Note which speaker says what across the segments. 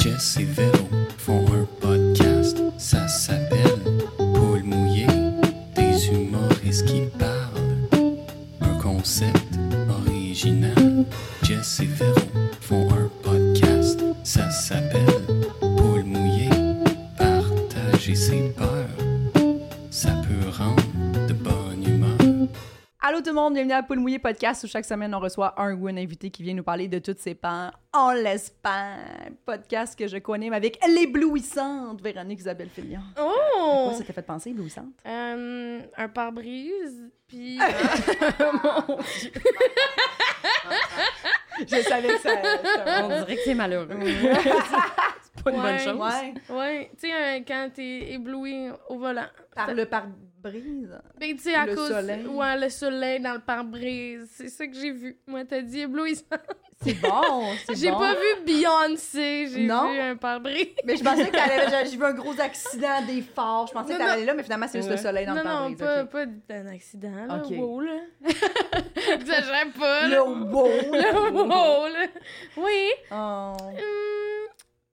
Speaker 1: Jess et Véro font un podcast, ça s'appelle Paul mouillé, des humoristes qui parlent. Un concept original. Jess et Véro font un podcast, ça s'appelle Paul mouillé, partager ses peurs. Ça peut rendre de bonne humeur.
Speaker 2: Allô tout le monde, bienvenue à Poule Mouillé Podcast où chaque semaine on reçoit un ou une invité qui vient nous parler de toutes ses pans. On l'espère! Podcast que je connais mais avec l'éblouissante Véronique Isabelle Fillion. À
Speaker 3: Oh!
Speaker 2: Quoi ça t'a fait penser, éblouissante?
Speaker 3: Euh, un pare-brise, puis...
Speaker 2: Je savais que ça.
Speaker 4: On dirait que c'est malheureux.
Speaker 2: C'est pas
Speaker 3: une bonne chose.
Speaker 2: Ouais.
Speaker 3: ouais, tu sais, euh, quand t'es ébloui au volant.
Speaker 2: Par le pare-brise.
Speaker 3: Ben, tu sais, à
Speaker 2: Le
Speaker 3: cause...
Speaker 2: soleil.
Speaker 3: Ouais, le soleil dans le pare-brise. C'est ça que j'ai vu. Moi, t'as dit éblouissant.
Speaker 2: C'est bon, c'est bon.
Speaker 3: J'ai pas vu Beyoncé, j'ai vu
Speaker 2: Non.
Speaker 3: un pare-brise.
Speaker 2: Mais je pensais que t'allais. J'ai vu un gros accident des phares. Je pensais
Speaker 3: Non,
Speaker 2: que t'allais là, mais finalement c'est juste le
Speaker 4: Ouais.
Speaker 2: soleil dans
Speaker 3: Non,
Speaker 2: le
Speaker 3: non,
Speaker 2: pare-brise.
Speaker 3: pas,
Speaker 2: ok.
Speaker 3: pas d'un accident, là.
Speaker 2: Ok.
Speaker 3: Wow, là. Exagère pas, là.
Speaker 2: Le beau.
Speaker 3: Le wow, là. Oui,
Speaker 2: Oh.
Speaker 3: hum,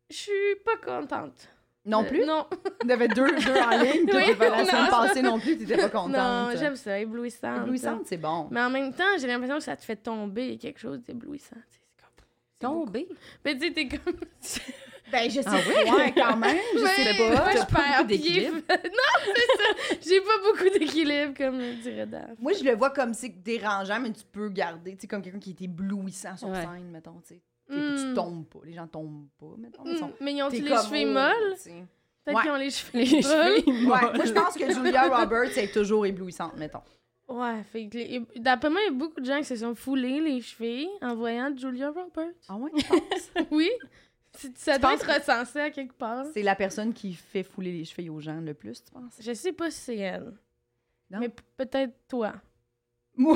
Speaker 3: je suis pas contente.
Speaker 2: Non
Speaker 3: Euh,
Speaker 2: plus?
Speaker 3: non.
Speaker 2: Il y avait deux, deux en ligne, puis
Speaker 3: Oui,
Speaker 2: la semaine
Speaker 3: non.
Speaker 2: passée non plus, t'étais pas contente.
Speaker 3: Non, j'aime ça, éblouissant.
Speaker 2: Éblouissante, c'est bon.
Speaker 3: Mais en même temps, j'ai l'impression que ça te fait tomber quelque chose d'éblouissant. tu sais, c'est comme-
Speaker 4: Tombé.
Speaker 3: Mais tu sais, t'es comme.
Speaker 2: Ben, je sais
Speaker 4: Ah ouais?
Speaker 2: ouais, quand même, je sais
Speaker 3: Ouais,
Speaker 2: pas.
Speaker 3: Moi,
Speaker 4: T'as
Speaker 3: je
Speaker 4: pas
Speaker 3: perds
Speaker 4: beaucoup
Speaker 3: pied. non,
Speaker 4: d'équilibre.
Speaker 3: c'est ça. J'ai pas beaucoup d'équilibre, comme le dirait Daph.
Speaker 2: Moi, je le vois comme c'est dérangeant, mais tu peux garder, tu sais, comme quelqu'un qui est éblouissant sur
Speaker 4: Ouais.
Speaker 2: scène, mettons, tu sais. Et puis
Speaker 3: Mm.
Speaker 2: Tu tombes pas, les gens tombent pas, mettons.
Speaker 3: Mm.
Speaker 2: ils sont-
Speaker 3: Mais ils ont
Speaker 2: t'es
Speaker 3: les
Speaker 2: comme,
Speaker 3: cheveux
Speaker 2: oh,
Speaker 3: molles.
Speaker 2: tu sais.
Speaker 3: Peut-être
Speaker 2: Ouais.
Speaker 3: qu'ils ont les cheveux
Speaker 4: Les
Speaker 3: molles.
Speaker 4: cheveux.
Speaker 2: Ouais, moi, je pense que Julia Roberts est toujours éblouissante, mettons.
Speaker 3: Ouais, fait que. les- D'après moi, il y a beaucoup de gens qui se sont foulés les cheveux en voyant Julia Roberts.
Speaker 2: Ah ouais?
Speaker 3: Oui. C'est- Ça
Speaker 2: Tu
Speaker 3: doit
Speaker 2: penses
Speaker 3: être recensé à quelque part.
Speaker 2: c'est la personne qui fait fouler les cheveux aux gens le plus, tu penses?
Speaker 3: Je sais pas si c'est elle.
Speaker 2: Non?
Speaker 3: Mais p- peut-être toi.
Speaker 2: Moi,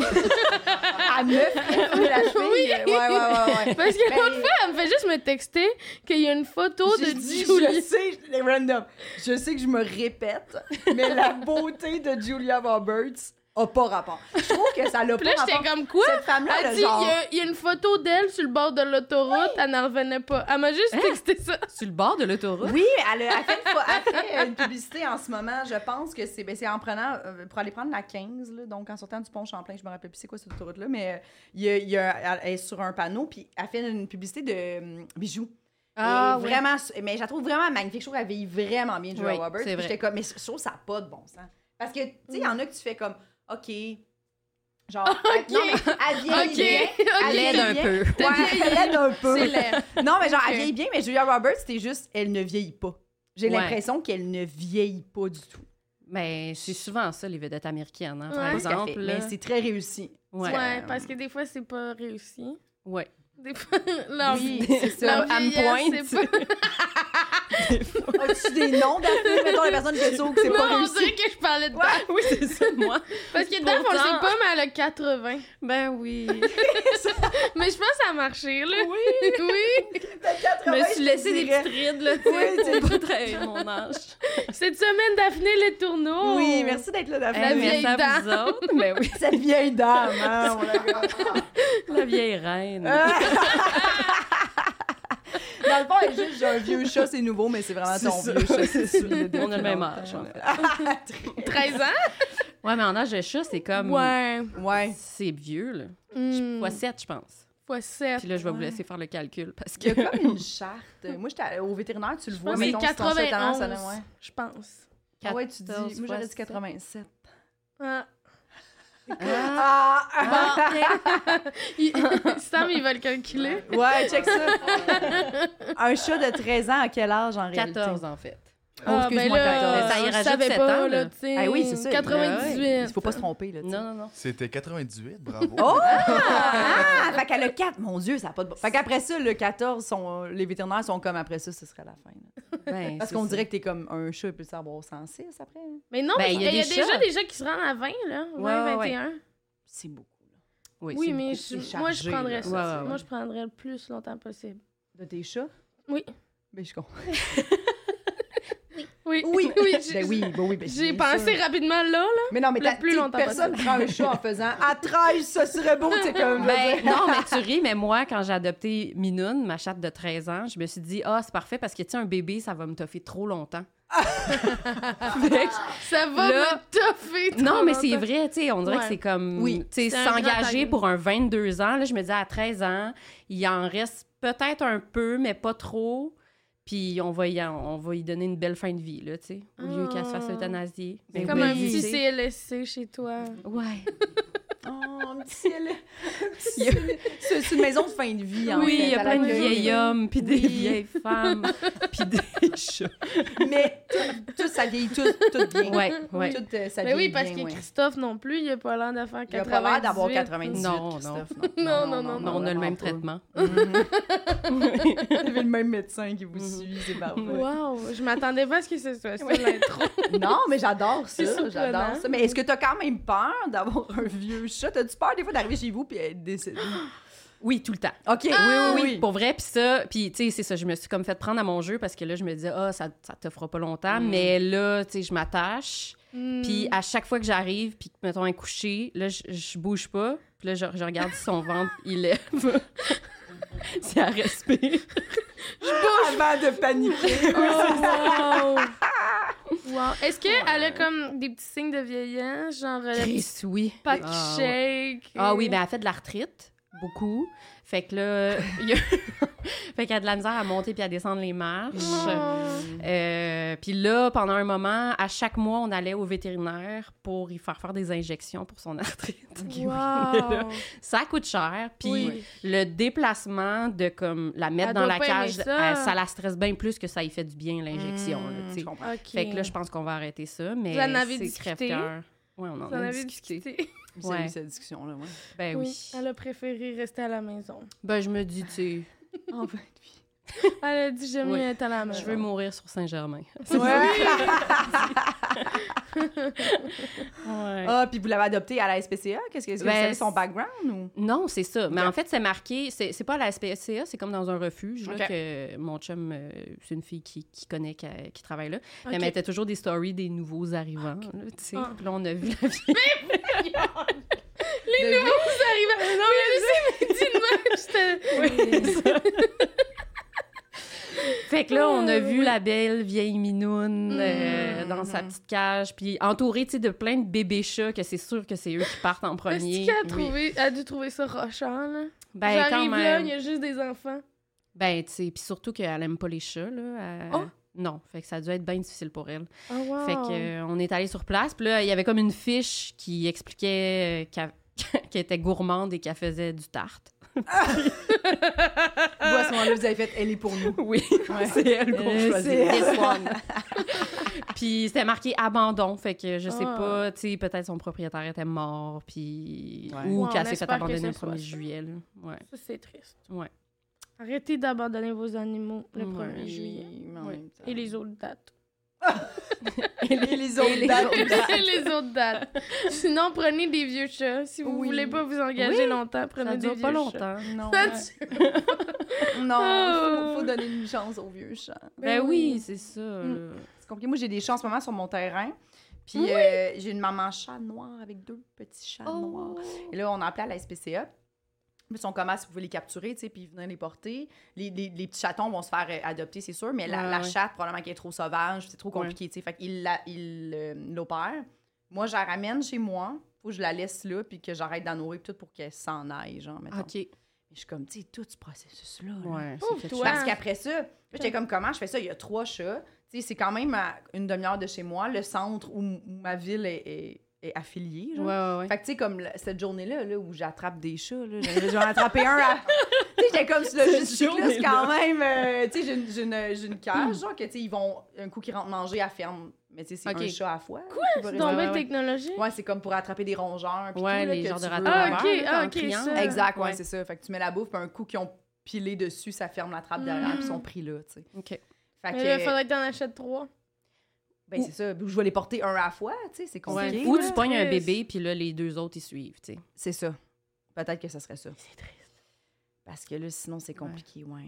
Speaker 2: à neuf, elle fout la cheville. Ouais, ouais, ouais, ouais.
Speaker 3: Parce que
Speaker 2: Ben,
Speaker 3: l'autre fois, elle me fait juste me texter qu'il y a une photo de
Speaker 2: J'ai dit,
Speaker 3: Julia.
Speaker 2: je sais, je- les random. Je sais que je me répète, mais la beauté de Julia Roberts a pas rapport. Je trouve que ça l'a
Speaker 3: Puis
Speaker 2: pas
Speaker 3: là,
Speaker 2: rapport.
Speaker 3: j'étais comme quoi?
Speaker 2: Cette femme-là,
Speaker 3: Elle
Speaker 2: le
Speaker 3: dit, euh, il y,
Speaker 2: genre.
Speaker 3: a- il y a une photo d'elle sur le bord de l'autoroute, elle n'en revenait pas. Elle m'a
Speaker 2: Hein?
Speaker 3: juste texté ça.
Speaker 4: Sur le bord de l'autoroute.
Speaker 2: Oui, elle a, elle fait, une fois- elle fait euh, une publicité en ce moment. Je pense que c'est ben, c'est en prenant, euh, pour aller prendre la 15, là, donc en sortant du pont Champlain, je me rappelle plus c'est quoi cette autoroute-là, mais euh, il y a- il y a- elle est sur un panneau, puis elle fait une publicité de hum, bijoux.
Speaker 4: Ah,
Speaker 2: Et
Speaker 4: oui.
Speaker 2: vraiment, mais je la trouve vraiment magnifique. Je trouve qu'elle vieillit vraiment bien, Julia
Speaker 4: Oui,
Speaker 2: Roberts.
Speaker 4: c'est
Speaker 2: Puis
Speaker 4: vrai.
Speaker 2: J'étais comme, mais je trouve que ça n'a pas de bon sens. Parce que, tu sais, il y en a que tu fais comme, OK, genre, elle, non, mais elle vieillit
Speaker 3: Ok,
Speaker 2: bien.
Speaker 3: ok.
Speaker 2: Elle
Speaker 4: Laide
Speaker 2: vieillit
Speaker 4: un
Speaker 2: bien.
Speaker 4: peu.
Speaker 2: Ouais, elle l'aide un peu.
Speaker 3: C'est laid.
Speaker 2: Non, mais genre,
Speaker 3: Ok.
Speaker 2: elle vieillit bien, mais Julia Roberts, c'était juste, elle ne vieillit pas. J'ai
Speaker 4: Ouais.
Speaker 2: l'impression qu'elle ne vieillit pas du tout.
Speaker 4: Mais ben, c'est souvent ça, les vedettes américaines, hein, par
Speaker 3: Ouais.
Speaker 2: Tout à fait.
Speaker 4: exemple. là.
Speaker 2: Mais c'est très réussi.
Speaker 3: Ouais,
Speaker 4: Ouais. ouais.
Speaker 3: parce que des fois, c'est pas réussi.
Speaker 4: ouais.
Speaker 3: Des fois, leur
Speaker 2: Oui, c'est ça.
Speaker 3: leur
Speaker 2: Elle me
Speaker 3: vieillesse, c'est
Speaker 2: pointe. As-tu des noms d'après, mettons, les personnes que je trouve que c'est
Speaker 3: Non,
Speaker 2: pas
Speaker 3: on
Speaker 2: réussi?
Speaker 3: dirait que je parlais de
Speaker 2: Ouais.
Speaker 3: Daph.
Speaker 4: Oui, c'est ça, moi.
Speaker 3: Parce que Daph, on le
Speaker 4: Pourtant-
Speaker 3: sait pas, mais elle a 80.
Speaker 4: Ben oui.
Speaker 3: Mais je pense que ça a marché, là.
Speaker 4: Oui.
Speaker 3: oui.
Speaker 4: Je me suis laissé des
Speaker 2: dirais.
Speaker 4: petites rides, là, tu
Speaker 2: Oui,
Speaker 4: sais, pour pas trahir mon âge.
Speaker 3: Cette semaine, Daphné les tourneaux.
Speaker 2: Oui, merci d'être là, Daphné.
Speaker 3: La
Speaker 4: Eh, merci
Speaker 3: vieille
Speaker 4: à vous autres. Ben oui,
Speaker 2: Cette vieille dame, hein, on la
Speaker 4: la vieille reine.
Speaker 2: Ah. Dans le fond, elle est juste j'ai un vieux chat, c'est nouveau, mais c'est vraiment
Speaker 4: C'est
Speaker 2: ton
Speaker 4: ça,
Speaker 2: vieux chat.
Speaker 4: c'est
Speaker 2: c'est
Speaker 4: ça.
Speaker 2: celui de
Speaker 4: On a le même
Speaker 2: depuis
Speaker 4: âge,
Speaker 2: longtemps,
Speaker 4: en
Speaker 2: là.
Speaker 3: 13 ans?
Speaker 4: Ouais, mais en âge de chat, c'est comme.
Speaker 3: Ouais.
Speaker 2: ouais.
Speaker 4: C'est vieux, là.
Speaker 3: Hmm.
Speaker 4: Fois 7, je pense.
Speaker 3: Fois 7.
Speaker 4: Puis là, je vais vous
Speaker 2: Ouais.
Speaker 4: laisser faire le calcul parce
Speaker 2: Il y
Speaker 4: que.
Speaker 2: a comme une charte. Moi, j'étais allée au vétérinaire, tu le
Speaker 3: Je
Speaker 2: vois,
Speaker 3: pense
Speaker 2: mais
Speaker 3: que c'est 91,
Speaker 2: ouais.
Speaker 3: je pense.
Speaker 2: Ah ouais, tu dis. Moi,
Speaker 4: 14
Speaker 2: j'aurais dit
Speaker 4: fois
Speaker 2: 87.
Speaker 3: Ah.
Speaker 4: Ah,
Speaker 2: Ah!
Speaker 3: Il- Sam, il va le calculer.
Speaker 2: Ouais, check ça. Un chat de 13 ans, à quel âge en réalité?
Speaker 4: 14, en fait.
Speaker 2: Oh, excuse-moi,
Speaker 3: Ah, ben là,
Speaker 2: 14.
Speaker 4: Mais ça y
Speaker 3: je
Speaker 4: rajoute
Speaker 3: savais
Speaker 4: sept
Speaker 3: pas,
Speaker 4: ans,
Speaker 3: là,
Speaker 4: là.
Speaker 3: tu sais.
Speaker 2: Ah oui, c'est ça.
Speaker 3: 98.
Speaker 2: Il faut pas se tromper, là. tu sais.
Speaker 4: Non, non, non.
Speaker 5: C'était 98, bravo.
Speaker 2: Oh! Ah! Fait qu'elle a 4. Mon Dieu, ça n'a pas de bon. Fait qu'après ça, le 14, sont- les vétérinaires sont comme après ça, ce serait la fin. là.
Speaker 4: Ben,
Speaker 2: Parce
Speaker 4: c'est
Speaker 2: qu'on
Speaker 4: ça.
Speaker 2: dirait que t'es comme un chat et peut savoir 106 après. hein.
Speaker 3: Mais non,
Speaker 4: Ben,
Speaker 3: mais il
Speaker 4: il y
Speaker 3: y
Speaker 4: a
Speaker 3: a,
Speaker 4: des
Speaker 3: déjà
Speaker 4: chats.
Speaker 3: des gens qui se rendent à 20, là. 20,
Speaker 4: ouais, ouais.
Speaker 3: 21.
Speaker 2: C'est beaucoup. là.
Speaker 4: Oui,
Speaker 3: Oui,
Speaker 4: c'est
Speaker 3: mais
Speaker 2: beaucoup,
Speaker 3: je-
Speaker 2: c'est
Speaker 3: moi, je
Speaker 2: chargé,
Speaker 3: prendrais
Speaker 2: là.
Speaker 3: ça.
Speaker 4: Ouais, ouais, ouais.
Speaker 3: Moi, je prendrais le plus longtemps possible.
Speaker 2: De tes chats?
Speaker 3: Oui.
Speaker 2: Ben, je comprends.
Speaker 3: Oui,
Speaker 2: Oui,
Speaker 3: oui, j'ai-
Speaker 2: Ben oui, ben oui, ben
Speaker 3: J'ai
Speaker 2: bien
Speaker 3: pensé
Speaker 2: sûr.
Speaker 3: rapidement là, là.
Speaker 2: Mais non, mais
Speaker 3: le
Speaker 2: t'as-
Speaker 3: plus
Speaker 2: t'sais,
Speaker 3: longtemps
Speaker 2: personne prend un chat en faisant « À 13, ça serait beau! » T'es comme...
Speaker 4: Ben, non, mais tu ris, mais moi, quand j'ai adopté Minoune, ma chatte de 13 ans, je me suis dit, ah, c'est parfait parce que, tu sais, un bébé, ça va me toffer trop longtemps. Fait que-
Speaker 3: Ça va
Speaker 4: Là-
Speaker 3: me toffer. trop
Speaker 4: non, mais c'est
Speaker 3: longtemps.
Speaker 4: vrai, tu sais, on dirait
Speaker 3: Ouais.
Speaker 4: que c'est comme,
Speaker 2: Oui.
Speaker 4: tu sais,
Speaker 3: C'est un grand
Speaker 4: s'engager
Speaker 3: argument.
Speaker 4: pour un 22 ans, là, je me dis, à 13 ans, il en reste peut-être un peu, mais pas trop. Puis on va y, on va y donner une belle fin de vie, là, tu sais, au lieu qu'elle se fasse
Speaker 3: Ah.
Speaker 4: euthanasier.
Speaker 3: C'est
Speaker 4: Mais
Speaker 3: comme
Speaker 4: oui,
Speaker 3: un
Speaker 4: tu
Speaker 3: petit
Speaker 4: sais.
Speaker 3: CLSC chez toi.
Speaker 4: Ouais.
Speaker 2: Oh, un petit ciel. Il y a- C'est c'est une maison de fin de vie, en
Speaker 4: oui,
Speaker 2: fait,
Speaker 4: il y a
Speaker 2: à
Speaker 4: plein de
Speaker 2: laquelle-
Speaker 4: vieils hommes, puis des
Speaker 3: Oui.
Speaker 4: vieilles femmes, puis des chats.
Speaker 2: Mais tout, tout, ça vieillit tout, tout bien.
Speaker 4: Ouais, ouais.
Speaker 2: Tout, euh, ça
Speaker 3: Mais Ben oui,
Speaker 2: vieillit
Speaker 3: parce
Speaker 2: bien,
Speaker 3: que
Speaker 2: ouais.
Speaker 3: Christophe non plus, il a pas l'air de faire 98.
Speaker 2: Il a pas l'air d'avoir 98,
Speaker 4: Non, non.
Speaker 2: Christophe.
Speaker 3: Non, non, non,
Speaker 4: Non, on a le
Speaker 2: vraiment
Speaker 4: même
Speaker 2: pas.
Speaker 4: traitement.
Speaker 2: Vous avez le même médecin qui vous suit, c'est parfait.
Speaker 3: Wow, je m'attendais pas à ce que ce soit ça, l'intro.
Speaker 2: Non, mais j'adore
Speaker 3: C'est
Speaker 2: ça, j'adore
Speaker 3: surprenant.
Speaker 2: ça. Mais est-ce que t'as quand même peur d'avoir un vieux chat? T'as-tu peur des fois d'arriver chez vous puis être décédé? Ah!
Speaker 4: Oui, tout le temps. Ah,
Speaker 2: OK, oui, oui, oui.
Speaker 4: Pour vrai, puis ça, puis tu sais, c'est ça, je me suis comme fait prendre à mon jeu parce que là, je me disais, ah, ça, ça te fera pas longtemps,
Speaker 2: Mm.
Speaker 4: mais là, tu sais, je m'attache, puis à chaque fois que j'arrive, puis que, mettons, un couché, là, je, je bouge pas, puis là, je, je regarde si son ventre, il lève. si elle respire.
Speaker 2: Avant de paniquer.
Speaker 3: Oh, wow. wow. Est-ce qu'elle a comme des petits signes de vieillesse, genre euh,
Speaker 4: Chris, oui.
Speaker 3: pas de
Speaker 4: Ah, ouais.
Speaker 3: shake?
Speaker 4: Ah oui,
Speaker 3: euh,
Speaker 4: ben elle fait de l'arthrite, beaucoup. Fait que là, il y a... fait qu'elle a de la misère à monter puis à descendre les marches.
Speaker 2: Hmm.
Speaker 3: oh.
Speaker 4: Euh, puis là, pendant un moment, à chaque mois, on allait au vétérinaire pour y faire faire des injections pour son arthrite.
Speaker 3: Wow.
Speaker 4: Ça coûte cher, puis
Speaker 3: Oui.
Speaker 4: le déplacement de comme la mettre
Speaker 3: Elle
Speaker 4: dans
Speaker 3: doit
Speaker 4: la
Speaker 3: pas aimer
Speaker 4: cage, elle-
Speaker 3: ça. Mmh,
Speaker 4: ça. la stresse bien plus que ça y fait du bien l'injection. là, tu sais.
Speaker 2: Je comprends.
Speaker 3: OK.
Speaker 4: fait que là, je pense qu'on va arrêter ça, mais
Speaker 3: Vous en avez
Speaker 4: c'est
Speaker 3: discuté?
Speaker 4: crève-cœur. Ouais, on en
Speaker 3: Vous en
Speaker 4: a
Speaker 3: avez
Speaker 4: discuté.
Speaker 3: discuté.
Speaker 2: Vous
Speaker 4: Ouais.
Speaker 2: avez eu cette discussion-là, ouais.
Speaker 4: Ben oui.
Speaker 3: Oui, elle a préféré rester à la maison.
Speaker 4: Ben je me dis, tu sais,
Speaker 2: En fait,
Speaker 3: Elle a dit j'aime
Speaker 4: Oui.
Speaker 3: mieux être à la maison.
Speaker 4: je veux mourir sur Saint-Germain. Ouais.
Speaker 2: Ah, puis vous l'avez adopté à la SPCA? Qu'est-ce que, est-ce que vous
Speaker 4: Ben,
Speaker 2: savez son background? Ou...
Speaker 4: Non, c'est ça. Mais
Speaker 2: Ok.
Speaker 4: en fait, c'est marqué, c'est c'est pas à la SPCA, c'est comme dans un refuge là,
Speaker 2: Ok.
Speaker 4: que mon chum, euh, c'est une fille qui, qui connaît, qui, qui travaille là.
Speaker 3: Ok.
Speaker 4: Elle mettait toujours des stories des nouveaux arrivants. Là, tu sais.
Speaker 3: Ah.
Speaker 4: Puis là, on a vu la vie.
Speaker 3: Les nouveaux arrivent. Non, mais je sais, mais dis-le moi, j'étais.
Speaker 4: fait que là, on a vu
Speaker 3: Oui.
Speaker 4: la belle vieille Minoune euh,
Speaker 2: Mhm.
Speaker 4: dans sa petite cage, puis entourée tu sais, de plein de bébés chats que c'est sûr que c'est eux qui partent en
Speaker 3: Est-ce
Speaker 4: premier.
Speaker 3: qu'elle a,
Speaker 4: Oui.
Speaker 3: trouvé- a dû trouver ça rochant, là?
Speaker 4: Ben, quand
Speaker 3: J'arrive là,
Speaker 4: même.
Speaker 3: il y a juste des enfants.
Speaker 4: Ben, tu sais, puis surtout qu'elle aime pas les chats, là. elle-
Speaker 3: Oh!
Speaker 4: Non, fait que ça a dû être bien difficile pour elle.
Speaker 3: Ah, wow.
Speaker 4: Fait que euh, on est allé sur place, puis là il y avait comme une fiche qui expliquait euh, qu'elle qu'elle était gourmande et qu'elle faisait du tarte.
Speaker 2: Vous, à ce moment-là, vous avez fait « Elle est pour nous
Speaker 4: Oui, ».
Speaker 2: Euh. Ouais.
Speaker 4: c'est elle qu'on
Speaker 2: Euh,
Speaker 4: choisit.
Speaker 2: c'est-
Speaker 4: This one. puis c'était marqué abandon, fait que je sais
Speaker 3: Ah.
Speaker 4: pas, tu sais peut-être son propriétaire était mort, puis
Speaker 2: Ouais.
Speaker 4: ou
Speaker 3: Ouais, on
Speaker 4: qu'elle s'est
Speaker 3: espère
Speaker 4: fait
Speaker 3: que
Speaker 4: abandonner
Speaker 3: ce
Speaker 4: le
Speaker 3: soit ça.
Speaker 4: 1er juillet. là. Ouais.
Speaker 3: Ça, c'est triste.
Speaker 4: Ouais.
Speaker 3: Arrêtez d'abandonner vos animaux le
Speaker 4: Ouais.
Speaker 3: 1er juillet.
Speaker 4: Oui.
Speaker 3: Et les autres dates.
Speaker 2: Et les autres
Speaker 4: les
Speaker 2: dates.
Speaker 3: Et les autres dates. Sinon, prenez des vieux chats. Si vous
Speaker 2: Oui.
Speaker 3: voulez pas vous engager
Speaker 4: Oui.
Speaker 3: longtemps, prenez
Speaker 4: Ça
Speaker 3: des
Speaker 4: dure
Speaker 3: vieux
Speaker 4: pas
Speaker 3: chats.
Speaker 4: longtemps.
Speaker 2: Non,
Speaker 3: Ça
Speaker 2: ouais.
Speaker 3: dure-
Speaker 2: non faut, faut donner une chance aux vieux chats.
Speaker 4: Ben
Speaker 3: Ben
Speaker 4: oui,
Speaker 3: oui.
Speaker 4: c'est ça.
Speaker 3: Mm.
Speaker 4: là.
Speaker 2: C'est compliqué. Moi, j'ai des chats en ce moment sur mon terrain. Puis
Speaker 3: Oui.
Speaker 2: euh, j'ai une maman chat noire avec deux petits chats noirs. Et là, on a appelé à la SPCA. Puis ils sont comme, Ah, si vous pouvez les capturer, tu sais, puis venir les porter. Les, les- les petits chatons vont se faire euh, adopter, c'est sûr, mais la,
Speaker 4: Ouais,
Speaker 2: la
Speaker 4: ouais.
Speaker 2: chatte, probablement qu'elle est trop sauvage, c'est trop
Speaker 4: Ouais.
Speaker 2: compliqué, tu sais. Fait qu'il la- il, euh, l'opère. Moi, je la ramène chez moi. Faut que je la laisse là, puis que j'arrête d'en nourrir, puis tout pour qu'elle s'en aille, genre, mettons.
Speaker 4: Ok.
Speaker 2: Mais je suis comme, tu sais, tout ce processus-là. là,
Speaker 4: Ouais.
Speaker 3: Ouf,
Speaker 4: c'est quelque
Speaker 3: toi.
Speaker 4: chose.
Speaker 2: parce qu'après ça, j'étais comme comment je fais ça? Il y a trois chats. Tu sais, c'est quand même à une demi-heure de chez moi, le centre où, m- où ma ville est, est- est affiliée.
Speaker 4: Ouais,
Speaker 2: genre.
Speaker 4: ouais, ouais.
Speaker 2: Fait que tu sais, comme la- cette journée-là là, où j'attrape des chats, là, j'en- j'en ai attrapé un à. Tu sais, j'étais comme sur le
Speaker 4: Cette
Speaker 2: juste
Speaker 4: journée-là.
Speaker 2: quand même. euh, tu sais, j'ai une- j'ai une, j'ai une
Speaker 4: Hmm.
Speaker 2: cage, genre que tu sais, ils vont, un coup qu'ils rentrent manger, à ferme. Mais tu sais, c'est
Speaker 4: Ok.
Speaker 2: un chat à la fois.
Speaker 3: C'est
Speaker 2: Quoi?
Speaker 3: donc
Speaker 4: Ouais,
Speaker 3: bien
Speaker 4: ouais.
Speaker 3: technologique.
Speaker 2: Ouais, c'est comme pour attraper des rongeurs. puis
Speaker 4: Ouais,
Speaker 2: tout, là,
Speaker 4: les
Speaker 2: que
Speaker 4: genres
Speaker 2: tu
Speaker 4: de
Speaker 2: veux.
Speaker 4: rats
Speaker 3: Ah, ok,
Speaker 4: laveurs, là,
Speaker 3: ah,
Speaker 4: en
Speaker 3: ok,
Speaker 4: triangle.
Speaker 3: ça.
Speaker 2: Exact, ouais,
Speaker 4: Ouais.
Speaker 2: c'est ça. Fait que tu mets la bouffe, puis un coup qu'ils ont pilé dessus, ça ferme la trappe derrière,
Speaker 3: Mm.
Speaker 2: puis ils sont pris là, tu sais.
Speaker 4: Ok.
Speaker 2: Fait
Speaker 3: Mais là,
Speaker 2: que,
Speaker 3: il faudrait que t'en achètes trois.
Speaker 2: ben c'est ça, je vais les porter un à la fois, tu sais, c'est compliqué.
Speaker 4: Ouais.
Speaker 3: compliqué,
Speaker 4: Ou
Speaker 3: là.
Speaker 4: tu pognes un
Speaker 3: Triste.
Speaker 4: bébé, puis là, les deux autres, ils suivent, tu sais.
Speaker 2: C'est ça. Peut-être que ça serait ça.
Speaker 3: C'est triste.
Speaker 2: Parce que là, sinon, c'est compliqué, ouais.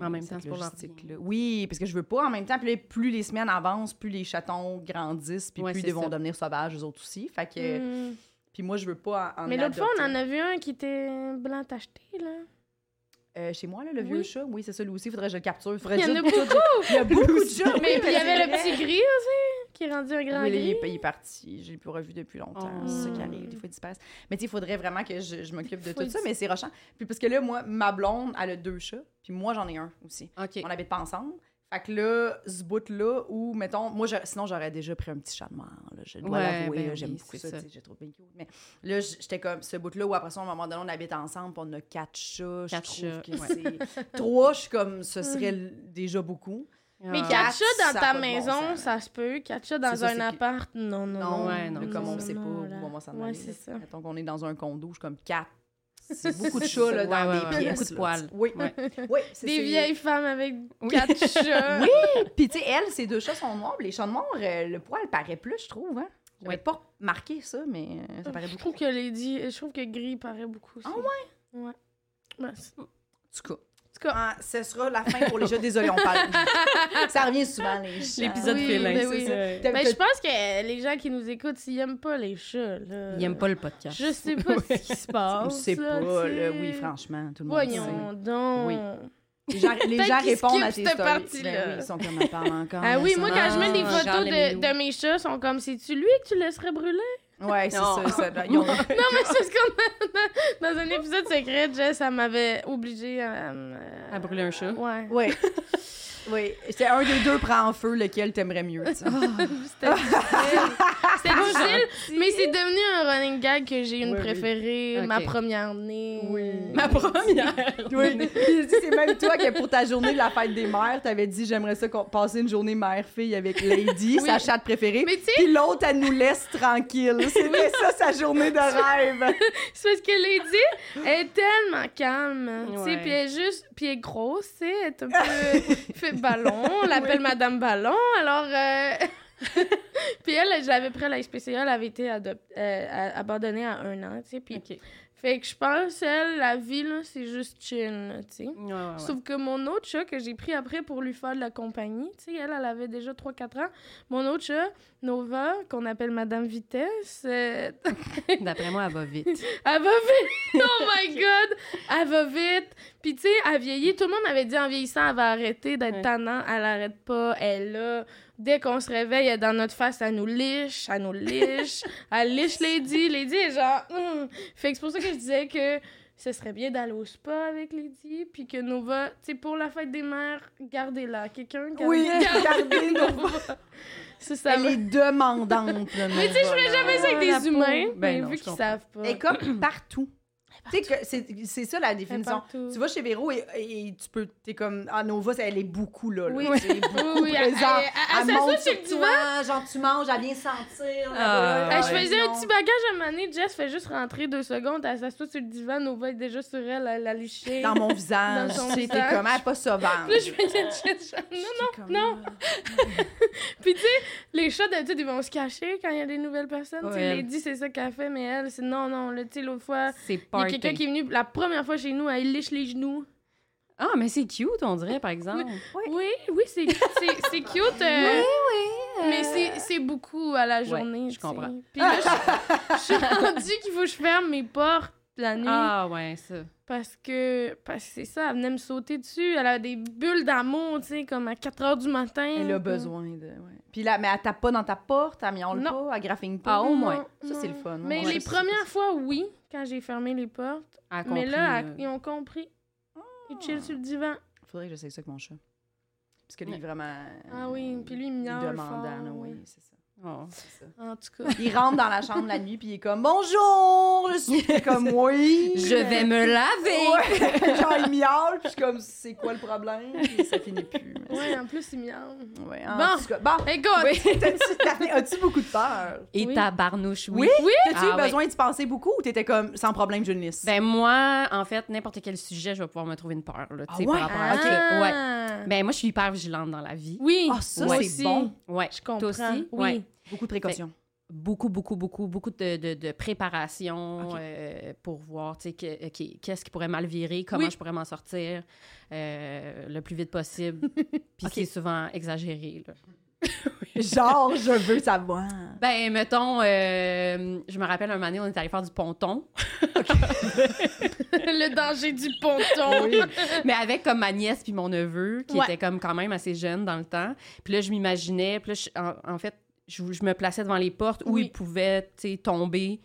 Speaker 2: euh,
Speaker 4: En même
Speaker 2: cette
Speaker 4: temps, c'est pour leur
Speaker 2: logistique-là. Oui, parce que je veux pas en même temps. Puis là, plus les semaines avancent, plus les chatons grandissent, puis
Speaker 4: Ouais,
Speaker 2: plus
Speaker 4: c'est
Speaker 2: ils vont
Speaker 4: ça.
Speaker 2: devenir sauvages, eux autres aussi. Fait que...
Speaker 3: Hmm.
Speaker 2: Puis moi, je veux pas en en
Speaker 3: Mais l'autre fois, on
Speaker 2: adopter.
Speaker 3: en a vu un qui était blanc tacheté, là.
Speaker 2: Euh, chez moi, là, le
Speaker 3: Oui.
Speaker 2: vieux chat, oui, c'est ça, lui aussi, faudrait que je le capture. Faudrait
Speaker 3: Il y en
Speaker 2: juste-
Speaker 3: a beaucoup!
Speaker 2: Il y a beaucoup de chats!
Speaker 3: Mais puis il y avait le
Speaker 2: petit
Speaker 3: petit gris aussi, qui est rendu un grand
Speaker 2: Oui, là, il,
Speaker 3: gris.
Speaker 2: est, il est parti. Je l'ai plus revu depuis longtemps.
Speaker 4: Oh.
Speaker 2: C'est ça qui arrive. Des fois, il disparaît. Mais tu sais, il faudrait vraiment que je, je m'occupe de
Speaker 3: Faut
Speaker 2: tout ça.
Speaker 3: dis-
Speaker 2: Mais c'est rochant. Puis parce que là, moi, ma blonde, elle a deux chats. Puis moi, j'en ai un aussi.
Speaker 4: OK.
Speaker 2: On n'habite pas ensemble. Fait que là, ce bout-là, où, mettons, moi, j'a- sinon, j'aurais déjà pris un petit chat noir. là, je dois
Speaker 4: Ouais,
Speaker 2: l'avouer.
Speaker 4: ben
Speaker 2: là,
Speaker 4: oui,
Speaker 2: J'aime beaucoup
Speaker 4: c'est
Speaker 2: ça.
Speaker 4: ça.
Speaker 2: tu sais, J'ai trop bien cute. Mais là, j- j'étais comme, ce bout-là, où après ça, à un moment donné, on habite ensemble, puis on a quatre chats.
Speaker 4: Quatre
Speaker 2: je
Speaker 4: chats.
Speaker 2: trouve que c'est. Trois, je suis comme, ce serait l- déjà beaucoup.
Speaker 3: Mais
Speaker 4: Ah.
Speaker 2: quatre,
Speaker 3: quatre chats
Speaker 2: ça
Speaker 3: dans
Speaker 2: a
Speaker 3: ta
Speaker 2: pas de bon
Speaker 3: maison,
Speaker 2: sens, là.
Speaker 3: ça se peut. Quatre chats dans
Speaker 2: C'est ça, c'est
Speaker 3: un
Speaker 2: que-
Speaker 3: appart, non, non,
Speaker 2: Non,
Speaker 3: non.
Speaker 4: ouais, non,
Speaker 2: là, comme on sait pas,
Speaker 3: non, là.
Speaker 2: bon, moi, ça me
Speaker 3: Ouais,
Speaker 2: dit,
Speaker 3: c'est
Speaker 2: là.
Speaker 3: ça.
Speaker 2: Mettons qu'on est dans un condo, je suis comme quatre. C'est beaucoup de chats là, dans
Speaker 4: Ouais,
Speaker 2: des
Speaker 4: ouais, ouais.
Speaker 2: pièces.
Speaker 4: Beaucoup de
Speaker 2: là,
Speaker 4: poils.
Speaker 2: tu- Oui,
Speaker 4: Ouais.
Speaker 2: oui. c'est
Speaker 3: Des
Speaker 2: ça.
Speaker 3: vieilles femmes avec
Speaker 4: Oui.
Speaker 3: quatre chats.
Speaker 2: Oui, Puis tu sais, elle, ces deux chats sont noirs. puis Les chats noirs, euh, le poil paraît plus, je trouve. Hein? J'avais
Speaker 4: Ouais.
Speaker 2: pas remarqué ça, mais euh, ça paraît
Speaker 3: Je
Speaker 2: beaucoup.
Speaker 3: trouve que Lady, je trouve que gris paraît beaucoup. aussi.
Speaker 2: Ah
Speaker 3: Ouais. Ben, c'est-
Speaker 2: En tout cas,
Speaker 3: En tout cas,
Speaker 2: hein, ce sera la fin pour les chats. Désolé, on parle. ça revient souvent, les chats.
Speaker 4: L'épisode
Speaker 3: Oui,
Speaker 4: félin,
Speaker 3: ben
Speaker 4: c'est
Speaker 3: oui.
Speaker 4: ça.
Speaker 2: T'as-
Speaker 3: ben,
Speaker 2: t'as-
Speaker 3: je pense que les gens qui nous écoutent, ils aiment pas les chats. Là.
Speaker 4: Ils aiment pas le podcast.
Speaker 3: Je sais pas ce qui se
Speaker 2: On
Speaker 3: passe.
Speaker 2: sait pas,
Speaker 3: tu
Speaker 2: là,
Speaker 3: sais.
Speaker 2: oui, franchement, tout le monde sait.
Speaker 3: Voyons donc.
Speaker 2: Oui. Les gens, les gens
Speaker 3: qu'ils
Speaker 2: répondent à
Speaker 3: skippent
Speaker 2: tes
Speaker 3: cette
Speaker 2: stories. Ben
Speaker 3: partie-là.
Speaker 2: oui, ils sont comme, on parle encore.
Speaker 3: Ah oui, moi, quand je mets des
Speaker 4: Ah,
Speaker 3: photos
Speaker 4: Charles
Speaker 3: de,
Speaker 4: Lemieux.
Speaker 3: de mes chats, ils sont comme, c'est-tu lui que tu laisserais brûler?
Speaker 2: Ouais, c'est ça.
Speaker 4: Non.
Speaker 2: ça ils ont-
Speaker 3: Non, mais c'est comme dans, dans un épisode secret, Jess, elle m'avait obligée à, euh,
Speaker 4: À brûler un chat.
Speaker 3: Ouais.
Speaker 2: Oui. Oui, c'est un des deux prend en feu, lequel t'aimerais mieux, tu sais.
Speaker 3: C'était difficile. C'était difficile, mais c'est devenu un running gag que j'ai une
Speaker 4: Oui, oui.
Speaker 3: préférée, ma
Speaker 4: Ok.
Speaker 3: première année.
Speaker 2: Oui.
Speaker 4: Ma première.
Speaker 2: Oui, Puis c'est même toi que pour ta journée de la fête des mères, t'avais dit j'aimerais ça qu'on passer une journée mère-fille avec Lady,
Speaker 3: Oui.
Speaker 2: sa chatte préférée.
Speaker 3: Mais tu sais,
Speaker 2: Puis l'autre, elle nous laisse tranquille. C'était ça sa journée de rêve.
Speaker 3: c'est parce que Lady elle est tellement calme, tu sais,
Speaker 4: Ouais.
Speaker 3: puis elle est juste, puis elle est grosse, tu sais, elle est un peu fait ballon, on l'appelle Madame Ballon, alors, euh, puis elle, j'avais pris la SPCA, elle avait été adoptée, abandonnée à un an, tu sais, puis
Speaker 4: OK.
Speaker 3: Fait que je pense, elle, la vie, là, c'est juste chill, là, tu sais.
Speaker 4: Ouais, Ah ouais, ouais.
Speaker 3: Sauf que mon autre chat que j'ai pris après pour lui faire de la compagnie, tu sais, elle, elle avait déjà 3-4 ans. Mon autre chat, Nova, qu'on appelle Madame Vitesse, euh,
Speaker 4: D'après moi, elle va vite.
Speaker 3: elle va vite! Oh my God! Elle va vite! Puis, tu sais, elle vieillit. Tout le monde avait dit en vieillissant, elle va arrêter d'être
Speaker 4: Ouais.
Speaker 3: tannante. Elle arrête pas. Elle est là. Dès qu'on se réveille, elle est dans notre face. Elle nous liche. Elle nous liche. elle liche Lady. Lady est genre... Hum. Fait que c'est pour ça que je disais que ce serait bien d'aller au spa avec Lady. Puis que Nova... Tu sais, pour la fête des mères, gardez-la. Quelqu'un... gardez-
Speaker 2: Oui,
Speaker 3: gardez
Speaker 2: regardez nos
Speaker 3: C'est ça.
Speaker 2: Elle est demandante.
Speaker 3: Mais tu sais, je fais jamais ça avec
Speaker 4: La
Speaker 3: des
Speaker 4: peau.
Speaker 3: humains.
Speaker 4: Ben
Speaker 3: mais
Speaker 4: non,
Speaker 3: vu
Speaker 4: je
Speaker 3: qu'ils
Speaker 4: comprends.
Speaker 3: savent pas.
Speaker 2: Et comme partout. Tu sais que c'est- c'est ça la définition.
Speaker 3: Partout.
Speaker 2: Tu vas chez Véro et, et tu peux. T'es comme. Ah, Nova, elle est beaucoup là. là.
Speaker 3: Oui.
Speaker 2: Elle est beaucoup
Speaker 3: Oui, oui, elle-
Speaker 2: présente.
Speaker 3: elle- elle- elle s'assoit
Speaker 2: monte
Speaker 3: sur le divan.
Speaker 2: toi, Genre, tu manges, elle vient sentir.
Speaker 4: Ah,
Speaker 3: Ah,
Speaker 4: Ah
Speaker 3: je
Speaker 4: ouais.
Speaker 3: faisais un petit bagage à maner, Jess fait juste rentrer deux secondes, elle s'assoit sur le divan, Nova est déjà sur elle, elle la lichée.
Speaker 2: Dans mon visage.
Speaker 3: Dans son
Speaker 2: Tu sais, t'es
Speaker 3: visage.
Speaker 2: comme. Elle est pas sauvage.
Speaker 3: Puis là, je voyais Jess, genre, non, non. non. Puis tu sais, les chats d'habitude, ils vont se cacher quand il y a des nouvelles personnes. Tu
Speaker 4: Ouais,
Speaker 3: sais,
Speaker 4: elle.
Speaker 3: Lady, c'est ça qu'elle fait, mais elle, c'est non, non, là, tu sais, l'autre fois, Ah, il
Speaker 4: C'est
Speaker 3: y a
Speaker 4: party.
Speaker 3: quelqu'un qui est venu la première fois chez nous, elle liche les genoux.
Speaker 4: Ah, mais c'est cute, on dirait, par exemple.
Speaker 3: Oui, oui, c'est c'est- c'est cute. euh, Mais c'est- c'est beaucoup à la journée.
Speaker 4: je
Speaker 3: tu sais.
Speaker 4: comprends.
Speaker 3: Puis là, je, je suis rendue qu'il faut que je ferme mes portes la nuit.
Speaker 4: Ah, ouais, ça.
Speaker 3: Parce que parce que c'est ça, elle venait me sauter dessus. Elle a des bulles d'amour, tu sais, comme à 4 heures du matin.
Speaker 2: Elle a besoin de. ouais. Puis là, mais elle tape pas dans ta porte, elle miaule
Speaker 3: Non.
Speaker 2: pas, elle graffine pas.
Speaker 4: Ah, au moins.
Speaker 2: Ça, c'est le fun. au
Speaker 3: Mais
Speaker 2: moins,
Speaker 3: les
Speaker 2: ça,
Speaker 3: premières fois, oui, quand j'ai fermé les portes.
Speaker 4: Elle a
Speaker 3: mais
Speaker 4: compris,
Speaker 3: là,
Speaker 4: là.
Speaker 3: elle- ils ont compris.
Speaker 2: euh,
Speaker 3: Ils
Speaker 2: Ah.
Speaker 3: chillent sur le divan.
Speaker 2: c'est- Faudrait que j'essaie ça avec mon chat. Parce que lui,
Speaker 4: Ouais.
Speaker 2: vraiment.
Speaker 3: Ah oui, puis lui, il
Speaker 2: il
Speaker 3: miaule
Speaker 2: Euh, demandant,
Speaker 3: fort,
Speaker 2: là, oui,
Speaker 3: ouais.
Speaker 2: c'est ça.
Speaker 4: Oh.
Speaker 2: c'est ça.
Speaker 3: En tout cas.
Speaker 2: Il rentre dans la chambre la nuit, puis il est comme Bonjour, je suis comme oui.
Speaker 4: Je vais me laver!
Speaker 2: Ouais. Genre, il miaule, puis je suis comme C'est quoi le problème? Puis ça finit plus. mais
Speaker 3: ouais, en plus, ils miaulent.
Speaker 2: c'est- Ouais, en
Speaker 3: Bon.
Speaker 2: tout cas, bon.
Speaker 3: Écoute!
Speaker 2: Oui, t'as-tu- Ah, t'as- As-tu beaucoup de peur?
Speaker 4: Et
Speaker 3: Oui.
Speaker 4: ta barnouche, oui.
Speaker 2: Oui?
Speaker 3: Oui.
Speaker 2: T'as-tu
Speaker 4: Ah,
Speaker 2: eu besoin d'y penser beaucoup ou t'étais comme sans problème, je ne lisse?
Speaker 4: Ben moi, en fait, n'importe quel sujet, je vais pouvoir me trouver une peur, là, tu sais,
Speaker 2: Ah ouais?
Speaker 4: par rapport à... Ok, ouais. Ben moi, je suis hyper vigilante dans la vie.
Speaker 3: Oui.
Speaker 2: Ah, ça,
Speaker 3: moi
Speaker 2: c'est
Speaker 3: aussi.
Speaker 2: bon.
Speaker 4: Ouais.
Speaker 3: Je comprends.
Speaker 4: Toi aussi?
Speaker 3: Oui.
Speaker 4: Ouais.
Speaker 2: Beaucoup de précautions.
Speaker 4: beaucoup, beaucoup, beaucoup, beaucoup de, de- de préparation
Speaker 3: Ok.
Speaker 4: euh, pour voir tu sais, que- ok, qu'est-ce qui pourrait mal virer, comment
Speaker 3: Oui.
Speaker 4: je pourrais m'en sortir euh, le plus vite possible. Puis
Speaker 2: Ok.
Speaker 4: c'est souvent exagéré. là.
Speaker 2: Genre, je veux savoir.
Speaker 4: Ben, mettons, euh, je me rappelle un moment donné, on est allé faire du ponton,
Speaker 3: le danger du ponton.
Speaker 4: mais avec comme ma nièce puis mon neveu, qui
Speaker 3: Ouais.
Speaker 4: était comme quand même assez jeune dans le temps. Puis là, je m'imaginais, puis là, je- en, en fait, je, je me plaçais devant les portes où
Speaker 3: Oui.
Speaker 4: ils pouvaient, tu sais, tomber.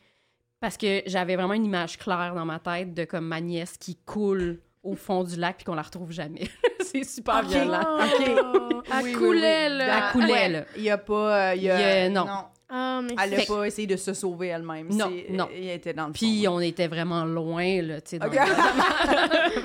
Speaker 4: Parce que j'avais vraiment une image claire dans ma tête de comme ma nièce qui coule au fond du lac puis qu'on la retrouve jamais. c'est super
Speaker 2: Ok.
Speaker 4: Ah,
Speaker 2: Ah,
Speaker 4: violent.
Speaker 3: OK. Elle
Speaker 2: Oui, oui,
Speaker 3: coulait,
Speaker 2: oui.
Speaker 3: là.
Speaker 4: Elle coulait,
Speaker 2: ouais.
Speaker 4: là.
Speaker 2: Il y a pas. euh, il y a,
Speaker 4: Il y a- non.
Speaker 3: Ah, mais
Speaker 2: Elle
Speaker 3: c'est-
Speaker 2: a pas essayé de se sauver elle-même.
Speaker 4: Non,
Speaker 2: C'est-
Speaker 4: non.
Speaker 2: Elle était dans le
Speaker 4: Puis
Speaker 2: fond.
Speaker 4: on était vraiment loin, là, tu sais. dans
Speaker 2: Ok.
Speaker 4: le-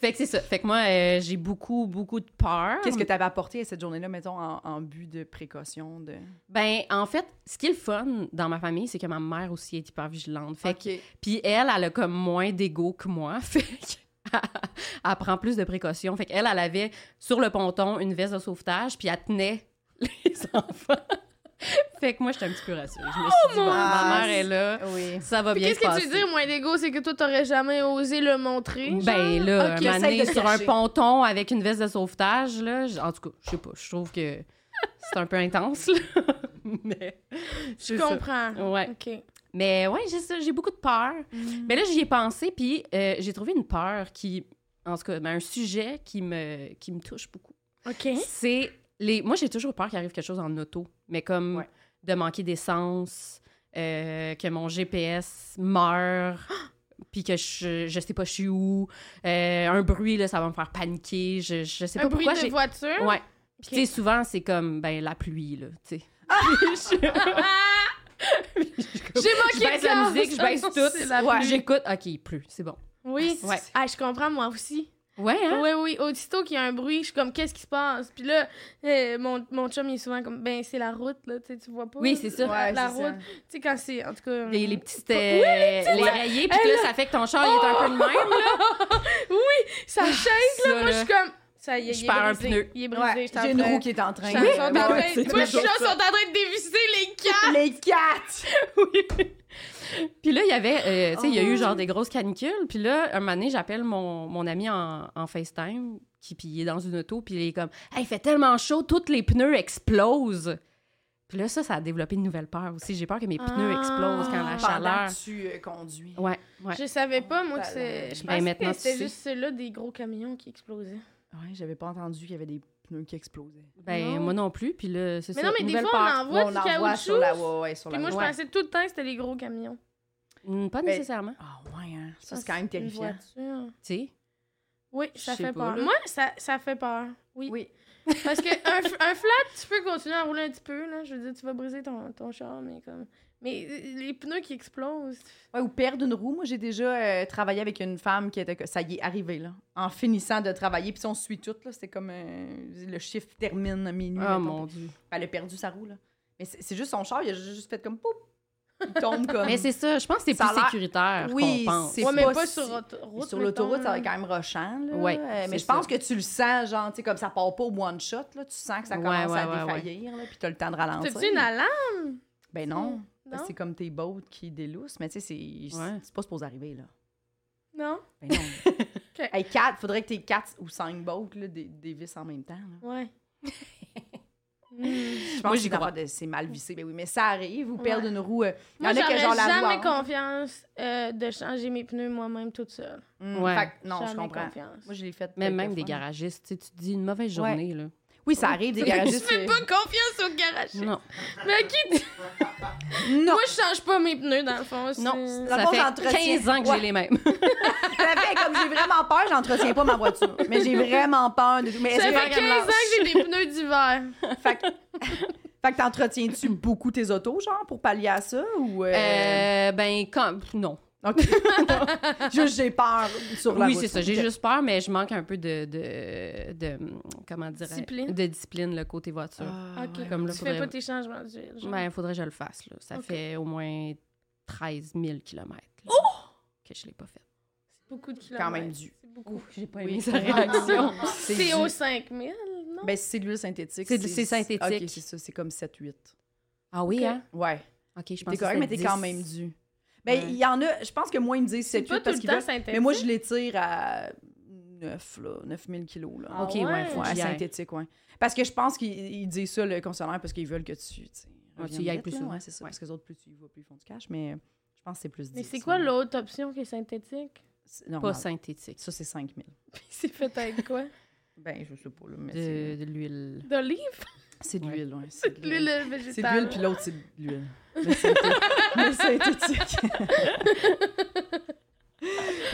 Speaker 4: fait que c'est ça. Fait que moi, euh, j'ai beaucoup, beaucoup de peur.
Speaker 2: Qu'est-ce que tu avais apporté à cette journée-là, mettons, en, en but de précaution? De...
Speaker 4: Ben, en fait, ce qui est le fun dans ma famille, c'est que ma mère aussi est hyper vigilante. Fait que- Puis elle, elle a comme moins d'ego que moi. Fait que- elle prend plus de précautions. Fait qu'elle, elle avait sur le ponton une veste de sauvetage, puis elle tenait les enfants. fait que moi, j'étais un petit peu rassurée. Je me suis dit,
Speaker 3: Oh mon
Speaker 4: bon, ma
Speaker 2: Dieu!
Speaker 4: mère est là,
Speaker 2: Oui.
Speaker 4: ça va
Speaker 3: Puis
Speaker 4: bien
Speaker 3: Qu'est-ce
Speaker 4: se
Speaker 3: que
Speaker 4: passer.
Speaker 3: tu dis, moins d'ego, c'est que toi, t'aurais jamais osé le montrer?
Speaker 4: Ben
Speaker 3: genre?
Speaker 4: là,
Speaker 3: Ok.
Speaker 4: un moment
Speaker 2: essaye
Speaker 4: donné,
Speaker 2: de
Speaker 4: sur un
Speaker 2: cacher.
Speaker 4: ponton avec une veste de sauvetage, là, j- en tout cas, je sais pas, je trouve que c'est un peu intense, là. Mais
Speaker 3: Je
Speaker 4: c'est ça.
Speaker 3: comprends.
Speaker 4: Ouais.
Speaker 3: OK.
Speaker 4: Mais ouais, j'ai ça, j'ai beaucoup de peur.
Speaker 3: Mm.
Speaker 4: Mais là, j'y ai pensé, puis euh, j'ai trouvé une peur qui, en tout cas, ben, un sujet qui me, qui me touche beaucoup.
Speaker 3: OK.
Speaker 4: C'est les. Moi, j'ai toujours peur qu'il arrive quelque chose en auto, mais comme
Speaker 2: Ouais.
Speaker 4: de manquer d'essence, euh, que mon GPS meure. Puis que je, je sais pas, je suis où. euh, un bruit, là, ça va me faire paniquer. Je, je sais pas
Speaker 3: Un bruit
Speaker 4: pourquoi
Speaker 3: de
Speaker 4: j'ai.
Speaker 3: voiture?
Speaker 4: Ouais.
Speaker 3: Ok.
Speaker 4: Puis tu sais, souvent, c'est comme, ben, la pluie, là, tu sais.
Speaker 3: J'ai manqué
Speaker 4: Je baisse
Speaker 3: de
Speaker 4: la
Speaker 3: gaz.
Speaker 4: musique, je baisse
Speaker 3: C'est la
Speaker 4: tout. Ouais.
Speaker 3: pluie.
Speaker 4: J'écoute, OK, il pleut, c'est bon.
Speaker 3: Oui.
Speaker 4: Ouais.
Speaker 3: Ah, je comprends, moi aussi.
Speaker 4: Ouais, hein?
Speaker 3: Oui, oui. Aussitôt qu'il y a un bruit, je suis comme, qu'est-ce qui se passe? Puis là, euh, mon, mon chum, il est souvent comme, ben, c'est la route, là, tu sais, tu vois pas.
Speaker 4: Oui, c'est ça.
Speaker 3: La, la route. Tu sais, quand c'est. En tout cas.
Speaker 4: Les, les petites. euh, les rayés, puis que là, ça fait que ton char, il est un peu le même, là.
Speaker 3: Ça chaise, Oh, là,
Speaker 4: ça,
Speaker 3: moi, je
Speaker 4: là.
Speaker 3: suis comme. Ça y est,
Speaker 4: Je
Speaker 3: il est
Speaker 4: perds un
Speaker 3: brisé.
Speaker 4: pneu.
Speaker 3: Il est brisé,
Speaker 2: Ouais,
Speaker 3: je t'en
Speaker 2: j'ai une
Speaker 3: prie.
Speaker 2: roue qui est en train.
Speaker 3: Ils sont
Speaker 2: Oui,
Speaker 3: en
Speaker 2: ben
Speaker 3: train-
Speaker 2: ouais, c'est
Speaker 3: Moi, je suis
Speaker 2: toujours
Speaker 3: là, ils sont
Speaker 2: ça.
Speaker 3: en train de dévisser les cartes.
Speaker 2: Les quatre!
Speaker 4: Puis là, il y avait, euh, tu sais,
Speaker 3: Oh,
Speaker 4: il y a eu genre des grosses canicules. Puis là, un moment donné, j'appelle mon, mon ami en, en FaceTime, qui puis il est dans une auto, puis il est comme, hey, il fait tellement chaud, tous les pneus explosent. Puis là, ça, ça a développé une nouvelle peur aussi. J'ai peur que mes pneus
Speaker 3: Ah.
Speaker 4: explosent quand la
Speaker 2: Pendant
Speaker 4: chaleur.
Speaker 2: que tu euh, conduis.
Speaker 4: Ouais, ouais.
Speaker 3: Je savais pas, moi, que
Speaker 2: Ben
Speaker 3: c'est.
Speaker 2: là.
Speaker 3: Je
Speaker 4: Ben,
Speaker 3: pensais
Speaker 4: maintenant,
Speaker 3: que
Speaker 4: tu
Speaker 3: c'était
Speaker 4: sais.
Speaker 3: juste ceux-là des gros camions qui explosaient.
Speaker 2: Ouais, j'avais pas entendu qu'il y avait des pneus qui explosaient.
Speaker 4: Ben,
Speaker 3: Non.
Speaker 4: moi non plus. Puis là, c'est
Speaker 3: Mais
Speaker 4: ça.
Speaker 3: non, mais des
Speaker 4: nouvelle
Speaker 3: fois, on
Speaker 4: peur.
Speaker 3: en voit
Speaker 2: Ouais,
Speaker 3: du
Speaker 2: on en voit sur la,
Speaker 3: caoutchouc.
Speaker 2: ouais, ouais, sur
Speaker 3: Puis
Speaker 2: la
Speaker 3: moi, je
Speaker 2: route.
Speaker 4: Ouais.
Speaker 3: pensais tout le temps que c'était les gros camions.
Speaker 4: Mm, Pas
Speaker 2: Ben-
Speaker 4: nécessairement.
Speaker 2: Ah ouais, hein. Ça, c'est quand même
Speaker 3: Une
Speaker 2: terrifiant.
Speaker 3: voiture.
Speaker 4: Tu sais.
Speaker 3: Oui,
Speaker 4: Je
Speaker 3: ça
Speaker 4: sais
Speaker 3: fait
Speaker 4: pas,
Speaker 3: peur.
Speaker 4: là.
Speaker 3: Moi, ça, ça fait peur. Oui.
Speaker 2: Oui.
Speaker 3: Parce que un, f- un flat, tu peux continuer à rouler un petit peu. Là. Je veux dire, tu vas briser ton, ton char, mais comme. Mais euh, les pneus qui explosent.
Speaker 2: Ouais, ou perdre une roue. Moi, j'ai déjà euh, travaillé avec une femme qui était. que- Ça y est arrivé, là. En finissant de travailler. Puis si on se suit toutes, là, c'était comme. euh, le chiffre termine à minuit.
Speaker 4: Oh
Speaker 3: Ah,
Speaker 2: mettons.
Speaker 4: mon Dieu.
Speaker 2: Elle a perdu sa roue, là. Mais c'est c'est juste son char, il a juste fait comme. Poup! Il tombe comme.
Speaker 4: Mais c'est ça, je pense que c'est
Speaker 2: Ça a
Speaker 4: plus
Speaker 2: l'air-
Speaker 4: sécuritaire
Speaker 2: Oui,
Speaker 4: qu'on pense.
Speaker 2: c'est
Speaker 3: Ouais, mais pas,
Speaker 2: pas si-
Speaker 3: sur autoroute.
Speaker 2: sur l'autoroute, ça va
Speaker 3: va
Speaker 2: être quand même rochant. Là.
Speaker 4: Ouais,
Speaker 2: Euh, mais
Speaker 4: c'est
Speaker 2: je pense
Speaker 4: ça.
Speaker 2: que tu le sens, genre, tu sais, comme ça part pas au one shot, là, tu sens que ça
Speaker 4: Ouais,
Speaker 2: commence
Speaker 4: ouais,
Speaker 2: à
Speaker 4: ouais, ouais.
Speaker 2: défaillir, là, puis tu as le temps de ralentir.
Speaker 3: T'as-tu une alarme?
Speaker 2: Ben non, parce
Speaker 3: Non?
Speaker 2: que c'est comme tes bottes qui déloussent, mais tu sais, c'est
Speaker 4: Ouais.
Speaker 2: c'est pas supposé arriver, là.
Speaker 3: Non?
Speaker 2: Ben non. hey, quatre, faudrait que t'aies quatre ou cinq bottes, là, des, des vis en même temps. là.
Speaker 3: Ouais. Hmm.
Speaker 2: Je pense
Speaker 4: Moi,
Speaker 2: que
Speaker 4: j'y
Speaker 2: c'est
Speaker 4: crois.
Speaker 2: d'avoir de- c'est mal vissé, ben oui, mais ça arrive, ou perdre
Speaker 3: Ouais.
Speaker 2: une roue. euh, Il y en
Speaker 3: Moi,
Speaker 2: a que
Speaker 3: j'aurais
Speaker 2: genre la roue
Speaker 3: jamais
Speaker 2: avant.
Speaker 3: confiance euh, de changer mes pneus moi-même toute seule.
Speaker 2: Hum,
Speaker 4: Ouais.
Speaker 2: fait que non, je
Speaker 3: Jamais
Speaker 2: comprends.
Speaker 3: confiance.
Speaker 2: Moi, je l'ai faite.
Speaker 4: Même,
Speaker 2: quelques
Speaker 4: même des
Speaker 2: fois.
Speaker 4: garagistes, tu sais, tu te dis une mauvaise journée, là.
Speaker 2: Oui, ça arrive, des
Speaker 3: Je
Speaker 2: garagistes.
Speaker 3: fais pas confiance au garage.
Speaker 4: Non.
Speaker 3: Mais à qui dit-
Speaker 2: Non,
Speaker 3: Moi, je change pas mes pneus, dans le fond. c'est-
Speaker 4: Non,
Speaker 2: Dans le
Speaker 4: ça
Speaker 2: fond,
Speaker 4: fait
Speaker 2: j'entretiens.
Speaker 4: 15 ans que
Speaker 2: Ouais.
Speaker 4: j'ai les mêmes.
Speaker 2: Ça fait comme j'ai vraiment peur, j'entretiens pas ma voiture. Mais j'ai vraiment peur de tout. Mais
Speaker 3: Ça
Speaker 2: j'ai
Speaker 3: fait
Speaker 2: peur qu'elle me
Speaker 3: 15 ans
Speaker 2: lâche.
Speaker 3: que j'ai des pneus d'hiver.
Speaker 2: Fait que, fait que t'entretiens-tu beaucoup tes autos, genre, pour pallier à ça? Ou. euh,
Speaker 4: Euh, ben, quand... non.
Speaker 2: ok. juste, j'ai peur sur la
Speaker 4: oui,
Speaker 2: route.
Speaker 4: c'est ça. J'ai
Speaker 2: Ok.
Speaker 4: juste peur, mais je manque un peu de... de, de comment dire?
Speaker 3: Discipline.
Speaker 4: De discipline, le côté voiture.
Speaker 2: Ah,
Speaker 3: Ok.
Speaker 2: ouais.
Speaker 4: Comme là,
Speaker 3: Tu fais
Speaker 4: faudrait...
Speaker 3: pas tes changements d'huile. genre.
Speaker 4: Ben, faudrait que je le fasse, là. Ça
Speaker 3: Ok.
Speaker 4: fait au moins 13 000 km.
Speaker 2: Oh!
Speaker 4: Que je l'ai pas fait.
Speaker 3: C'est beaucoup de kilomètres.
Speaker 2: Quand même du.
Speaker 3: C'est beaucoup.
Speaker 4: J'ai pas
Speaker 2: Oui,
Speaker 4: aimé sa
Speaker 2: c'est-
Speaker 4: réaction.
Speaker 2: C'est
Speaker 3: C'est
Speaker 2: du-
Speaker 3: au 5000, non?
Speaker 2: Ben, c'est de l'huile synthétique.
Speaker 4: C'est de- c'est synthétique.
Speaker 2: Ok, c'est ça. C'est comme 7-8.
Speaker 4: Ah oui,
Speaker 3: Ok.
Speaker 4: hein?
Speaker 2: Ouais.
Speaker 4: Ok, je pense
Speaker 2: T'es
Speaker 4: que
Speaker 2: correct, mais
Speaker 4: c'était
Speaker 2: t'es quand
Speaker 4: 10.
Speaker 2: même dû. Ben,
Speaker 4: Ouais.
Speaker 2: il y en a, je pense que moi, ils me disent
Speaker 3: C'est
Speaker 2: 7
Speaker 3: pas
Speaker 2: 8
Speaker 3: tout le
Speaker 2: parce qu'ils
Speaker 3: temps
Speaker 2: veulent.
Speaker 3: synthétique.
Speaker 2: Mais moi, je les tire à 9, là, 9000 kilos, là.
Speaker 3: Ah
Speaker 4: Ok, ouais,
Speaker 3: ouais.
Speaker 4: faut
Speaker 2: Ouais,
Speaker 4: que j'y aille.
Speaker 2: synthétique, ouais. Parce que je pense qu'ils ils disent ça, le concessionnaire, parce qu'ils veulent que tu. tu sais,
Speaker 4: Ouais, tu
Speaker 2: reviennes
Speaker 4: y ailles
Speaker 2: vite,
Speaker 4: plus
Speaker 2: là.
Speaker 4: souvent.
Speaker 2: Ouais, c'est ça.
Speaker 4: Ouais.
Speaker 2: Parce que les autres, plus tu y vas, plus ils font du cash. Mais euh, je pense que c'est plus 10.
Speaker 3: Mais c'est quoi
Speaker 2: là?
Speaker 3: l'autre option qui est synthétique?
Speaker 2: C'est normal.
Speaker 4: Pas synthétique.
Speaker 2: Ça, c'est 5000.
Speaker 3: Puis c'est fait avec quoi?
Speaker 2: Ben, je sais pas, là. Mais
Speaker 4: De,
Speaker 2: c'est-
Speaker 4: de l'huile.
Speaker 3: D'olive?
Speaker 2: c'est de
Speaker 4: Ouais.
Speaker 2: l'huile, ouais.
Speaker 3: C'est de l'huile végétale.
Speaker 2: C'est de l'huile, puis l'autre, c'est de l'huile. Mais synthé- Mais synthétique.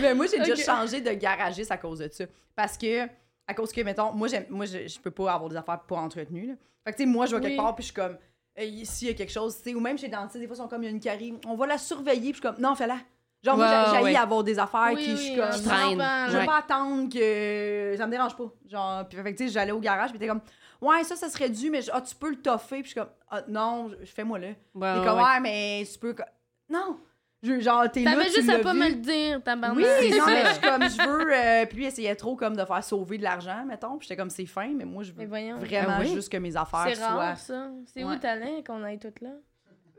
Speaker 2: Mais moi, j'ai
Speaker 3: Ok.
Speaker 2: déjà changé de garagiste à cause de ça. Parce que, à cause que, mettons, moi, j'aime- moi je, je peux pas avoir des affaires pas entretenues. là. Fait que, tu sais, moi, je vais
Speaker 3: Oui.
Speaker 2: quelque part, puis je suis comme, Hey, s'il y a quelque chose, tu sais, ou même chez le dentiste, des fois, ils sont comme, il y a une carie, on va la surveiller, puis je suis comme, non, fais-la. Genre, moi,
Speaker 4: Ouais,
Speaker 2: j'ai j'haïs
Speaker 4: ouais.
Speaker 2: avoir des affaires qui, je suis comme,
Speaker 4: Qui
Speaker 2: Non,
Speaker 4: traîne.
Speaker 2: je vais
Speaker 4: Ouais.
Speaker 2: pas attendre que euh, ça me dérange pas. Genre puis fait que, tu sais j'allais au garage puis t'es comme ouais ça ça serait dû mais je- ah, tu peux le toffer puis je suis comme ah, non je- fais-moi le.
Speaker 4: Ouais,
Speaker 2: T'es
Speaker 4: Ah, ouais,
Speaker 2: comme
Speaker 4: ouais.
Speaker 2: ouais mais tu peux co- non Je- genre t'es là
Speaker 3: T'avais
Speaker 2: tu
Speaker 3: juste à
Speaker 2: l'as
Speaker 3: pas
Speaker 2: vu.
Speaker 3: me le dire, tabarnak.
Speaker 2: Oui,
Speaker 4: C'est
Speaker 2: non,
Speaker 4: ça.
Speaker 2: mais je suis comme je veux euh, puis lui essayait trop comme de faire sauver de l'argent mettons puis j'étais comme c'est fin mais moi je
Speaker 3: Mais
Speaker 2: veux
Speaker 3: voyons,
Speaker 2: vraiment
Speaker 4: Ah oui?
Speaker 2: juste que mes affaires
Speaker 3: c'est
Speaker 2: soient
Speaker 3: rare ça. C'est où
Speaker 2: Ouais.
Speaker 3: talent qu'on aille toutes là?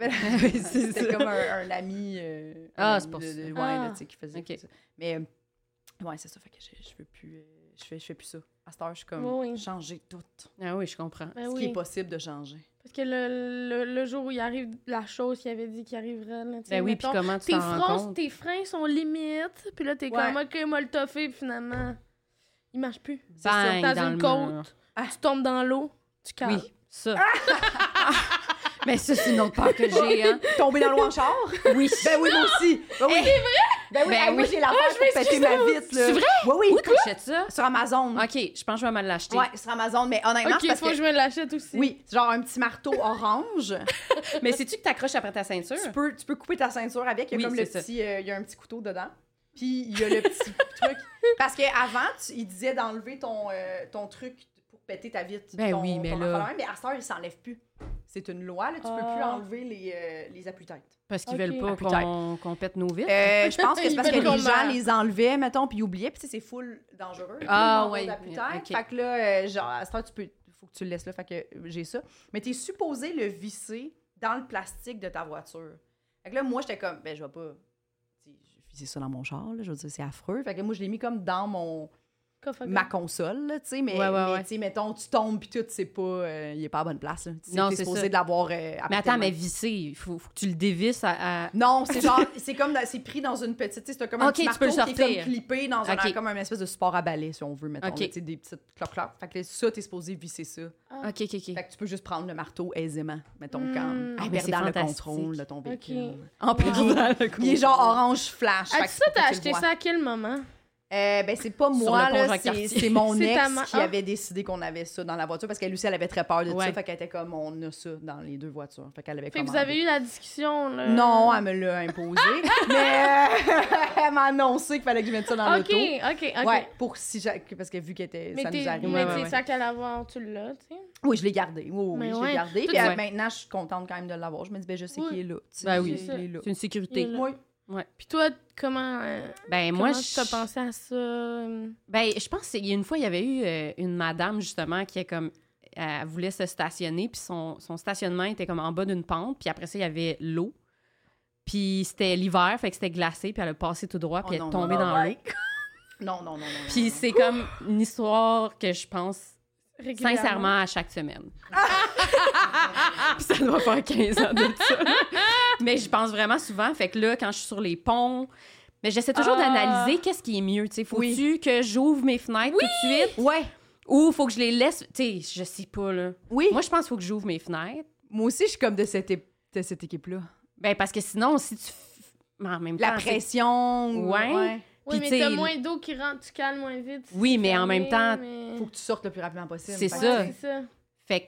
Speaker 4: c'est
Speaker 2: C'était
Speaker 4: ça.
Speaker 2: comme un, un ami. euh,
Speaker 4: Ah,
Speaker 2: un
Speaker 4: c'est
Speaker 2: ami
Speaker 4: pour
Speaker 2: de-
Speaker 4: ça.
Speaker 2: de- ouais,
Speaker 3: Ah.
Speaker 2: là, tu sais, qui faisait
Speaker 4: Ok.
Speaker 2: qui faisait ça. Mais, euh, ouais, c'est ça. Fait que je, je veux plus. euh, je, fais, je fais plus ça. À cette heure, je suis comme.
Speaker 3: Oui, oui.
Speaker 2: Changer tout.
Speaker 4: Ah oui, je comprends.
Speaker 3: Ben
Speaker 2: ce qui
Speaker 3: oui.
Speaker 2: est possible de changer.
Speaker 3: Parce que le, le, le jour où il arrive la chose qu'il avait dit qu'il arriverait, là, tu sais,
Speaker 4: Ben oui, puis
Speaker 3: mettons,
Speaker 4: comment tu
Speaker 3: tes,
Speaker 4: t'en rends
Speaker 3: freins,
Speaker 4: compte?
Speaker 3: tes freins sont limites, puis là, t'es
Speaker 2: Ouais.
Speaker 3: comme, OK, moi le toffé, puis finalement, il marche plus.
Speaker 4: Bang,
Speaker 3: dans,
Speaker 4: dans
Speaker 3: une
Speaker 4: le mur.
Speaker 3: côte,
Speaker 2: Ah.
Speaker 3: tu tombes dans l'eau, tu cales.
Speaker 4: Oui, ça. mais ça, c'est une autre part que j'ai, hein?
Speaker 2: Tomber dans l'eau en char?
Speaker 4: Oui.
Speaker 2: Ben oui, moi aussi. Ben oui.
Speaker 4: Hey,
Speaker 2: Ben oui,
Speaker 4: Ben
Speaker 2: hey, moi,
Speaker 4: oui.
Speaker 2: j'ai l'affaire pour péter ma vitre.
Speaker 4: C'est vrai?
Speaker 2: Oui, oui.
Speaker 4: Où t'achètes ça?
Speaker 2: Sur
Speaker 3: Mm.
Speaker 2: Amazon.
Speaker 4: Ok, je pense que je vais mal l'acheter.
Speaker 2: Ouais, sur Amazon. Mais honnêtement, c'est
Speaker 3: OK, faut
Speaker 2: Ben parce
Speaker 3: que... je me l'achète aussi.
Speaker 2: Oui, genre un petit marteau orange.
Speaker 4: Mais sais-tu que t'accroches après ta ceinture?
Speaker 2: tu, peux, tu peux couper ta ceinture avec. Il y a
Speaker 4: Oui,
Speaker 2: comme le
Speaker 4: c'est ça.
Speaker 2: petit, euh, il y a un petit couteau dedans. Puis il y a le petit truc. Parce qu'avant, il disait d'enlever ton, euh, ton truc pour péter ta vitre.
Speaker 4: Ben
Speaker 2: ton-
Speaker 4: oui, mais
Speaker 2: ton
Speaker 4: là-
Speaker 2: affaire de même, Mais à cette heure, il s'enlève plus. C'est une loi, là, tu peux
Speaker 3: Ah.
Speaker 2: plus enlever les, euh, les appuis-têtes.
Speaker 4: Parce qu'ils
Speaker 3: Ok.
Speaker 4: veulent pas
Speaker 2: Ah,
Speaker 4: qu'on qu'on pète nos vitres.
Speaker 2: Euh, je pense que c'est parce
Speaker 3: Ils
Speaker 2: que les
Speaker 3: veulent qu'on
Speaker 2: gens
Speaker 3: meure.
Speaker 2: les enlevaient, mettons, puis ils oubliaient, puis tu sais, c'est full dangereux.
Speaker 4: Ah,
Speaker 2: oui.
Speaker 4: ouais,
Speaker 2: appuis-têtes.
Speaker 4: ok.
Speaker 2: Fait que là, euh, genre, à cette heure, tu peux, faut que tu le laisses là, fait que euh, j'ai ça. Mais t'es supposé le visser dans le plastique de ta voiture. Fait que là, moi, j'étais comme, ben, je vais pas. tu sais, je vais visser ça dans mon char, là, je veux dire, c'est affreux. Fait que moi, je l'ai mis comme dans mon
Speaker 3: Coffre à
Speaker 2: ma
Speaker 3: gomme.
Speaker 2: console, là, tu sais, mais,
Speaker 4: Ouais, ouais,
Speaker 2: mais,
Speaker 4: ouais.
Speaker 2: tu sais, mettons, tu tombes, puis tout, c'est pas. euh, Il est pas à bonne place, là. Tu sais,
Speaker 4: Non,
Speaker 2: t'es
Speaker 4: c'est
Speaker 2: supposé
Speaker 4: ça.
Speaker 2: de l'avoir. euh, à
Speaker 4: mais
Speaker 2: portée de
Speaker 4: attends, mais
Speaker 2: main.
Speaker 4: visser, il faut, faut que tu le dévisses à. à-
Speaker 2: Non, c'est genre, c'est comme, dans- c'est pris dans une petite, tu sais, c'est comme un
Speaker 4: Ok,
Speaker 2: petit
Speaker 4: tu peux le
Speaker 2: marteau qui est
Speaker 4: sortir.
Speaker 2: comme clippé dans un,
Speaker 4: Ok.
Speaker 2: comme un espèce de support à balai, si on veut, mettons,
Speaker 4: Ok.
Speaker 2: là, tu sais, des petites cloc-cloc. Fait que là, ça, t'es supposé visser ça.
Speaker 4: Ok, ok, ok.
Speaker 2: Fait que tu peux juste prendre le marteau aisément, mettons,
Speaker 3: Hmm.
Speaker 2: quand,
Speaker 4: Ah,
Speaker 2: en
Speaker 4: mais c'est
Speaker 2: perdant le
Speaker 4: fantastique.
Speaker 2: contrôle de ton véhicule.
Speaker 3: Ok.
Speaker 2: En perdant le contrôle. Il est genre orange flash. fait
Speaker 3: Ah,
Speaker 2: que
Speaker 3: tu ça,
Speaker 2: faut pas que
Speaker 3: t'as
Speaker 2: tu le
Speaker 3: acheté
Speaker 2: vois.
Speaker 3: ça à quel moment?
Speaker 2: Euh, ben, c'est pas
Speaker 4: Sur
Speaker 2: moi,
Speaker 4: le pont
Speaker 2: là, c'est
Speaker 4: Jacques-Cartier.
Speaker 2: c'est mon
Speaker 3: C'est ta
Speaker 2: ex
Speaker 3: ma-
Speaker 2: qui
Speaker 3: ah.
Speaker 2: avait décidé qu'on avait ça dans la voiture parce qu'elle aussi, elle avait très peur de
Speaker 4: Ouais.
Speaker 2: ça. Fait qu'elle était comme, on a ça dans les deux voitures. Fait qu'elle avait
Speaker 3: Fait que vous
Speaker 2: commandé.
Speaker 3: avez eu la discussion, là.
Speaker 2: Non, elle me l'a imposé, mais euh, elle m'a annoncé qu'il fallait que je mette ça dans
Speaker 3: OK,
Speaker 2: l'auto.
Speaker 3: OK, OK.
Speaker 2: Ouais, pour si j'a- parce que vu que
Speaker 3: Mais
Speaker 2: ça
Speaker 3: t'es
Speaker 2: nous arrive.
Speaker 3: mais
Speaker 4: ouais,
Speaker 3: t'es
Speaker 4: ouais.
Speaker 3: sac à l'avoir, tu l'as, tu sais.
Speaker 2: Oui, je l'ai gardé. Oui, oui,
Speaker 3: Mais
Speaker 2: je
Speaker 3: ouais,
Speaker 2: l'ai gardé.
Speaker 3: tout
Speaker 2: Puis euh,
Speaker 4: ouais.
Speaker 2: maintenant, je suis contente quand même de l'avoir. Je me dis, ben, je sais
Speaker 3: Oui.
Speaker 2: qu'il est là. tu sais,
Speaker 4: Ben oui.
Speaker 2: il est là.
Speaker 4: C'est une sécurité.
Speaker 3: Il est là.
Speaker 2: Oui.
Speaker 3: Puis toi, comment, euh,
Speaker 4: Ben,
Speaker 3: comment
Speaker 4: moi,
Speaker 3: tu t'as
Speaker 4: je.
Speaker 3: pensé à ça? euh,
Speaker 4: Ben, je pense qu'il y a une fois, il y avait eu euh, une madame, justement, qui est comme. Elle voulait se stationner, puis son, son stationnement était comme en bas d'une pente, puis après ça, il y avait l'eau. Puis c'était l'hiver, fait que c'était glacé, puis elle a passé tout droit, puis
Speaker 2: Oh
Speaker 4: elle
Speaker 2: non,
Speaker 4: est tombée
Speaker 2: non,
Speaker 4: dans
Speaker 2: non.
Speaker 4: l'eau.
Speaker 2: Non, non, non, non. non,
Speaker 4: Puis
Speaker 2: non.
Speaker 4: c'est comme une histoire que je pense
Speaker 3: régulièrement?
Speaker 4: sincèrement à chaque semaine. Puis ça doit faire 15 ans de ça. Mais je pense vraiment souvent. Fait que là, quand je suis sur les ponts, mais j'essaie toujours
Speaker 3: Ah.
Speaker 4: d'analyser qu'est-ce qui est mieux. tu sais. Faut-tu que j'ouvre mes fenêtres tout de suite
Speaker 2: Ouais.
Speaker 4: ou faut que je les laisse? Tu sais, je sais pas, là.
Speaker 2: Oui. Moi,
Speaker 4: Moi, je pense qu'il faut que j'ouvre mes fenêtres.
Speaker 2: aussi, je suis comme de cette, é- de cette équipe-là.
Speaker 4: Ben, parce que sinon, si tu. f- Mais en même
Speaker 2: La
Speaker 4: temps, c'est-
Speaker 2: pression. ou-
Speaker 4: Ouais.
Speaker 3: Oui,
Speaker 4: Puis
Speaker 3: mais
Speaker 4: t'sais,
Speaker 3: t'as
Speaker 4: il-
Speaker 3: moins d'eau qui rentre, tu cales moins vite. si
Speaker 4: Oui,
Speaker 3: c'est
Speaker 4: mais en
Speaker 3: fermé,
Speaker 4: même temps,
Speaker 3: mais-
Speaker 2: Faut que tu sortes le plus rapidement possible.
Speaker 4: C'est
Speaker 2: Fait que-
Speaker 4: ça.
Speaker 3: Ouais, c'est ça.
Speaker 4: Fait que-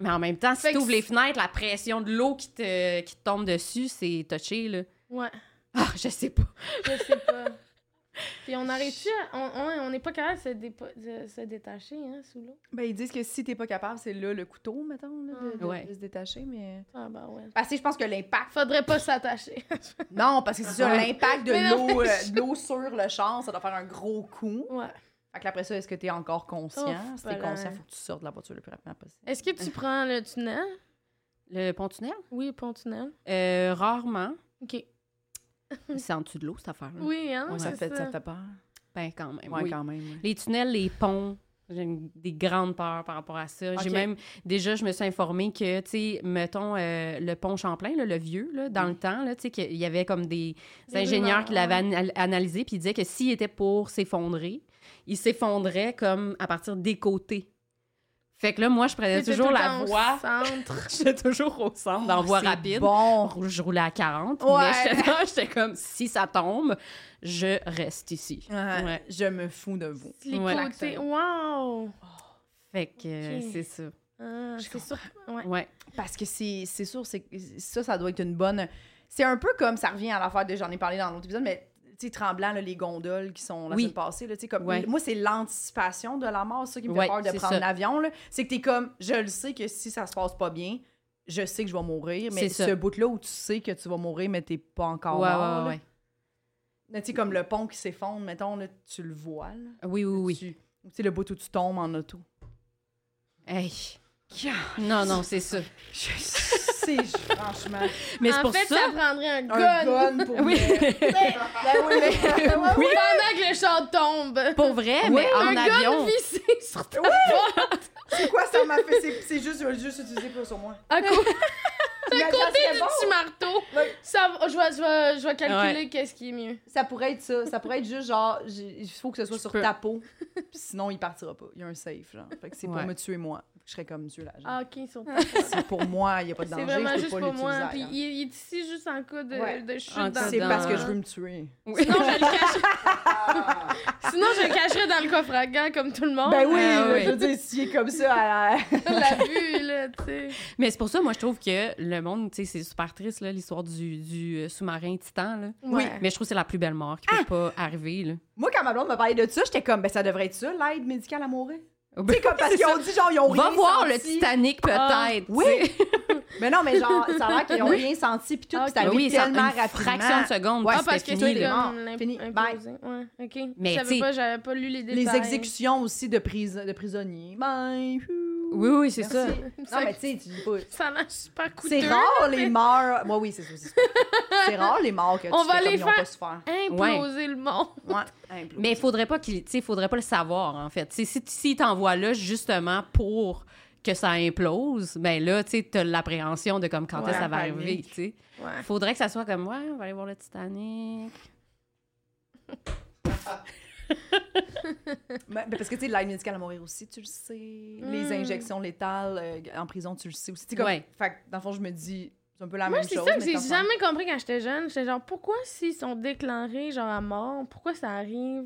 Speaker 4: Mais en même temps, si
Speaker 3: Fait que
Speaker 4: tu ouvres
Speaker 3: si-
Speaker 4: les fenêtres, la pression de l'eau qui te... qui te tombe dessus, c'est touché, là.
Speaker 3: Ouais,
Speaker 4: Ah, je sais pas.
Speaker 3: je sais pas. Puis on arrive-tu à... On on- on n'est pas capable de se, dépa- de se détacher, hein, sous l'eau?
Speaker 2: Ben, ils disent que si t'es pas capable, c'est là le couteau, mettons, là, de, de-
Speaker 4: Ouais.
Speaker 2: de se détacher. Mais.
Speaker 3: Ah bah ouais.
Speaker 2: Parce que je pense que l'impact.
Speaker 3: Faudrait pas s'attacher.
Speaker 2: Non, parce que c'est ça,
Speaker 4: Ouais.
Speaker 2: l'impact de
Speaker 3: Mais non,
Speaker 2: l'eau
Speaker 3: mais
Speaker 2: euh,
Speaker 3: je-
Speaker 2: de l'eau sur le char, ça doit faire un gros coup.
Speaker 3: ouais.
Speaker 2: Fait que après ça, est-ce que t'es encore conscient?
Speaker 3: Ouf,
Speaker 2: si t'es
Speaker 3: voilà.
Speaker 2: conscient, faut que tu sortes de la voiture le plus rapidement possible.
Speaker 3: Est-ce que tu prends le tunnel?
Speaker 4: Le pont-tunnel?
Speaker 3: Oui, Pont-Tunnel.
Speaker 4: Euh, rarement.
Speaker 3: OK.
Speaker 4: C'est en dessous de l'eau, cette affaire-là.
Speaker 3: Oui, hein,
Speaker 4: Mm. Ouais,
Speaker 3: c'est
Speaker 5: ça, fait, ça fait peur.
Speaker 4: Ben, quand même.
Speaker 5: Ouais,
Speaker 4: oui.
Speaker 5: quand même. ouais.
Speaker 4: Les tunnels, les ponts, j'ai une- des grandes peurs par rapport à ça. J'ai
Speaker 2: Ok.
Speaker 4: même déjà, je me suis informée que, tu sais, mettons euh, le pont Champlain, là, le vieux, là, dans le temps, là, tu sais, qu'il y avait comme des,
Speaker 3: Des rumeurs,
Speaker 4: ingénieurs qui l'avaient
Speaker 3: ouais.
Speaker 4: anal- analysé, puis ils disaient que s'il était pour s'effondrer, il s'effondrait comme à partir des côtés. Fait que là, moi, je prenais
Speaker 3: C'était
Speaker 4: toujours
Speaker 3: tout le
Speaker 4: la
Speaker 3: temps au
Speaker 4: voie.
Speaker 3: centre.
Speaker 4: J'étais toujours au centre dans voie
Speaker 2: Oh, C'est
Speaker 4: rapide.
Speaker 2: Bon.
Speaker 4: Je roulais à 40,
Speaker 2: Ouais.
Speaker 4: mais j'étais- j'étais comme, si ça tombe, je reste ici.
Speaker 2: Ouais,
Speaker 4: Ouais.
Speaker 2: Je me fous de vous.
Speaker 3: Les
Speaker 4: Ouais.
Speaker 3: côtés. Wow!
Speaker 4: Fait que euh,
Speaker 3: Ok.
Speaker 4: c'est ça.
Speaker 3: Ah, c'est sûr. Ouais.
Speaker 4: Ouais.
Speaker 2: Parce que c'est c'est sûr, c'est ça, ça doit être une bonne. C'est un peu comme ça revient à l'affaire de j'en ai parlé dans l'autre épisode, mais tu sais, tremblant, là, les gondoles qui sont la
Speaker 4: Oui.
Speaker 2: semaine passée, là, tu sais, comme,
Speaker 4: Ouais.
Speaker 2: moi, c'est l'anticipation de la mort, ça qui me fait
Speaker 4: Ouais,
Speaker 2: peur de
Speaker 4: c'est
Speaker 2: prendre
Speaker 4: ça.
Speaker 2: l'avion. là. C'est que t'es comme, je le sais que si ça se passe pas bien, je sais que je vais mourir, mais
Speaker 4: C'est ça.
Speaker 2: ce bout-là où tu sais que tu vas mourir, mais t'es pas encore
Speaker 4: ouais,
Speaker 2: mort. là.
Speaker 4: ouais, ouais.
Speaker 2: Mais Tu sais, comme le pont qui s'effondre, mettons, là, tu le vois. là.
Speaker 4: Oui, oui, oui.
Speaker 2: Tu ou tu sais, le bout où tu tombes en auto.
Speaker 4: Hey. Non, non, c'est ça.
Speaker 2: Je sais, je- franchement.
Speaker 4: Mais c'est
Speaker 3: en
Speaker 4: pour
Speaker 3: fait, ça,
Speaker 4: ça.
Speaker 3: prendrait un gun.
Speaker 2: Un gun pour
Speaker 4: Oui.
Speaker 2: vrai. Ben oui, mais-
Speaker 3: Oui. Pendant que le char tombe.
Speaker 4: pour vrai, mais en
Speaker 3: un
Speaker 4: avion.
Speaker 3: gun vissé sur ta
Speaker 2: C'est quoi ça m'a fait? C'est- C'est juste, je vais juste utilisé pour sur moi.
Speaker 3: À côté
Speaker 2: Mais attends, ah, c'est
Speaker 3: du
Speaker 2: bon.
Speaker 3: petit marteau.
Speaker 2: Ouais.
Speaker 3: Ça, va- je, vais, je, vais, je vais calculer qu'est-ce qui est mieux.
Speaker 2: Ça pourrait être ça. Ça pourrait être juste genre, j'ai- il faut que ce soit
Speaker 4: Je
Speaker 2: sur
Speaker 4: peux.
Speaker 2: ta peau. Puis sinon, il partira pas. Il y a un safe, genre. Fait que c'est
Speaker 4: Ouais.
Speaker 2: pour me tuer, moi. Je serais comme Dieu, là. genre.
Speaker 3: Ah, ok, sur
Speaker 2: C'est pour moi, il n'y a pas de
Speaker 3: C'est
Speaker 2: danger.
Speaker 3: vraiment
Speaker 2: je peux
Speaker 3: juste
Speaker 2: pas
Speaker 3: pour moi. Puis
Speaker 2: l'utiliser,
Speaker 3: il, il est ici juste en cas de,
Speaker 2: Ouais.
Speaker 3: de chute
Speaker 4: En
Speaker 3: dans
Speaker 4: cas
Speaker 2: hein. C'est
Speaker 4: dans-
Speaker 2: parce que je veux me tuer.
Speaker 4: Oui.
Speaker 3: Sinon, je le cacherais. Sinon, je le cacherais dans le coffre à gants comme tout le monde.
Speaker 2: ben oui,
Speaker 4: Ah oui.
Speaker 2: je veux dire, s'il est comme ça, à la-
Speaker 3: On l'a vu, là, tu sais.
Speaker 4: Mais c'est pour ça, moi, je trouve que le monde, tu sais, c'est super triste, là, l'histoire du, du, euh, sous-marin Titan, là.
Speaker 3: Ouais.
Speaker 4: Mais je trouve que c'est la plus belle mort qui peut pas arriver, là.
Speaker 2: Moi, quand ma blonde m'a parlé de ça, j'étais comme, ben ça devrait être ça, l'aide médicale à mourir.
Speaker 4: Oh,
Speaker 2: Tu sais, comme parce qu'ils ont dit, genre, ils ont
Speaker 4: Va
Speaker 2: rien
Speaker 4: voir le
Speaker 2: senti.
Speaker 4: Titanic, peut-être.
Speaker 2: oui.
Speaker 4: tu sais.
Speaker 2: Mais non, mais genre, ça a l'air qu'ils ont rien senti, puis tout,
Speaker 3: Ah,
Speaker 2: puis ça
Speaker 4: Ben
Speaker 2: arrive
Speaker 4: oui, ça-
Speaker 2: tellement
Speaker 4: une
Speaker 2: rapidement.
Speaker 4: fraction de seconde.
Speaker 2: Ouais,
Speaker 4: puis
Speaker 3: Ah, parce
Speaker 4: c'était
Speaker 3: que
Speaker 2: fini,
Speaker 3: c'était
Speaker 4: là.
Speaker 3: comme l'im-
Speaker 2: Fini.
Speaker 3: imposé. Ouais, ok.
Speaker 4: Mais
Speaker 3: je savais
Speaker 4: tu sais-
Speaker 3: pas, j'avais pas lu les
Speaker 2: les
Speaker 3: détails.
Speaker 2: exécutions aussi de, prison, de prisonniers. Ben, hou.
Speaker 4: Oui, oui, c'est ça.
Speaker 2: Merci. Non, mais tu sais, tu dis pas.
Speaker 3: Ça marche super coûteux.
Speaker 2: C'est rare les morts. Ouais, oui, c'est ça. c'est ça. C'est rare les morts que tu
Speaker 3: On va
Speaker 2: fais comme
Speaker 3: les
Speaker 2: ils ont
Speaker 3: faire.
Speaker 2: pas souffert.
Speaker 3: Imploser le monde.
Speaker 2: Ouais.
Speaker 4: Mais il faudrait pas qu'il, tu sais, faudrait pas le savoir en fait. Tu sais, si si t'envoie là justement pour que ça implose, ben là, tu sais, t'as l'appréhension de comme quand est-ce
Speaker 2: Ouais,
Speaker 4: que ça va
Speaker 2: panique.
Speaker 4: arriver. Tu sais,
Speaker 3: Ouais.
Speaker 4: faudrait que ça soit comme ouais, on va aller voir le Titanic.
Speaker 2: Mais- mais parce que tu sais, l'aide médicale à mourir aussi, tu le sais. Les
Speaker 3: Mm.
Speaker 2: injections létales euh, en prison, tu le sais aussi. Tu sais, comme.
Speaker 4: Ouais.
Speaker 2: Fait que, dans le fond, je me dis, c'est un peu la
Speaker 3: Moi,
Speaker 2: même
Speaker 3: c'est
Speaker 2: chose.
Speaker 3: ça que
Speaker 2: mais
Speaker 3: j'ai
Speaker 2: t'en sens-
Speaker 3: jamais compris quand j'étais jeune. J'étais genre, pourquoi s'ils sont déclarés genre à mort, pourquoi ça arrive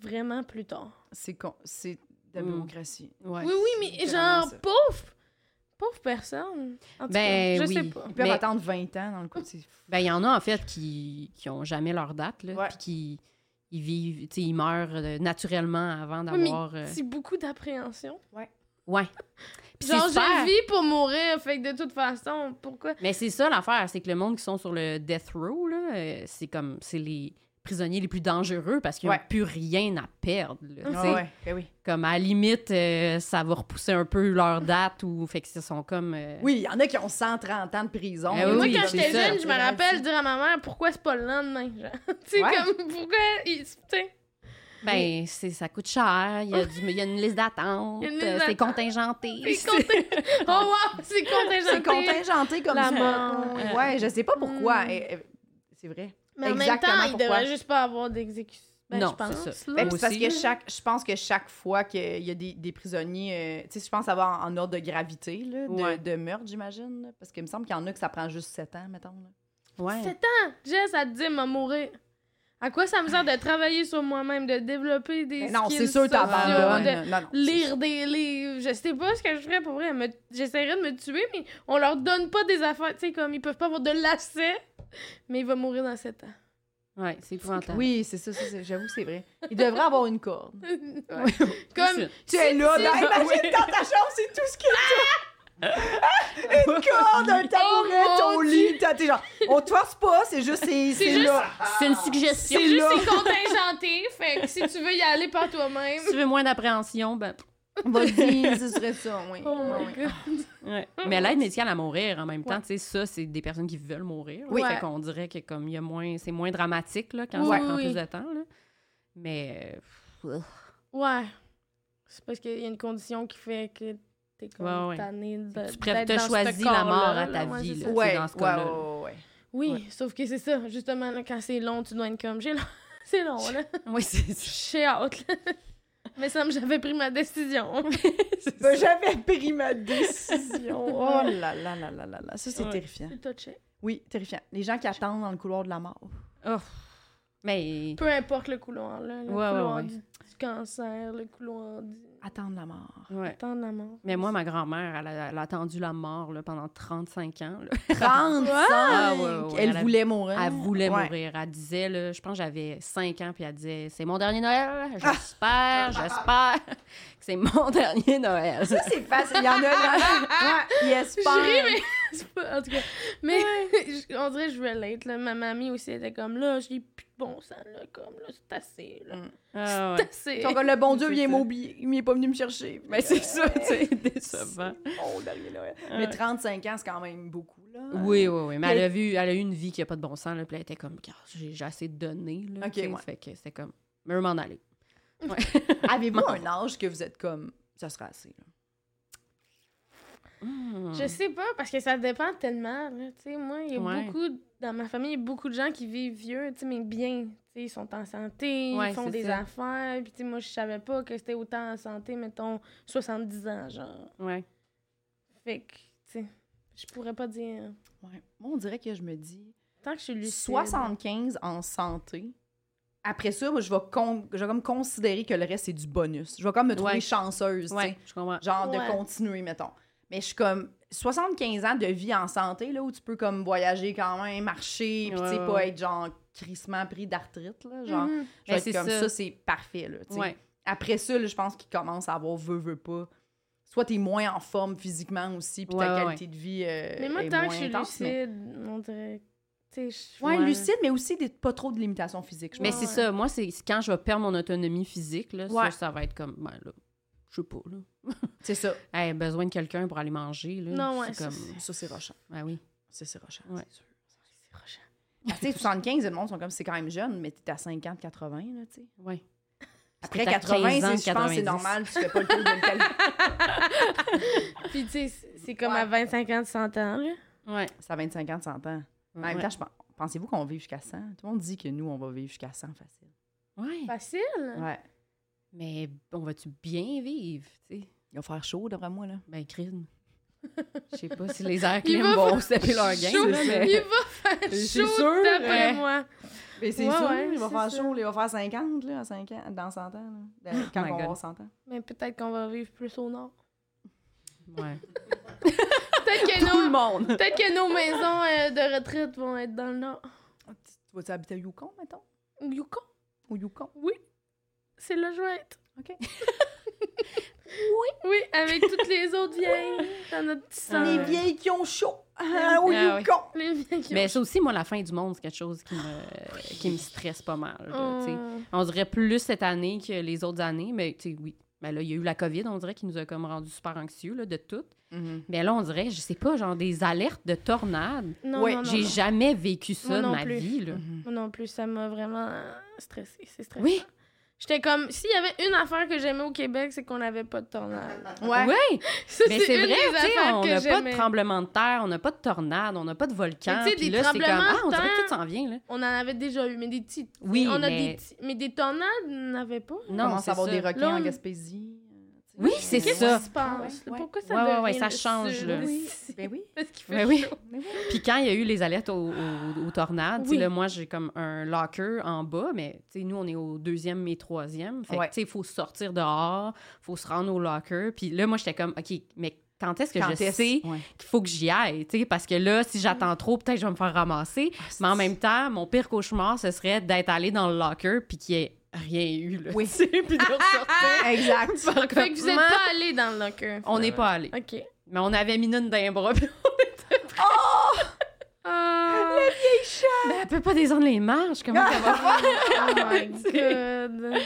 Speaker 3: vraiment plus tard?
Speaker 2: C'est con- c'est de la
Speaker 4: Mm.
Speaker 2: bureaucratie.
Speaker 4: Ouais.
Speaker 3: oui, oui,
Speaker 2: c'est
Speaker 3: mais
Speaker 2: vraiment
Speaker 3: genre,
Speaker 2: ça.
Speaker 3: pauvre! Pauvre personne. En tout
Speaker 4: Ben
Speaker 3: cas, je
Speaker 4: oui.
Speaker 3: sais pas.
Speaker 2: Ils peuvent
Speaker 4: Mais-
Speaker 2: attendre 20 ans dans le coup. c'est fou.
Speaker 4: Ben il y en a en fait qui qui ont jamais leur date là,
Speaker 2: Ouais.
Speaker 4: puis qui ils vivent, tu sais, ils meurent euh, naturellement avant
Speaker 3: Oui, mais
Speaker 4: d'avoir. euh,
Speaker 3: C'est beaucoup d'appréhension.
Speaker 4: Ouais. Puis c'est
Speaker 3: Genre,
Speaker 4: super.
Speaker 3: je vis pour mourir, fait que de toute façon, pourquoi?
Speaker 4: Mais c'est ça l'affaire, c'est que le monde qui sont sur le death row, là, euh, c'est comme, c'est les prisonniers les plus dangereux parce qu'ils n'ont
Speaker 2: Ouais.
Speaker 4: plus rien à perdre. là, tu sais.
Speaker 2: Ah ouais, ben oui.
Speaker 4: Comme à la limite, euh, ça va repousser un peu leur date ou fait que ce sont comme. euh,
Speaker 2: Oui, il y en a qui ont 130 ans de prison.
Speaker 4: Eh
Speaker 3: Et
Speaker 4: oui,
Speaker 3: moi,
Speaker 4: oui,
Speaker 3: quand
Speaker 4: c'est
Speaker 3: j'étais
Speaker 4: ça.
Speaker 3: jeune, je me rappelle dire à ma mère pourquoi c'est pas le lendemain. genre. tu sais,
Speaker 2: Ouais.
Speaker 3: comme pourquoi. il- Tu sais,
Speaker 4: Ben, c'est, ça coûte cher, il y, a du- il y a une liste d'attente,
Speaker 3: Il y a une liste
Speaker 4: euh, c'est
Speaker 3: d'attente.
Speaker 4: contingenté.
Speaker 3: c'est contingent. Oh, wow, c'est contingent.
Speaker 2: C'est contingenté comme ça.
Speaker 3: La mort.
Speaker 2: Euh, Ouais, je sais pas pourquoi.
Speaker 3: Hmm.
Speaker 2: Eh, eh, C'est vrai.
Speaker 3: Mais en même
Speaker 2: Exactement
Speaker 3: temps, il
Speaker 2: pourquoi.
Speaker 3: devrait juste pas avoir d'exécution. Ben,
Speaker 4: Non,
Speaker 3: je pense,
Speaker 4: c'est ça.
Speaker 3: là.
Speaker 2: Ben,
Speaker 4: Moi
Speaker 2: c'est parce
Speaker 4: aussi,
Speaker 2: que
Speaker 4: là.
Speaker 2: chaque, je pense que chaque fois qu'il y a des, des prisonniers, euh, tu sais, je pense avoir en, en ordre de gravité, là, de,
Speaker 4: Ouais.
Speaker 2: de meurtre, j'imagine. là, Parce qu'il me semble qu'il y en a que ça prend juste 7 ans, mettons. là.
Speaker 4: Ouais.
Speaker 3: Sept ans, Jess, elle te dit, m'a mourir. À quoi ça me sert de travailler sur moi-même, de développer des
Speaker 2: Mais Ben non,
Speaker 3: skills
Speaker 2: c'est sûr,
Speaker 3: sociaux,
Speaker 2: t'abandonnes.
Speaker 3: de
Speaker 2: Non, non, c'est
Speaker 3: lire
Speaker 2: sûr.
Speaker 3: des livres, je sais pas ce que je ferais pour vrai. Me- J'essaierais de me tuer, mais on leur donne pas des affaires, tu sais, comme ils peuvent pas avoir de lacets, mais il va mourir dans sept ans.
Speaker 4: Ouais, c'est épouvantable.
Speaker 2: Oui, c'est ça, ça, c'est- j'avoue, c'est vrai. Il devrait avoir une corde.
Speaker 3: Ouais.
Speaker 4: Tout de
Speaker 3: Comme,
Speaker 4: suite.
Speaker 2: Tu es là, là, imagine dans ta chambre, c'est tout ce qu'il y a. Une corde, un tabouret,
Speaker 3: Oh, mon
Speaker 2: ton lit, t'as- t'es genre, on te force pas, c'est juste, c'est
Speaker 3: C'est
Speaker 2: c'est
Speaker 3: juste-
Speaker 2: là.
Speaker 4: C'est une suggestion.
Speaker 3: c'est
Speaker 2: là.
Speaker 3: juste c'est contingenté, fait que si tu veux y aller par toi-même,
Speaker 4: Si tu veux moins d'appréhension, ben,
Speaker 2: Vas-y, ce serait ça, oui.
Speaker 3: Oh my
Speaker 2: Oui.
Speaker 3: god.
Speaker 4: Ouais.
Speaker 3: Mm.
Speaker 4: Mais l'aide médicale à mourir en même temps, tu sais, ça, c'est des personnes qui veulent mourir.
Speaker 3: Oui.
Speaker 4: Oui. Fait qu'on dirait que comme il y a moins, c'est moins dramatique là, quand
Speaker 3: Oui,
Speaker 4: ça prend
Speaker 3: oui.
Speaker 4: plus de temps. là. Mais euh,
Speaker 3: Ouais. C'est parce qu'il y a une condition qui fait que t'es comme
Speaker 4: Ouais, ouais.
Speaker 3: tanné de.
Speaker 4: tu pré-
Speaker 3: d'être
Speaker 4: t'as
Speaker 3: dans ce
Speaker 4: choisi la
Speaker 3: corps-là,
Speaker 4: mort à
Speaker 3: là.
Speaker 4: ta
Speaker 3: Ouais,
Speaker 4: vie,
Speaker 3: c'est
Speaker 4: là.
Speaker 3: ça.
Speaker 2: Ouais,
Speaker 4: dans ce
Speaker 2: ouais,
Speaker 4: cas-là.
Speaker 2: ouais, ouais.
Speaker 3: Oui, sauf que c'est ça. Justement, là, quand c'est long, tu dois être comme. J'ai long. c'est long, là.
Speaker 4: oui, c'est ça.
Speaker 3: J'ai hâte, là. Mais ça me j'avais pris ma décision.
Speaker 4: C'est
Speaker 2: Ben,
Speaker 4: ça.
Speaker 2: J'avais pris ma décision. Oh là là là là là là. Ça, c'est
Speaker 4: Ouais.
Speaker 2: terrifiant.
Speaker 3: C'est touché.
Speaker 2: Oui, terrifiant. Les gens qui attendent dans le couloir de la mort.
Speaker 4: Oh. Mais
Speaker 3: Peu importe le couloir, là. Le
Speaker 4: Ouais, ouais,
Speaker 3: couloir
Speaker 4: ouais.
Speaker 3: Du, du cancer, le couloir du.
Speaker 2: Attendre la mort.
Speaker 4: ouais.
Speaker 3: Tant de la mort.
Speaker 4: Mais moi, ma grand-mère, elle a, elle a attendu la mort là, pendant 35 ans. là.
Speaker 2: 35!
Speaker 4: Ah, ouais, ouais,
Speaker 2: elle
Speaker 4: elle a-
Speaker 2: voulait mourir.
Speaker 4: Elle voulait
Speaker 2: Ouais.
Speaker 4: mourir. Elle disait, là, je pense que j'avais 5 ans, puis elle disait, c'est mon dernier Noël. J'espère, j'espère que c'est mon dernier Noël.
Speaker 2: Ça, c'est facile. Il y en a là. Ouais, yes,
Speaker 3: Je ris, mais c'est pas- En tout cas, mais je- on dirait que je relate, là. Ma mamie aussi elle était comme là, j'ai plus de bon sang, là, comme là, c'est assez, là.
Speaker 4: Ah, ouais.
Speaker 3: C'est assez.
Speaker 2: Ton gars, le bon Dieu
Speaker 4: C'est
Speaker 2: vient
Speaker 4: ça.
Speaker 2: m'oublier. Il n'est pas venu me chercher.
Speaker 4: Mais c'est ça, tu sais, décevant.
Speaker 2: Oh, dernier Noël.
Speaker 4: Ouais.
Speaker 2: Mais 35 ans, c'est quand même beaucoup, là.
Speaker 4: Oui, oui, oui. Mais
Speaker 3: Mais-
Speaker 4: elle a, vu, elle a eu une vie qui n'a pas de bon sens. Là, puis elle était comme, Car, j'ai j'ai assez donné. Là,
Speaker 2: Ok,
Speaker 4: tu sais,
Speaker 2: ouais.
Speaker 4: Fait que c'était comme, mais je veux m'en aller.
Speaker 2: Avez-vous un âge que vous êtes comme, ça sera assez, là?
Speaker 4: Hmm.
Speaker 3: Je sais pas, parce que ça dépend tellement, là. Tu sais, moi, il y a
Speaker 4: Ouais.
Speaker 3: beaucoup. Dans ma famille, il y a beaucoup de gens qui vivent vieux, tu sais, mais bien. Tu sais, ils sont en santé,
Speaker 4: Ouais,
Speaker 3: ils font
Speaker 4: c'est
Speaker 3: des
Speaker 4: ça.
Speaker 3: affaires. Puis, tu sais, moi, je savais pas que c'était autant en santé, mettons, 70 ans, genre.
Speaker 4: Ouais.
Speaker 3: Fait que, tu sais, je pourrais pas dire.
Speaker 2: Ouais. Moi, on dirait que je me dis,
Speaker 3: Tant que je suis lucide.
Speaker 2: 75 en santé. Après ça, moi, je vais, con- je vais comme considérer que le reste, c'est du bonus. Je vais comme me trouver
Speaker 4: Ouais.
Speaker 2: chanceuse, tu sais.
Speaker 4: Ouais, je comprends.
Speaker 2: genre
Speaker 3: Ouais.
Speaker 2: de continuer, mettons. Mais je suis comme 75 ans de vie en santé, là, où tu peux comme voyager quand même, marcher, puis tu sais,
Speaker 4: Ouais, ouais,
Speaker 2: pas
Speaker 4: ouais.
Speaker 2: être genre crissement pris d'arthrite, là. Genre,
Speaker 3: Mhm.
Speaker 2: je vais
Speaker 4: Ben,
Speaker 2: être
Speaker 4: c'est
Speaker 2: comme ça,
Speaker 4: ça.
Speaker 2: c'est parfait, là, tu sais.
Speaker 4: Ouais.
Speaker 2: Après ça, là, je pense qu'il commence à avoir veut, veut pas. Soit t'es moins en forme physiquement aussi, puis
Speaker 4: Ouais,
Speaker 2: ta
Speaker 4: ouais,
Speaker 2: qualité de vie euh,
Speaker 3: Mais moi,
Speaker 2: est
Speaker 3: tant
Speaker 2: moins
Speaker 3: que je suis
Speaker 2: intense, mais-
Speaker 3: lucide, on dirait. Tu sais, je.
Speaker 2: Ouais, lucide, mais aussi des- pas trop de limitations physiques, je
Speaker 4: Mais
Speaker 3: Ouais,
Speaker 2: pense.
Speaker 4: c'est
Speaker 3: Ah, ouais.
Speaker 4: ça. Moi, c'est c'est quand je vais perdre mon autonomie physique, là,
Speaker 2: Ouais.
Speaker 4: ça, ça va être comme, ben là, je sais pas, là.
Speaker 2: C'est ça.
Speaker 4: Hey, besoin de quelqu'un pour aller manger, là.
Speaker 3: Non, ouais,
Speaker 4: c'est
Speaker 3: ça,
Speaker 4: comme,
Speaker 3: c'est-
Speaker 2: Ça, c'est rochant.
Speaker 4: ah oui.
Speaker 2: Ça, c'est rochant,
Speaker 4: Ouais.
Speaker 2: c'est sûr.
Speaker 3: C'est rochant.
Speaker 2: Parce que, tu sais, 75, le monde sont comme, c'est quand même jeune, mais t'es à 50, 80, là, tu sais.
Speaker 4: Ouais.
Speaker 2: Après
Speaker 4: Parce que t'as
Speaker 2: 80,
Speaker 4: 15 ans,
Speaker 2: c'est- je pense que c'est
Speaker 4: 90.
Speaker 2: normal, tu fais pas le tour de calcul.
Speaker 3: Puis, tu sais, c'est- c'est comme
Speaker 2: Ouais.
Speaker 3: à 25 ans, 100 ans, là.
Speaker 4: Ouais.
Speaker 2: C'est à 25 ans, 100 ans.
Speaker 3: Ben,
Speaker 2: En même
Speaker 4: Ouais.
Speaker 2: temps, je pense- pensez-vous qu'on vit jusqu'à 100? Tout le monde dit que nous, on va vivre jusqu'à 100 facile.
Speaker 4: Ouais.
Speaker 3: Facile.
Speaker 2: Ouais.
Speaker 4: Mais on va-tu bien vivre, tu sais?
Speaker 2: Il va faire chaud, d'après moi, là.
Speaker 4: Ben, crime. Je sais pas si les airs
Speaker 3: Il
Speaker 4: clim
Speaker 3: va
Speaker 4: vont stepper leur game.
Speaker 3: chaud,
Speaker 4: là, mais-
Speaker 3: Il va faire
Speaker 4: C'est
Speaker 3: chaud,
Speaker 4: sûr,
Speaker 3: d'après
Speaker 4: euh,
Speaker 3: moi.
Speaker 2: Mais
Speaker 3: c'est sûr, il va faire chaud,
Speaker 2: il va faire 50, là, à 5 ans, dans 100 ans, là.
Speaker 4: quand on va
Speaker 2: va
Speaker 4: avoir
Speaker 2: 100 ans.
Speaker 3: Mais peut-être qu'on va vivre plus au nord.
Speaker 4: Ouais.
Speaker 3: Peut-être que,
Speaker 4: Tout le
Speaker 3: nos...
Speaker 4: monde!
Speaker 3: peut-être que nos maisons euh, de retraite vont être dans le nord.
Speaker 2: Tu tu vas-tu habiter au Yukon, mettons?
Speaker 3: Au Yukon,
Speaker 2: Au Yukon?
Speaker 3: c'est là que je vais être.
Speaker 2: OK.
Speaker 3: Oui, avec toutes les autres vieilles dans notre petit sang.
Speaker 4: Les
Speaker 2: Les
Speaker 4: Euh.
Speaker 2: vieilles qui ont chaud! Euh,
Speaker 3: Ah,
Speaker 2: au
Speaker 4: au Ah, oui.
Speaker 2: Yukon!
Speaker 3: Les vieilles qui ont-
Speaker 4: Mais ça aussi, moi, la fin du monde, c'est quelque chose qui me, qui me stresse pas mal. là, tu sais.
Speaker 3: Oh.
Speaker 4: On dirait plus cette année que les autres années, mais tu sais, oui. Ben là, il y a eu la COVID, on dirait, qui nous a comme rendu super anxieux là, de tout. Mais là, on dirait, je sais pas, genre des alertes de tornades.
Speaker 3: Non,
Speaker 2: Ouais,
Speaker 3: non, non,
Speaker 4: J'ai
Speaker 3: non.
Speaker 4: jamais vécu ça
Speaker 3: Moi
Speaker 4: de
Speaker 3: non
Speaker 4: ma
Speaker 3: plus.
Speaker 4: vie. Là.
Speaker 2: Mm-hmm.
Speaker 3: Moi non plus, ça m'a vraiment euh, stressée. C'est stressant.
Speaker 4: Oui,
Speaker 3: J'étais comme, s'il y avait une affaire que j'aimais au Québec, c'est qu'on n'avait pas de tornade.
Speaker 2: Ouais.
Speaker 4: oui.
Speaker 3: Ça,
Speaker 4: Mais c'est
Speaker 3: une des
Speaker 4: vrai, tu sais,
Speaker 3: affaires
Speaker 4: on
Speaker 3: que
Speaker 4: n'a pas de
Speaker 3: j'aimais.
Speaker 4: tremblement de terre, on n'a pas de tornade, on n'a pas de volcan.
Speaker 3: Mais tu sais,
Speaker 4: Puis
Speaker 3: des
Speaker 4: là, c'est comme,
Speaker 3: tremblements
Speaker 4: ah,
Speaker 3: de
Speaker 4: on dirait que
Speaker 3: terre-
Speaker 4: tout s'en vient. Là.
Speaker 3: On en avait déjà eu, mais des petits.
Speaker 4: Oui,
Speaker 3: on a
Speaker 4: mais-
Speaker 3: des petits- mais des tornades, on n'avait pas.
Speaker 2: Non,
Speaker 4: Non,
Speaker 2: commence à
Speaker 4: c'est
Speaker 2: avoir
Speaker 4: ça. Ben
Speaker 2: des requins
Speaker 3: Là,
Speaker 2: en
Speaker 3: on-
Speaker 2: Gaspésie. euh, tu sais.
Speaker 4: Oui, c'est
Speaker 3: Qu'est-ce
Speaker 4: ça.
Speaker 3: qui se passe?
Speaker 2: Ouais, ouais.
Speaker 3: Pourquoi ça
Speaker 4: Ouais, ouais,
Speaker 3: devient
Speaker 4: ouais, ça
Speaker 3: le
Speaker 4: change,
Speaker 3: sud
Speaker 4: là.
Speaker 2: Oui.
Speaker 3: ici?
Speaker 2: Ben oui.
Speaker 3: Parce qu'il fait
Speaker 4: Ben oui.
Speaker 3: chaud.
Speaker 2: Ben oui.
Speaker 4: Puis quand il y a eu les alertes aux, aux- aux tornades, tu sais,
Speaker 3: Oui.
Speaker 4: là, moi, j'ai comme un locker en bas, mais tu sais, nous, on est au deuxième et troisième. Fait que,
Speaker 2: Ouais.
Speaker 4: tu sais, il faut sortir dehors, faut se rendre au locker. Puis là, moi, j'étais comme, OK, mais quand est-ce que
Speaker 2: Quand
Speaker 4: je
Speaker 2: est-ce?
Speaker 4: sais
Speaker 2: Ouais.
Speaker 4: qu'il faut que j'y aille? Tu sais, parce que là, si j'attends trop, peut-être que je vais me faire ramasser.
Speaker 3: Ah,
Speaker 4: Mais en même temps, mon pire cauchemar, ce serait d'être allé dans le locker puis qu'il n'y ait rien eu, là.
Speaker 2: Oui.
Speaker 4: tu sais, puis de
Speaker 2: Ah,
Speaker 4: ressortir.
Speaker 2: Exact.
Speaker 4: Faire
Speaker 3: Ah,
Speaker 4: comme, hein?
Speaker 3: Fait que vous n'êtes
Speaker 4: Man,
Speaker 3: pas allé dans le locker.
Speaker 4: On n'est pas allé.
Speaker 3: OK.
Speaker 4: Mais on avait mis une d'un bras, puis
Speaker 2: Oh!
Speaker 3: Ah,
Speaker 4: Ben, elle peut pas descendre les marches, comment Ah, ça va?
Speaker 3: oh my god.
Speaker 2: Moi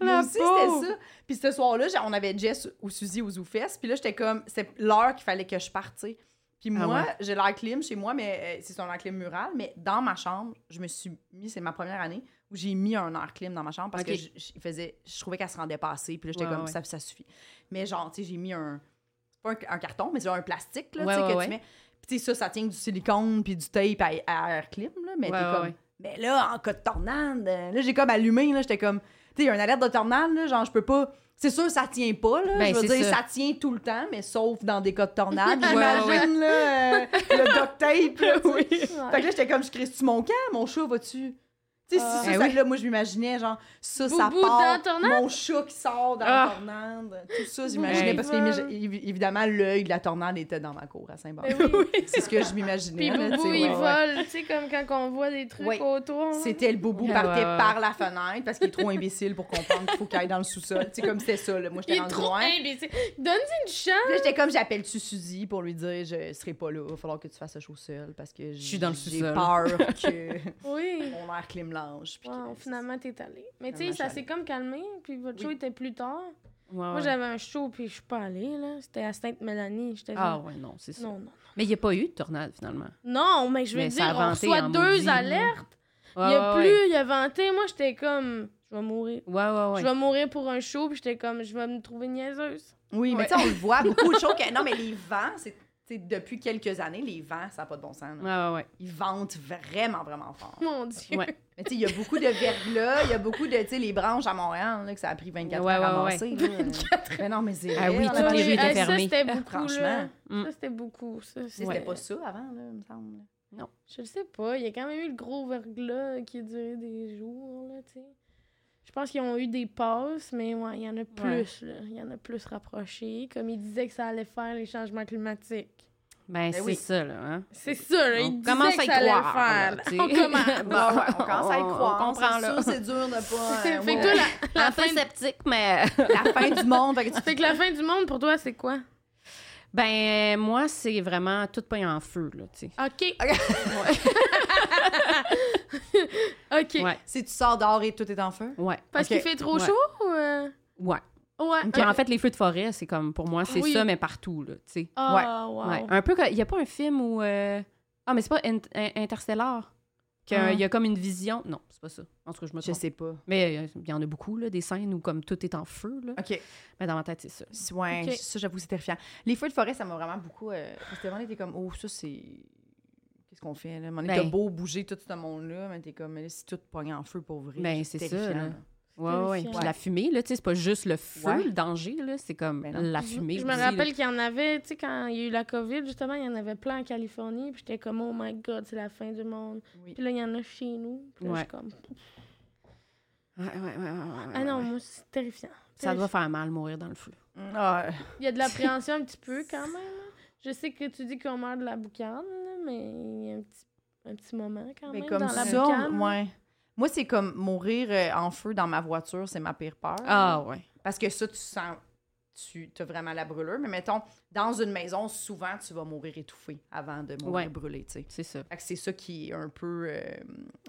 Speaker 4: La
Speaker 2: aussi, c'était
Speaker 4: pauvre.
Speaker 2: ça. Puis ce soir-là, j'a- on avait Jess ou Suzy aux Zoufest. Puis là, j'étais comme, c'est l'heure qu'il fallait que je parte, tu sais. Puis
Speaker 4: Ah
Speaker 2: moi,
Speaker 4: ouais.
Speaker 2: j'ai l'air clim chez moi, mais euh, c'est son air clim mural. Mais dans ma chambre, je me suis mis, c'est ma première année, où j'ai mis un air clim dans ma chambre parce
Speaker 4: Ok.
Speaker 2: que je, je- il faisait, je trouvais qu'elle se rendait pas assez. Puis là, j'étais
Speaker 4: Ouais,
Speaker 2: comme,
Speaker 4: ouais.
Speaker 2: ça, ça suffit. Mais genre, tu sais, j'ai mis un, c'est pas un, un carton, mais c'est un plastique, là,
Speaker 4: Ouais,
Speaker 2: tu sais,
Speaker 4: ouais,
Speaker 2: que
Speaker 4: ouais.
Speaker 2: tu mets. Puis tu sais, ça, ça tient que du silicone, puis du tape à, à air clim, là. Mais
Speaker 4: Ouais,
Speaker 2: t'es
Speaker 4: ouais,
Speaker 2: comme,
Speaker 4: ouais.
Speaker 2: mais là, en cas de tornade, euh, là, j'ai comme allumé, là, j'étais comme, tu sais, il y a une alerte de tornade, là, genre, je peux pas. C'est sûr, ça tient pas, là.
Speaker 4: Ben,
Speaker 2: je veux
Speaker 4: c'est
Speaker 2: dire, ça.
Speaker 4: ça.
Speaker 2: tient tout le temps, mais sauf dans des cas de tornade.
Speaker 4: Ouais,
Speaker 2: J'imagine, là, euh, le duct tape, là, tu sais. Fait que
Speaker 3: Ouais.
Speaker 2: là, j'étais comme, je crée-tu mon camp, mon chat, vas-tu? Tu sais, si
Speaker 3: Ah.
Speaker 2: ça,
Speaker 4: Eh
Speaker 2: ça-
Speaker 4: oui.
Speaker 2: là, moi, je m'imaginais, genre, ça, ça
Speaker 3: Boubou dans la
Speaker 2: part,
Speaker 3: tornade?
Speaker 2: mon chat qui sort dans la
Speaker 4: Ah.
Speaker 2: tornade, tout ça, j'imaginais,
Speaker 4: Ouais.
Speaker 2: parce que, évi- évidemment, l'œil de la tornade était dans ma cour à Saint-Barth.
Speaker 3: Ben oui.
Speaker 2: C'est ce que je
Speaker 3: Puis
Speaker 2: m'imaginais, là, tu sais,
Speaker 3: Boubou,
Speaker 2: ouais,
Speaker 3: il
Speaker 2: ouais.
Speaker 3: vole, tu sais, comme quand on voit des trucs
Speaker 2: Ouais.
Speaker 3: autour.
Speaker 2: C'était le boubou
Speaker 4: Ouais,
Speaker 2: partait
Speaker 4: ouais, ouais.
Speaker 2: par la fenêtre parce qu'il est trop imbécile pour comprendre qu'il faut qu'il aille dans le sous-sol. Tu sais, comme c'était ça, là. Moi,
Speaker 3: Il
Speaker 2: j'étais
Speaker 3: est
Speaker 2: rendue
Speaker 3: trop
Speaker 2: loin. Puis
Speaker 3: imbécile. Donne-lui une chance.
Speaker 2: là, j'étais comme, j'appelle-tu Suzy pour lui dire, je serai pas là, il va falloir que tu fasses la chose seule parce que
Speaker 4: suis dans le
Speaker 2: j'ai
Speaker 4: sous-sol.
Speaker 2: peur que
Speaker 3: Oui.
Speaker 2: mon air clim lâche. puis
Speaker 3: Wow,
Speaker 2: que-
Speaker 3: finalement, t'es allée. Mais tu sais,
Speaker 2: Finalement,
Speaker 3: ça
Speaker 2: j'allais.
Speaker 3: s'est comme calmé, puis votre show
Speaker 2: Oui.
Speaker 3: était plus tard.
Speaker 4: Ouais,
Speaker 3: Moi,
Speaker 4: ouais.
Speaker 3: j'avais un show, puis je suis pas allée, là. C'était à Sainte-Mélanie. J'étais
Speaker 4: Ah
Speaker 3: genre,
Speaker 4: ouais, non, c'est ça.
Speaker 3: non, non.
Speaker 4: Mais il n'y a pas eu de tornade, finalement.
Speaker 3: Non, mais je veux
Speaker 4: Mais ça
Speaker 3: dire,
Speaker 4: a
Speaker 3: on
Speaker 4: venté
Speaker 3: reçoit
Speaker 4: en
Speaker 3: deux
Speaker 4: maudit, là.
Speaker 3: alertes.
Speaker 4: Ouais,
Speaker 3: il y a
Speaker 4: ouais,
Speaker 3: plus, il y a venté. Moi, j'étais comme, je vais mourir.
Speaker 4: Ouais, ouais, ouais.
Speaker 3: Je vais mourir pour un show, puis j'étais comme, je vais me trouver niaiseuse.
Speaker 2: Oui, mais
Speaker 4: Ouais.
Speaker 2: tu sais, on le voit beaucoup de choses. que- Non, mais les vents, c'est. tu sais, depuis quelques années, les vents, ça n'a pas de bon sens. là.
Speaker 4: Ouais, ouais,
Speaker 2: Ils ventent vraiment, vraiment fort.
Speaker 3: Mon Dieu.
Speaker 4: ouais. ouais.
Speaker 2: Mais tu sais, il y a beaucoup de verglas, il y a beaucoup de, tu sais, les branches à Montréal, là, que ça a pris 24
Speaker 4: Ouais,
Speaker 2: ans à
Speaker 4: ouais,
Speaker 2: ramasser. là. Mais non, mais c'est
Speaker 4: Ah
Speaker 2: vrai,
Speaker 4: oui,
Speaker 2: on
Speaker 4: toutes
Speaker 2: a
Speaker 4: les
Speaker 2: parlé
Speaker 4: rues
Speaker 2: de
Speaker 4: étaient
Speaker 2: ça.
Speaker 3: Hey,
Speaker 4: fermées.
Speaker 3: Ça, c'était beaucoup, là.
Speaker 2: Franchement.
Speaker 4: Mm.
Speaker 3: Ça, c'était beaucoup. Ça,
Speaker 2: Tu sais,
Speaker 4: Ouais.
Speaker 2: C'était pas ça avant, là, il me semble. là.
Speaker 3: Je le sais pas. Il y a quand même eu le gros verglas qui a duré des jours, là, tu sais. Je pense qu'ils ont eu des passes, mais ouais, il y en a plus, là. Il y en a plus rapprochés. Comme ils disaient que ça allait faire les changements climatiques.
Speaker 4: Ben, c'est
Speaker 2: oui.
Speaker 4: ça, là. Hein?
Speaker 3: C'est ça, là. Ils
Speaker 4: On
Speaker 3: disaient
Speaker 4: commence
Speaker 3: que
Speaker 4: à y
Speaker 3: ça allait le
Speaker 4: croire.
Speaker 3: faire.
Speaker 4: là,
Speaker 3: là.
Speaker 4: tu sais.
Speaker 3: On commence.
Speaker 2: Bon, ouais, on commence à y
Speaker 4: On- on
Speaker 2: croire.
Speaker 4: comprend,
Speaker 2: c'est
Speaker 4: là.
Speaker 2: sûr, c'est dur de pas. euh,
Speaker 3: fait que
Speaker 2: ouais.
Speaker 3: toi, la, la
Speaker 4: Un peu
Speaker 3: fin,
Speaker 4: sceptique, mais...
Speaker 2: la fin du monde. Fait que tu
Speaker 3: fait que la fin du monde, pour toi, c'est quoi?
Speaker 4: ben, moi, c'est vraiment tout peint en feu, là, tu sais.
Speaker 3: OK. OK.
Speaker 4: Ouais,
Speaker 2: Si tu sors dehors et tout est en feu.
Speaker 4: ouais,
Speaker 3: Parce
Speaker 2: Ok.
Speaker 3: qu'il fait trop
Speaker 4: Ouais.
Speaker 3: chaud ou... euh?
Speaker 4: ouais.
Speaker 3: Ouais.
Speaker 4: Puis
Speaker 3: ok.
Speaker 4: en fait, les feux de forêt, c'est comme, pour moi, c'est
Speaker 3: Oui.
Speaker 4: ça, mais partout, là, tu sais.
Speaker 3: Ah, wow.
Speaker 4: Ouais, un peu Il y a pas un film où... euh, Ah, mais c'est pas Int- In- Interstellar? Qu'il
Speaker 3: Ah.
Speaker 4: y a comme une vision... Non, c'est pas ça. En tout cas, je me
Speaker 2: Je
Speaker 4: trompe.
Speaker 2: sais pas.
Speaker 4: Mais euh, il y en a beaucoup, là, des scènes où comme tout est en feu, là.
Speaker 2: OK.
Speaker 4: Mais dans ma tête, c'est ça.
Speaker 2: Si- Ouais,
Speaker 3: Ok.
Speaker 2: ça, j'avoue, c'est terrifiant. Les feux de forêt, ça m'a vraiment beaucoup. Euh, parce que avant, t'es comme, oh, ça, c'est. Qu'est-ce qu'on fait, là? À un moment donné,
Speaker 4: Ben.
Speaker 2: T'as beau bouger tout ce monde-là, mais t'es comme, mais là, si tout pogne en feu pour vrai.
Speaker 4: Ben, c'est ça,
Speaker 2: terrifiant,
Speaker 4: là.
Speaker 2: là.
Speaker 4: Ouais, ouais, ouais.
Speaker 3: terrifiant.
Speaker 4: Puis la fumée, là, tu sais, c'est pas juste le feu,
Speaker 2: Ouais.
Speaker 4: le danger, là, c'est comme
Speaker 2: Ben non.
Speaker 4: la
Speaker 3: Je-
Speaker 4: fumée.
Speaker 3: Je me
Speaker 4: aussi, là.
Speaker 3: rappelle qu'il y en avait, tu sais, quand il y a eu la COVID, justement, il y en avait plein en Californie. Puis j'étais comme, oh my god, c'est la fin du monde.
Speaker 2: Oui.
Speaker 3: Puis là, il y en a chez nous. Puis là,
Speaker 4: Ouais.
Speaker 3: je suis comme,
Speaker 4: Ouais, ouais, ouais, ouais, ouais,
Speaker 3: ah
Speaker 4: ouais,
Speaker 3: non,
Speaker 4: ouais.
Speaker 3: moi, c'est terrifiant.
Speaker 4: Ça doit faire mal mourir dans le feu.
Speaker 2: Ah,
Speaker 3: Il y a de l'appréhension un petit peu quand même. là. Je sais que tu dis qu'on meurt de la boucane, là, mais il y a un petit, un petit moment quand
Speaker 2: Mais
Speaker 3: même.
Speaker 2: comme
Speaker 3: dans la
Speaker 2: ça,
Speaker 3: boucane.
Speaker 2: on- ouais. Moi, c'est comme mourir euh, en feu dans ma voiture, c'est ma pire peur.
Speaker 4: Ah, ouais.
Speaker 2: Parce que ça, tu sens, tu as vraiment la brûlure. Mais mettons, dans une maison, souvent, tu vas mourir étouffé avant de mourir
Speaker 4: Ouais.
Speaker 2: brûlé, tu sais.
Speaker 4: C'est ça.
Speaker 2: Fait que c'est ça qui est un peu euh,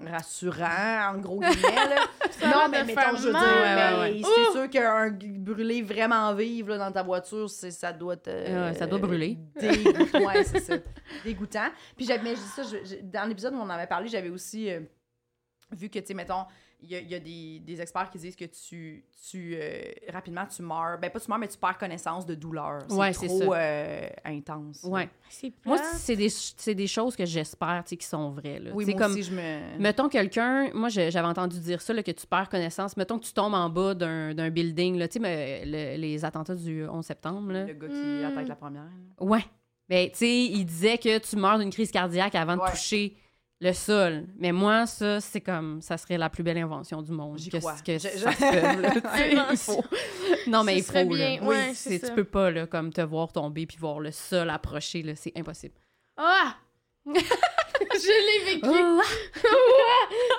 Speaker 2: rassurant, en gros guillemets. là.
Speaker 3: Ça a l'air
Speaker 2: non,
Speaker 3: de
Speaker 2: mais mettons,
Speaker 3: faire
Speaker 2: je veux dire,
Speaker 3: mal.
Speaker 4: Ouais, ouais,
Speaker 2: mais c'est sûr qu'un gu- brûlé vraiment vive là, dans ta voiture, c'est, ça doit te... euh,
Speaker 4: Ouais, ça doit brûler.
Speaker 2: dégoût- ouais, c'est ça. Dégoûtant. Puis j'avais mais je dis ça, je- je- dans l'épisode où on en avait parlé, j'avais aussi euh, vu que, tu sais, mettons, il y a, il y a des, des experts qui disent que tu, tu euh, rapidement, tu meurs. Ben, pas tu meurs, mais tu perds connaissance de douleur. C'est
Speaker 4: Ouais, c'est
Speaker 2: trop euh, intense. là.
Speaker 4: Ouais.
Speaker 3: C'est Ah.
Speaker 4: Moi,
Speaker 3: plate.
Speaker 4: c'est des, c'est des choses que j'espère, tu sais, qui sont vraies, là.
Speaker 2: Oui,
Speaker 4: Tu sais,
Speaker 2: moi
Speaker 4: comme,
Speaker 2: aussi, je me...
Speaker 4: Mettons quelqu'un, moi je- j'avais entendu dire ça, là, que tu perds connaissance. Mettons que tu tombes en bas d'un d'un building, là, tu sais, mais le- les attentats du 11 septembre. Là.
Speaker 2: Le gars qui
Speaker 3: Hmm.
Speaker 2: attaque la première. là.
Speaker 4: Ouais. Ben, tu sais, il disait que tu meurs d'une crise cardiaque avant
Speaker 2: Ouais.
Speaker 4: de toucher le sol. Mais moi, ça, c'est comme, ça serait la plus belle invention du monde.
Speaker 2: J'y
Speaker 4: que,
Speaker 2: crois.
Speaker 4: que
Speaker 2: Je-
Speaker 4: ça se peut, là, tu sais, il faut. Non, mais
Speaker 3: Ce
Speaker 4: il
Speaker 3: serait
Speaker 4: faut, là.
Speaker 3: bien.
Speaker 4: Oui,
Speaker 3: Ouais, c'est
Speaker 4: c'est-
Speaker 3: ça.
Speaker 4: tu peux pas, là, comme te voir tomber puis voir le sol approcher, là, c'est impossible.
Speaker 3: Ah!
Speaker 4: Ah!
Speaker 3: je l'ai vécu.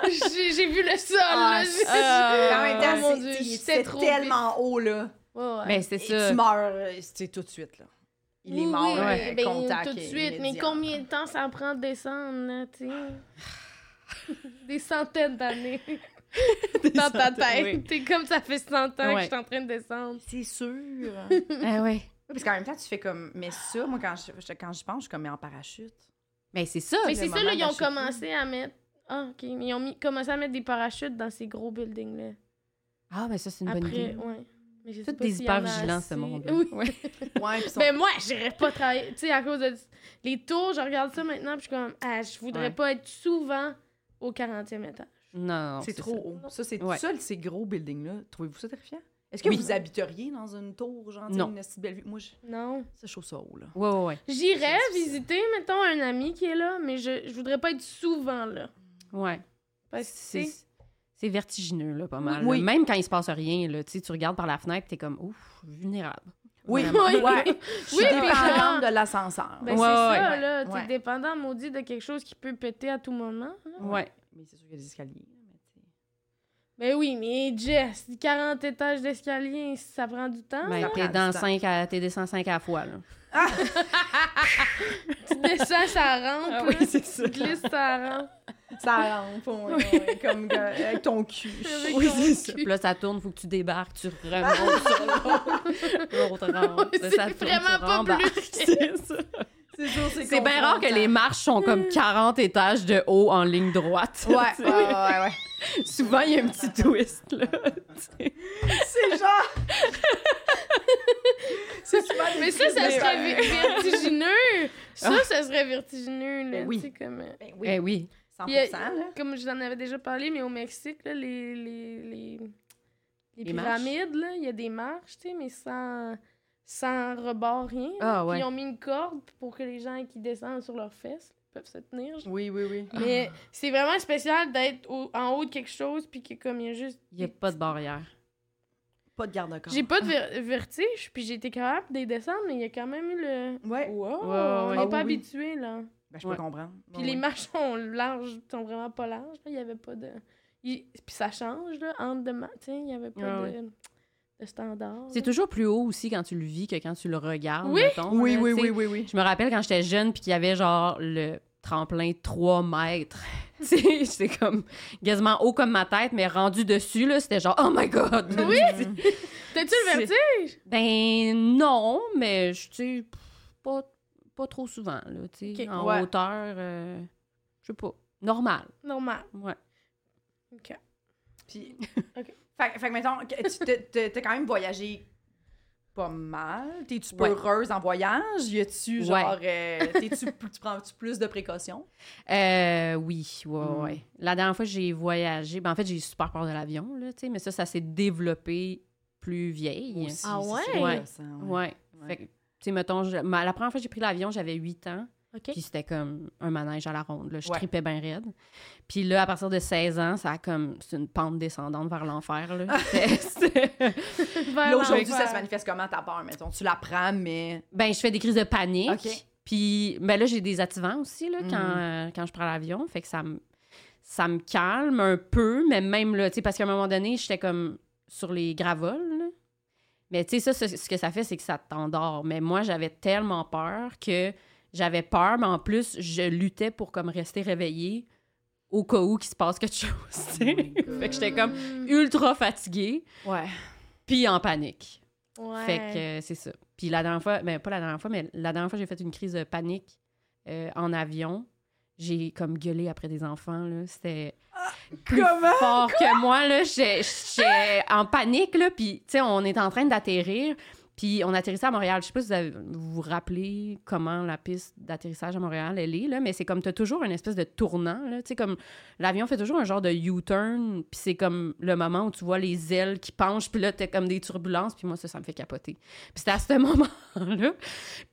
Speaker 3: J'ai j'ai vu le sol.
Speaker 2: Ah,
Speaker 3: là. J'ai-
Speaker 2: en même temps,
Speaker 3: Ah, mon
Speaker 2: c'est-
Speaker 3: Dieu,
Speaker 2: t'sais,
Speaker 3: j'étais
Speaker 2: c'est
Speaker 3: trop
Speaker 2: tellement haut, là.
Speaker 3: Ouais, ouais.
Speaker 4: Ben, c'est
Speaker 2: Et
Speaker 4: ça.
Speaker 2: tu meurs, euh, c'est tout de suite, là. il est mort,
Speaker 3: oui,
Speaker 2: euh,
Speaker 3: mais, ben,
Speaker 2: contact
Speaker 3: tout de suite. Mais
Speaker 2: immédiat.
Speaker 3: combien de temps ça prend de descendre, là, tu sais? Des centaines d'années dans ta tête. T'es comme ça fait 100 ans que
Speaker 4: Ouais.
Speaker 3: je suis en train de descendre.
Speaker 2: C'est sûr.
Speaker 4: Oui. Ah ouais.
Speaker 2: Oui, parce qu'en même temps, tu fais comme. Mais ça, moi, quand je, je- quand j'y pense, je suis comme mais en parachute.
Speaker 4: Mais Ben, c'est ça.
Speaker 3: Mais
Speaker 2: le
Speaker 3: c'est ça,
Speaker 2: moment
Speaker 3: là,
Speaker 2: de
Speaker 3: ils
Speaker 2: Ah, la
Speaker 3: ont
Speaker 2: chute, là.
Speaker 3: commencé à mettre. Ah, ok. Ils ont mis- commencé à mettre des parachutes dans ces gros buildings-là.
Speaker 4: Ah, mais ça, c'est une bonne
Speaker 3: Après,
Speaker 4: idée.
Speaker 3: ouais. Mais je sais
Speaker 4: Tout
Speaker 3: pas
Speaker 4: des
Speaker 3: s'il y en a
Speaker 4: hypervigilants, ce
Speaker 3: assez.
Speaker 4: monde-là.
Speaker 3: Oui.
Speaker 4: Ouais.
Speaker 2: Ouais, pis son-
Speaker 3: Mais moi, j'irais pas travailler. Tu sais, à cause de. Les tours, je regarde ça maintenant, puis je suis comme. Ah, je voudrais
Speaker 4: Ouais.
Speaker 3: pas être souvent au 40e étage.
Speaker 4: Non.
Speaker 2: c'est trop haut. Ça, c'est
Speaker 4: Ouais.
Speaker 2: tout seul, ces gros buildings-là. Trouvez-vous ça terrifiant? Est-ce que
Speaker 4: Oui.
Speaker 2: vous habiteriez dans une tour, genre, tu sais,
Speaker 4: Non.
Speaker 2: une si belle vue? Moi, je,
Speaker 3: Non.
Speaker 2: ça, je trouve ça haut, là.
Speaker 4: ça. Ouais, ouais, ouais.
Speaker 3: J'irais
Speaker 2: C'est difficile.
Speaker 3: visiter, mettons, un ami qui est là, mais je, je voudrais pas être souvent là.
Speaker 4: Ouais.
Speaker 3: Parce que, tu
Speaker 4: C'est
Speaker 3: sais,
Speaker 4: c'est vertigineux, là, pas mal. là.
Speaker 2: Oui.
Speaker 4: Même quand il se passe rien, là, tu sais, tu regardes par la fenêtre, t'es comme, ouf, vulnérable.
Speaker 2: Oui,
Speaker 4: Vraiment.
Speaker 2: oui,
Speaker 3: Oui.
Speaker 2: Je suis
Speaker 3: Oui, puis genre-
Speaker 2: dépendante de l'ascenseur.
Speaker 3: ben,
Speaker 4: Ouais,
Speaker 3: c'est ça,
Speaker 2: ouais,
Speaker 3: là.
Speaker 2: ouais.
Speaker 3: T'es dépendant, maudit, de quelque chose qui peut péter à tout moment.
Speaker 2: Ah,
Speaker 3: là.
Speaker 4: Ouais.
Speaker 2: Mais c'est sûr qu'il y a des escaliers. là, mais tu sais.
Speaker 3: Ben oui, mais Jess, 40 étages d'escalier, ça prend du temps.
Speaker 4: Ben,
Speaker 2: ça prend
Speaker 4: t'es
Speaker 2: du
Speaker 4: dans
Speaker 2: temps.
Speaker 4: cinq à, t'es descends cinq à la fois, là.
Speaker 3: Tu descends, ça rampe.
Speaker 2: Ah
Speaker 3: là.
Speaker 2: oui, c'est ça.
Speaker 3: Tu glisses, ça rampe.
Speaker 2: Ça rentre, ouais, ouais, comme euh, avec ton cul.
Speaker 3: Avec
Speaker 2: Oui,
Speaker 3: ton
Speaker 2: c'est ça.
Speaker 3: cul.
Speaker 4: Puis là, ça tourne, faut que tu débarques, tu remontes sur l'autre. L'autre rampe.
Speaker 3: Ouais,
Speaker 4: Là,
Speaker 3: c'est
Speaker 4: ça tourne,
Speaker 3: vraiment
Speaker 4: tu
Speaker 3: pas
Speaker 4: rembarques.
Speaker 3: plus.
Speaker 4: C'est ça.
Speaker 2: C'est sûr, c'est
Speaker 4: C'est bien rare que les marches sont comme 40 étages de haut en ligne droite.
Speaker 2: Ouais, ouais, ouais, ouais.
Speaker 4: Souvent, il y a un petit twist, là.
Speaker 2: C'est genre. c'est souvent des
Speaker 3: Mais ça, ça
Speaker 2: trucs de-
Speaker 3: serait vi- vertigineux. Ça, ça serait vertigineux, là.
Speaker 2: Ah. Ben oui.
Speaker 3: Tu sais, comme. euh,
Speaker 2: Ben oui,
Speaker 4: Eh oui.
Speaker 2: 100
Speaker 3: Il y a-
Speaker 2: là.
Speaker 3: Comme je vous en avais déjà parlé, mais au Mexique, là, les, les, les, les
Speaker 4: Les marches.
Speaker 3: pyramides, là, il y a des marches, tu sais, mais sans, sans rebord, rien.
Speaker 4: Ah,
Speaker 3: Puis
Speaker 4: ouais.
Speaker 3: ils ont mis une corde pour que les gens qui descendent sur leurs fesses peuvent se tenir. genre.
Speaker 2: Oui, oui, oui.
Speaker 4: Ah.
Speaker 3: Mais c'est vraiment spécial d'être au- en haut de quelque chose, puis que comme il y a juste...
Speaker 4: Il n'y a pas de barrière.
Speaker 2: Pas de garde-corps.
Speaker 3: J'ai pas de ver- vertige, puis j'ai été capable de les descendre, mais il y a quand même eu le...
Speaker 2: Ouais.
Speaker 3: Wow,
Speaker 4: ouais,
Speaker 3: on
Speaker 4: ouais.
Speaker 3: n'est
Speaker 2: Ah,
Speaker 3: pas
Speaker 2: oui, oui.
Speaker 3: habitué là.
Speaker 2: Ben, je peux
Speaker 4: Ouais.
Speaker 2: comprendre.
Speaker 3: Puis
Speaker 2: Ouais,
Speaker 3: les
Speaker 2: ouais.
Speaker 3: marches sont larges, sont vraiment pas larges. là. Il y avait pas de. il- Puis ça change, là, entre deux marches. Tu sais, il y avait pas
Speaker 4: Ah
Speaker 3: de... de standard.
Speaker 4: C'est
Speaker 3: là.
Speaker 4: toujours plus haut aussi quand tu le vis que quand tu le regardes.
Speaker 3: Oui.
Speaker 4: mettons,
Speaker 2: Oui,
Speaker 4: là,
Speaker 2: oui,
Speaker 4: tu sais.
Speaker 2: oui, oui, oui.
Speaker 4: Je me rappelle quand j'étais jeune, puis qu'il y avait genre le tremplin 3 mètres. Tu sais, J'étais comme quasiment haut comme ma tête, mais rendu dessus, là, c'était genre, oh my god!
Speaker 3: Ah Oui!
Speaker 2: Mm.
Speaker 3: T'as-tu le
Speaker 4: C'est-
Speaker 3: vertige?
Speaker 4: Ben non, mais je- tu sais, pff, pas, pas trop souvent, là, tu sais,
Speaker 3: Ok.
Speaker 4: en
Speaker 2: Ouais.
Speaker 4: hauteur, euh, je sais pas, normal,
Speaker 3: Normal.
Speaker 4: ouais.
Speaker 2: Puis.
Speaker 3: Ok.
Speaker 2: Fait, fait que, mettons, que tu te- te- t'as quand même voyagé pas mal. T'es-tu
Speaker 4: Ouais.
Speaker 2: peureuse en voyage? Y a-tu, genre. euh, t'es-tu, tu prends-tu plus de précautions?
Speaker 4: Euh, oui, ouais, ouais,
Speaker 2: Mm.
Speaker 4: ouais. La dernière fois que j'ai voyagé, ben en fait, j'ai eu super peur de l'avion, là, tu sais, mais ça, ça s'est développé plus vieille.
Speaker 2: Aussi,
Speaker 3: Ah
Speaker 2: c'est
Speaker 3: ouais?
Speaker 2: sûr,
Speaker 4: Ouais.
Speaker 2: ça,
Speaker 4: Ouais.
Speaker 2: Ouais.
Speaker 4: Fait que, tu sais, mettons, je- ma- la première fois que j'ai pris l'avion, j'avais 8 ans.
Speaker 3: OK.
Speaker 4: Puis c'était comme un manège à la ronde. Là. Je
Speaker 2: Ouais.
Speaker 4: tripais bien raide. Puis là, à partir de 16 ans, ça a comme. C'est une pente descendante vers l'enfer. Là. C'était- c'était-
Speaker 2: Là, aujourd'hui, ça se manifeste comment ta peur, mettons? Tu la prends, mais.
Speaker 4: ben, je fais des crises de panique.
Speaker 2: Ok.
Speaker 4: Puis ben là, j'ai des attivants aussi là, quand,
Speaker 2: Mhm.
Speaker 4: euh, quand je prends l'avion. Fait que ça me, ça me calme un peu. Mais même là, tu sais, parce qu'à un moment donné, j'étais comme sur les gravoles. là. Mais tu sais, ça, ce, ce que ça fait, c'est que ça t'endort. Mais moi, j'avais tellement peur que j'avais peur, mais en plus, je luttais pour comme rester réveillée au cas où qu'il se passe quelque chose. tu sais.
Speaker 3: Oh
Speaker 4: fait que j'étais comme ultra fatiguée,
Speaker 2: Ouais.
Speaker 4: puis en panique.
Speaker 3: Ouais.
Speaker 4: Fait que euh, c'est ça. Puis la dernière fois, ben pas la dernière fois, mais la dernière fois, j'ai fait une crise de panique euh, en avion. J'ai comme gueulé après des enfants, là. C'était plus
Speaker 2: Ah! Comment?
Speaker 4: fort que moi, là. J'étais j'étais en panique, là. Puis, tu sais, on est en train d'atterrir. Puis on atterrissait à Montréal. Je sais pas si vous avez- vous vous rappelez comment la piste d'atterrissage à Montréal, elle est, là. Mais c'est comme, t'as toujours une espèce de tournant, là. Tu sais, comme l'avion fait toujours un genre de U-turn. Puis c'est comme le moment où tu vois les ailes qui penchent. Puis là, t'as comme des turbulences. Puis moi, ça, ça me fait capoter. Puis c'était à ce moment-là.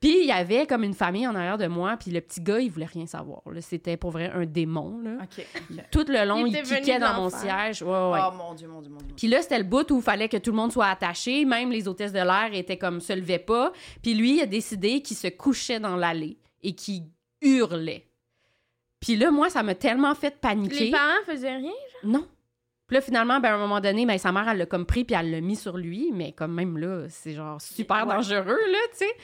Speaker 4: Puis il y avait comme une famille en arrière de moi, puis le petit gars, il voulait rien savoir. là. C'était pour vrai un démon. Là.
Speaker 2: OK. ok.
Speaker 4: Tout le long,
Speaker 3: Il
Speaker 4: il,
Speaker 3: était venu
Speaker 4: piquait
Speaker 3: de
Speaker 4: dans mon
Speaker 3: l'enfer.
Speaker 4: siège. Ouais, ouais.
Speaker 2: Oh mon Dieu, mon Dieu, mon Dieu. mon Dieu.
Speaker 4: Puis là, c'était le bout où il fallait que tout le monde soit attaché. Même les hôtesses de l'air étaient comme se levaient pas. Puis lui, il a décidé qu'il se couchait dans l'allée et qu'il hurlait. Puis là, moi, ça m'a tellement fait paniquer.
Speaker 3: Les parents faisaient rien?
Speaker 4: Non. Puis Puis là, finalement, ben, à un moment donné, ben, sa mère, elle l'a comme pris, puis elle l'a mis sur lui, mais comme même là, c'est genre super
Speaker 2: Ouais.
Speaker 4: dangereux, là, tu sais.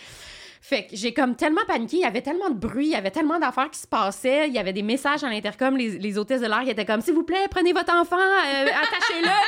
Speaker 4: Fait que j'ai comme tellement paniqué, il y avait tellement de bruit, il y avait tellement d'affaires qui se passaient, il y avait des messages à l'intercom, les, les hôtesses de l'air qui étaient comme s'il vous plaît, prenez votre enfant, euh, attachez-le.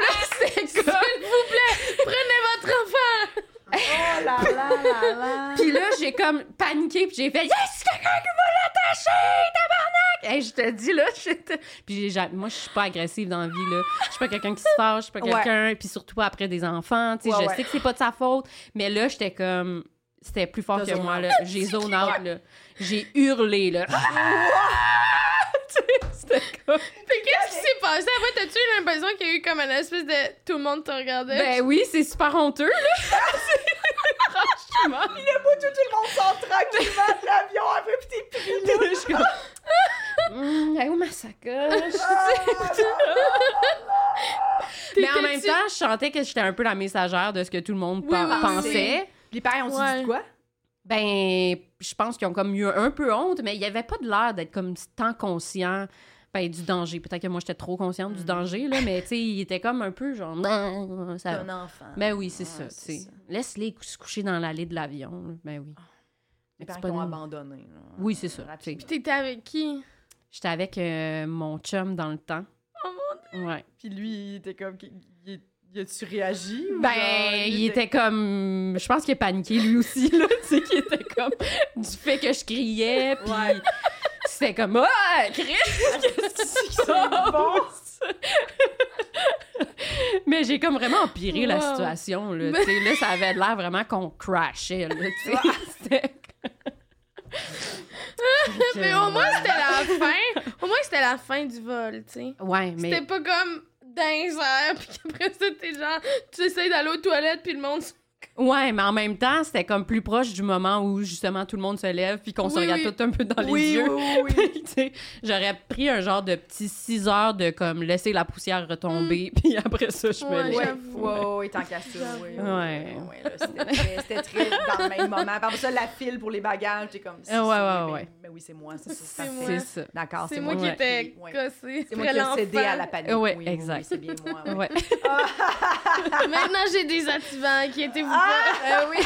Speaker 4: Puis là, c'est comme
Speaker 3: Prenez votre enfant!
Speaker 2: Oh là là là là.
Speaker 4: Puis là, j'ai comme paniqué, puis j'ai fait Yes, quelqu'un qui va l'attacher, tabarnak! Hey, je te dis, là, j'étais. Puis j'ai jamais- moi, je suis pas agressive dans la vie, là. Je suis pas quelqu'un qui se fâche, je suis pas
Speaker 2: Ouais.
Speaker 4: quelqu'un, puis surtout pas après des enfants, tu sais.
Speaker 2: Ouais,
Speaker 4: je
Speaker 2: ouais.
Speaker 4: sais que c'est pas de sa faute, mais là, j'étais comme. C'était plus fort
Speaker 2: T'as
Speaker 4: que
Speaker 2: zone
Speaker 4: moi,
Speaker 2: out.
Speaker 4: là. J'ai zone out, là. J'ai hurlé, là. Tu sais, C'était comme.
Speaker 3: Puis qu'est-ce qui s'est passé? Après, t'as-tu eu l'impression qu'il y a eu comme une espèce de. Tout le monde te regardait?
Speaker 4: Ben oui, c'est super honteux, là. Franchement.
Speaker 2: Le bout tout le monde sort tranquillement de l'avion après puis t'es pris là.
Speaker 4: Je suis comme. Hum, elle est où ma sacoche?
Speaker 2: Ah.
Speaker 4: Mais en même
Speaker 3: T'étais-tu-
Speaker 4: temps, je sentais que j'étais un peu la messagère de ce que tout le monde
Speaker 3: Oui,
Speaker 4: pen-
Speaker 3: oui, oui.
Speaker 4: pensait.
Speaker 2: Les parents ont
Speaker 3: Ouais.
Speaker 2: dit quoi
Speaker 4: Ben, je pense qu'ils ont comme eu un peu honte, mais il n'y avait pas de l'air d'être comme tant conscient ben, du danger. Peut-être que moi, j'étais trop consciente
Speaker 2: Mm.
Speaker 4: du danger, là, mais tu sais, il était comme un peu genre. Non, ça...
Speaker 2: Ton enfant.
Speaker 4: Ben oui, c'est
Speaker 2: Ouais,
Speaker 4: ça, tu
Speaker 2: c'est
Speaker 4: sais.
Speaker 2: ça. Ah.
Speaker 4: Laisse-les cou- se coucher dans l'allée de l'avion. là. Ben oui.
Speaker 2: les
Speaker 4: Mais c'est
Speaker 2: parents
Speaker 4: pas
Speaker 2: qui ont
Speaker 4: nous.
Speaker 2: abandonné. là.
Speaker 4: Oui, c'est ça. tu sais.
Speaker 2: Rapidement.
Speaker 3: T'étais avec qui?
Speaker 4: J'étais avec euh, mon chum dans le temps.
Speaker 3: Oh mon
Speaker 4: Ouais.
Speaker 2: Puis lui, il était comme il, il a-tu réagi ou
Speaker 4: Ben,
Speaker 2: genre, lui,
Speaker 4: il était comme. Je pense qu'il a paniqué lui aussi, là. Tu sais, qu'il était comme. Du fait que je criais, puis.
Speaker 2: Ouais.
Speaker 4: C'était comme. Ah, Chris, qu'est-ce qui se passe? Mais j'ai comme vraiment empiré la
Speaker 3: Wow.
Speaker 4: situation, là. Tu sais, là, ça avait l'air vraiment qu'on crashait, là. Tu sais, C'était-
Speaker 3: Mais au moins, c'était la fin. Au moins, c'était la fin du vol, tu sais.
Speaker 4: Ouais, mais.
Speaker 3: C'était pas comme dans les airs, puis qu'après ça, t'es genre. Tu essayes d'aller aux toilettes, puis le monde. se-
Speaker 4: Ouais, mais en même temps, c'était comme plus proche du moment où justement tout le monde se lève puis qu'on se
Speaker 3: Oui,
Speaker 4: regarde
Speaker 3: oui.
Speaker 4: tout un peu dans les
Speaker 2: oui,
Speaker 4: yeux.
Speaker 2: oui, oui, oui.
Speaker 4: Puis, tu sais, J'aurais pris un genre de petit 6 heures de comme laisser la poussière retomber, puis après ça, je me
Speaker 3: Mm. Ouais,
Speaker 4: lève.
Speaker 2: Ouais,
Speaker 3: J'avoue.
Speaker 2: ouais, ouais, tant qu'à ça.
Speaker 3: J'avoue.
Speaker 2: Ouais,
Speaker 4: Ouais.
Speaker 2: ouais, là, c'était très- C'était très dans le même moment. Par ça, la file pour les bagages, t'es comme.
Speaker 4: Ah, ouais,
Speaker 2: c'est-
Speaker 4: ouais,
Speaker 2: mais-
Speaker 4: ouais.
Speaker 2: Mais oui, c'est moi, c'est ça.
Speaker 3: C'est
Speaker 2: parfait.
Speaker 3: moi.
Speaker 4: C'est ça.
Speaker 2: D'accord,
Speaker 3: C'est moi qui
Speaker 4: ouais.
Speaker 3: étais
Speaker 2: Ouais.
Speaker 3: gossée.
Speaker 2: C'est moi
Speaker 3: après
Speaker 2: qui ai cédé
Speaker 3: l'enfant.
Speaker 2: à la panique.
Speaker 4: Ouais,
Speaker 2: Oui, oui, oui,
Speaker 4: exact.
Speaker 2: c'est bien moi. ouais.
Speaker 4: Ouais.
Speaker 3: Maintenant, j'ai des attivants. qui étaient vous
Speaker 2: Ah, euh, oui.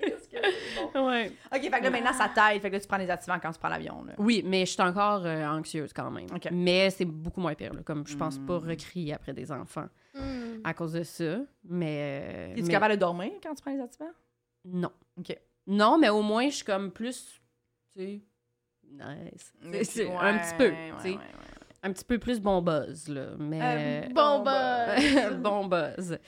Speaker 2: Qu'est-ce que c'est bon.
Speaker 4: ouais.
Speaker 2: OK, fait que là, maintenant, ça t'aide. Fait que là, tu prends les activants quand tu prends l'avion. là.
Speaker 4: Oui, mais je suis encore euh, anxieuse quand même.
Speaker 2: Ok. Hmm.
Speaker 4: Mais c'est beaucoup moins pire. là, Comme je pense pas recrier après des enfants
Speaker 3: Hmm.
Speaker 4: à cause de ça. Mais. euh,
Speaker 2: Es-tu
Speaker 4: mais-
Speaker 2: capable de dormir quand tu prends les activants?
Speaker 4: Non.
Speaker 2: Ok.
Speaker 4: Non, mais au moins, je suis comme plus. Tu sais. Nice. C'est- c'est un petit peu.
Speaker 2: Ouais,
Speaker 4: tu sais,
Speaker 2: ouais, ouais,
Speaker 4: Un petit peu plus bon buzz, là. Mais.
Speaker 2: Euh,
Speaker 3: Bon,
Speaker 2: bah.
Speaker 3: bah.
Speaker 4: bon buzz.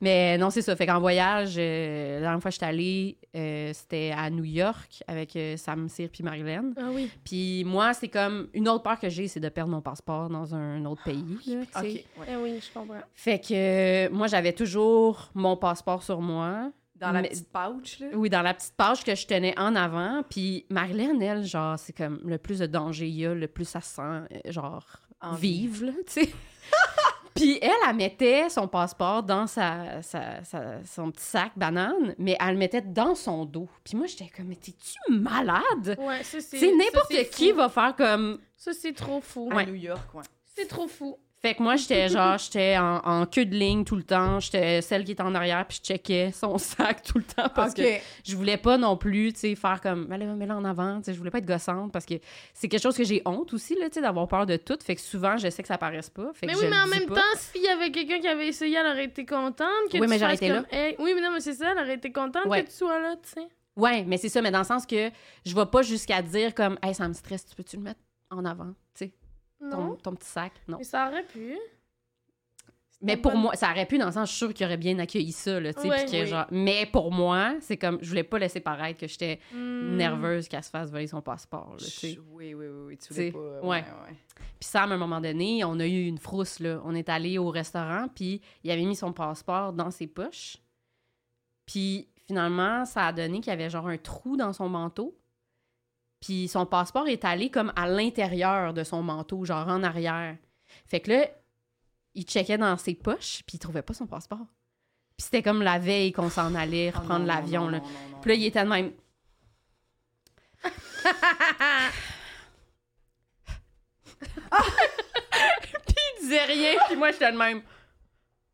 Speaker 4: Mais non, c'est ça. Fait qu'en voyage, euh, la dernière fois que j'étais allée, euh, c'était à New York avec euh, Sam Cyr puis Marilyn.
Speaker 3: Ah oui.
Speaker 4: Puis moi, c'est comme une autre peur que j'ai, c'est de perdre mon passeport dans un autre pays. là, tu
Speaker 2: OK.
Speaker 4: sais.
Speaker 2: ouais.
Speaker 3: Ah oui, je comprends.
Speaker 4: Fait que euh, moi, j'avais toujours mon passeport sur moi.
Speaker 2: Dans la
Speaker 4: Mais-
Speaker 2: petite pouch, là.
Speaker 4: Oui, dans la petite page que je tenais en avant. Puis Marilyn, elle, genre, c'est comme le plus de danger il y a, le plus ça sent, euh, genre,
Speaker 2: En
Speaker 4: vive, là, tu sais. Puis elle, elle mettait son passeport dans sa, sa- sa- son petit sac banane, mais elle le mettait dans son dos. Puis moi, j'étais comme, mais t'es-tu malade?
Speaker 3: Ouais, ça, c'est.
Speaker 4: C'est
Speaker 3: ça,
Speaker 4: n'importe
Speaker 3: c'est
Speaker 4: qui
Speaker 3: fou.
Speaker 4: va faire comme.
Speaker 3: Ça, c'est trop fou.
Speaker 2: À
Speaker 4: Ouais.
Speaker 2: New York, ouais.
Speaker 3: C'est trop fou.
Speaker 4: Fait que moi, j'étais genre, j'étais en, en queue de ligne tout le temps. J'étais celle qui était en arrière, puis je checkais son sac tout le temps parce que je voulais pas non plus, tu sais, faire comme, mais là, mets-la en avant, tu sais, je voulais pas être gossante parce que c'est quelque chose que j'ai honte aussi, là, tu sais, d'avoir peur de tout. Fait que souvent, je sais que ça paraisse pas. Fait
Speaker 3: Mais
Speaker 4: que
Speaker 3: oui,
Speaker 4: je
Speaker 3: mais
Speaker 4: le
Speaker 3: en
Speaker 4: dis
Speaker 3: même
Speaker 4: pas.
Speaker 3: temps, s'il y avait quelqu'un qui avait essayé, elle aurait été contente. Que
Speaker 4: Oui,
Speaker 3: tu
Speaker 4: mais j'aurais
Speaker 3: fasses
Speaker 4: été
Speaker 3: comme, Hey, Oui, mais non, mais c'est ça, elle aurait été contente
Speaker 4: Ouais.
Speaker 3: que tu sois là, tu sais.
Speaker 4: Ouais, mais c'est ça, mais dans le sens que je vais pas jusqu'à dire comme, hey, ça me stresse, tu peux-tu le mettre en avant, tu sais, ton,
Speaker 3: Non.
Speaker 4: ton petit sac? Non.
Speaker 3: Mais ça aurait pu.
Speaker 4: Mais
Speaker 3: pas
Speaker 4: pour
Speaker 3: bonne.
Speaker 4: moi, ça aurait pu, dans le sens, je suis sûre qu'il aurait bien accueilli ça, là, tu sais,
Speaker 3: Ouais.
Speaker 4: puis que
Speaker 3: Oui.
Speaker 4: genre, mais pour moi, c'est comme, je voulais pas laisser paraître que j'étais
Speaker 3: Hmm.
Speaker 4: nerveuse qu'elle se fasse voler son passeport, là, tu sais.
Speaker 2: Chut, Oui, oui, oui, oui, tu
Speaker 4: Tu
Speaker 2: voulais
Speaker 4: sais,
Speaker 2: pas. euh,
Speaker 4: ouais.
Speaker 2: ouais. ouais.
Speaker 4: Puis Sam, à un moment donné, on a eu une frousse, là. On est allé au restaurant, puis il avait mis son passeport dans ses poches. Puis finalement, ça a donné qu'il y avait genre un trou dans son manteau. Puis son passeport est allé comme à l'intérieur de son manteau, genre en arrière. Fait que là, il checkait dans ses poches, puis il trouvait pas son passeport. Puis c'était comme la veille qu'on s'en allait
Speaker 2: Oh,
Speaker 4: reprendre
Speaker 2: non, non,
Speaker 4: l'avion,
Speaker 2: non,
Speaker 4: là.
Speaker 2: non, non, non.
Speaker 4: Puis là, il était de même. puis il disait rien, puis moi, j'étais le même.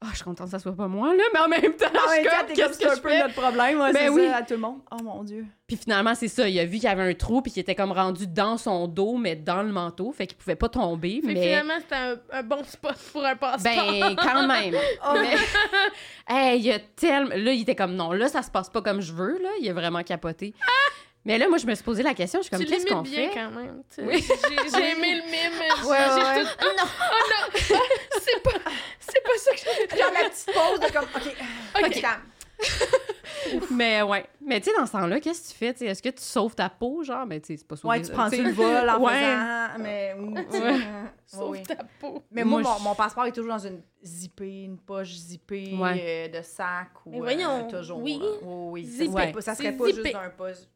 Speaker 4: Ah, je suis contente que ça soit pas moi, là, mais en même temps,
Speaker 2: Ah,
Speaker 4: je suis
Speaker 2: ouais,
Speaker 4: comme,
Speaker 2: t'es comme,
Speaker 4: qu'est-ce
Speaker 2: c'est
Speaker 4: que
Speaker 2: un
Speaker 4: je
Speaker 2: peu
Speaker 4: fais?
Speaker 2: notre problème, ouais,
Speaker 4: Ben
Speaker 2: c'est
Speaker 4: oui.
Speaker 2: ça, à tout le monde. Oh mon Dieu.
Speaker 4: Puis finalement, c'est ça. Il a vu qu'il y avait un trou, puis qu'il était comme rendu dans son dos, mais dans le manteau. Fait qu'il pouvait pas tomber.
Speaker 3: Fait que
Speaker 4: mais
Speaker 3: finalement, oh, c'était un, un bon spot pour un passeport.
Speaker 4: Ben, quand même.
Speaker 2: Oh,
Speaker 4: Mais- Hey, il y a tellement. Là, il était comme non, là, ça se passe pas comme je veux, là. Il a vraiment capoté. Mais là, moi, je me suis posé la question. Je suis comme,
Speaker 3: tu
Speaker 4: qu'est-ce
Speaker 3: l'imites
Speaker 4: qu'on
Speaker 3: bien
Speaker 4: fait?
Speaker 3: quand même. tu sais.
Speaker 4: Oui.
Speaker 3: J'ai j'ai aimé le mime. j'ai-
Speaker 2: ouais,
Speaker 3: j'ai
Speaker 2: ouais.
Speaker 3: tout- Oh non! Ah, c'est pas, c'est pas ça que je...
Speaker 2: Genre la petite pause de comme, OK, OK, calme.
Speaker 4: Mais ouais. Mais tu sais, dans ce temps-là, qu'est-ce que tu fais? tu sais? Est-ce que tu sauves ta peau? Genre, mais tu sais, c'est pas sauver.
Speaker 2: Ouais, tu
Speaker 4: là,
Speaker 2: prends
Speaker 4: tu sais.
Speaker 2: le vol en
Speaker 4: Ouais.
Speaker 2: faisant, mais... ou- tu-
Speaker 4: Ouais.
Speaker 2: euh,
Speaker 3: Sauve
Speaker 2: oui, oui.
Speaker 3: ta peau.
Speaker 2: Mais moi,
Speaker 4: Moi,
Speaker 2: mon,
Speaker 4: je-
Speaker 2: mon passeport est toujours dans une zippée, une poche zippée
Speaker 4: Ouais.
Speaker 2: euh, de sac ou
Speaker 3: Mais voyons,
Speaker 2: euh, toujours.
Speaker 3: oui.
Speaker 2: là. Oui, oui. Ça, se
Speaker 4: Zippé.
Speaker 2: fait pas- ça
Speaker 3: C'est
Speaker 2: serait pas
Speaker 3: zippé.
Speaker 2: juste un poste.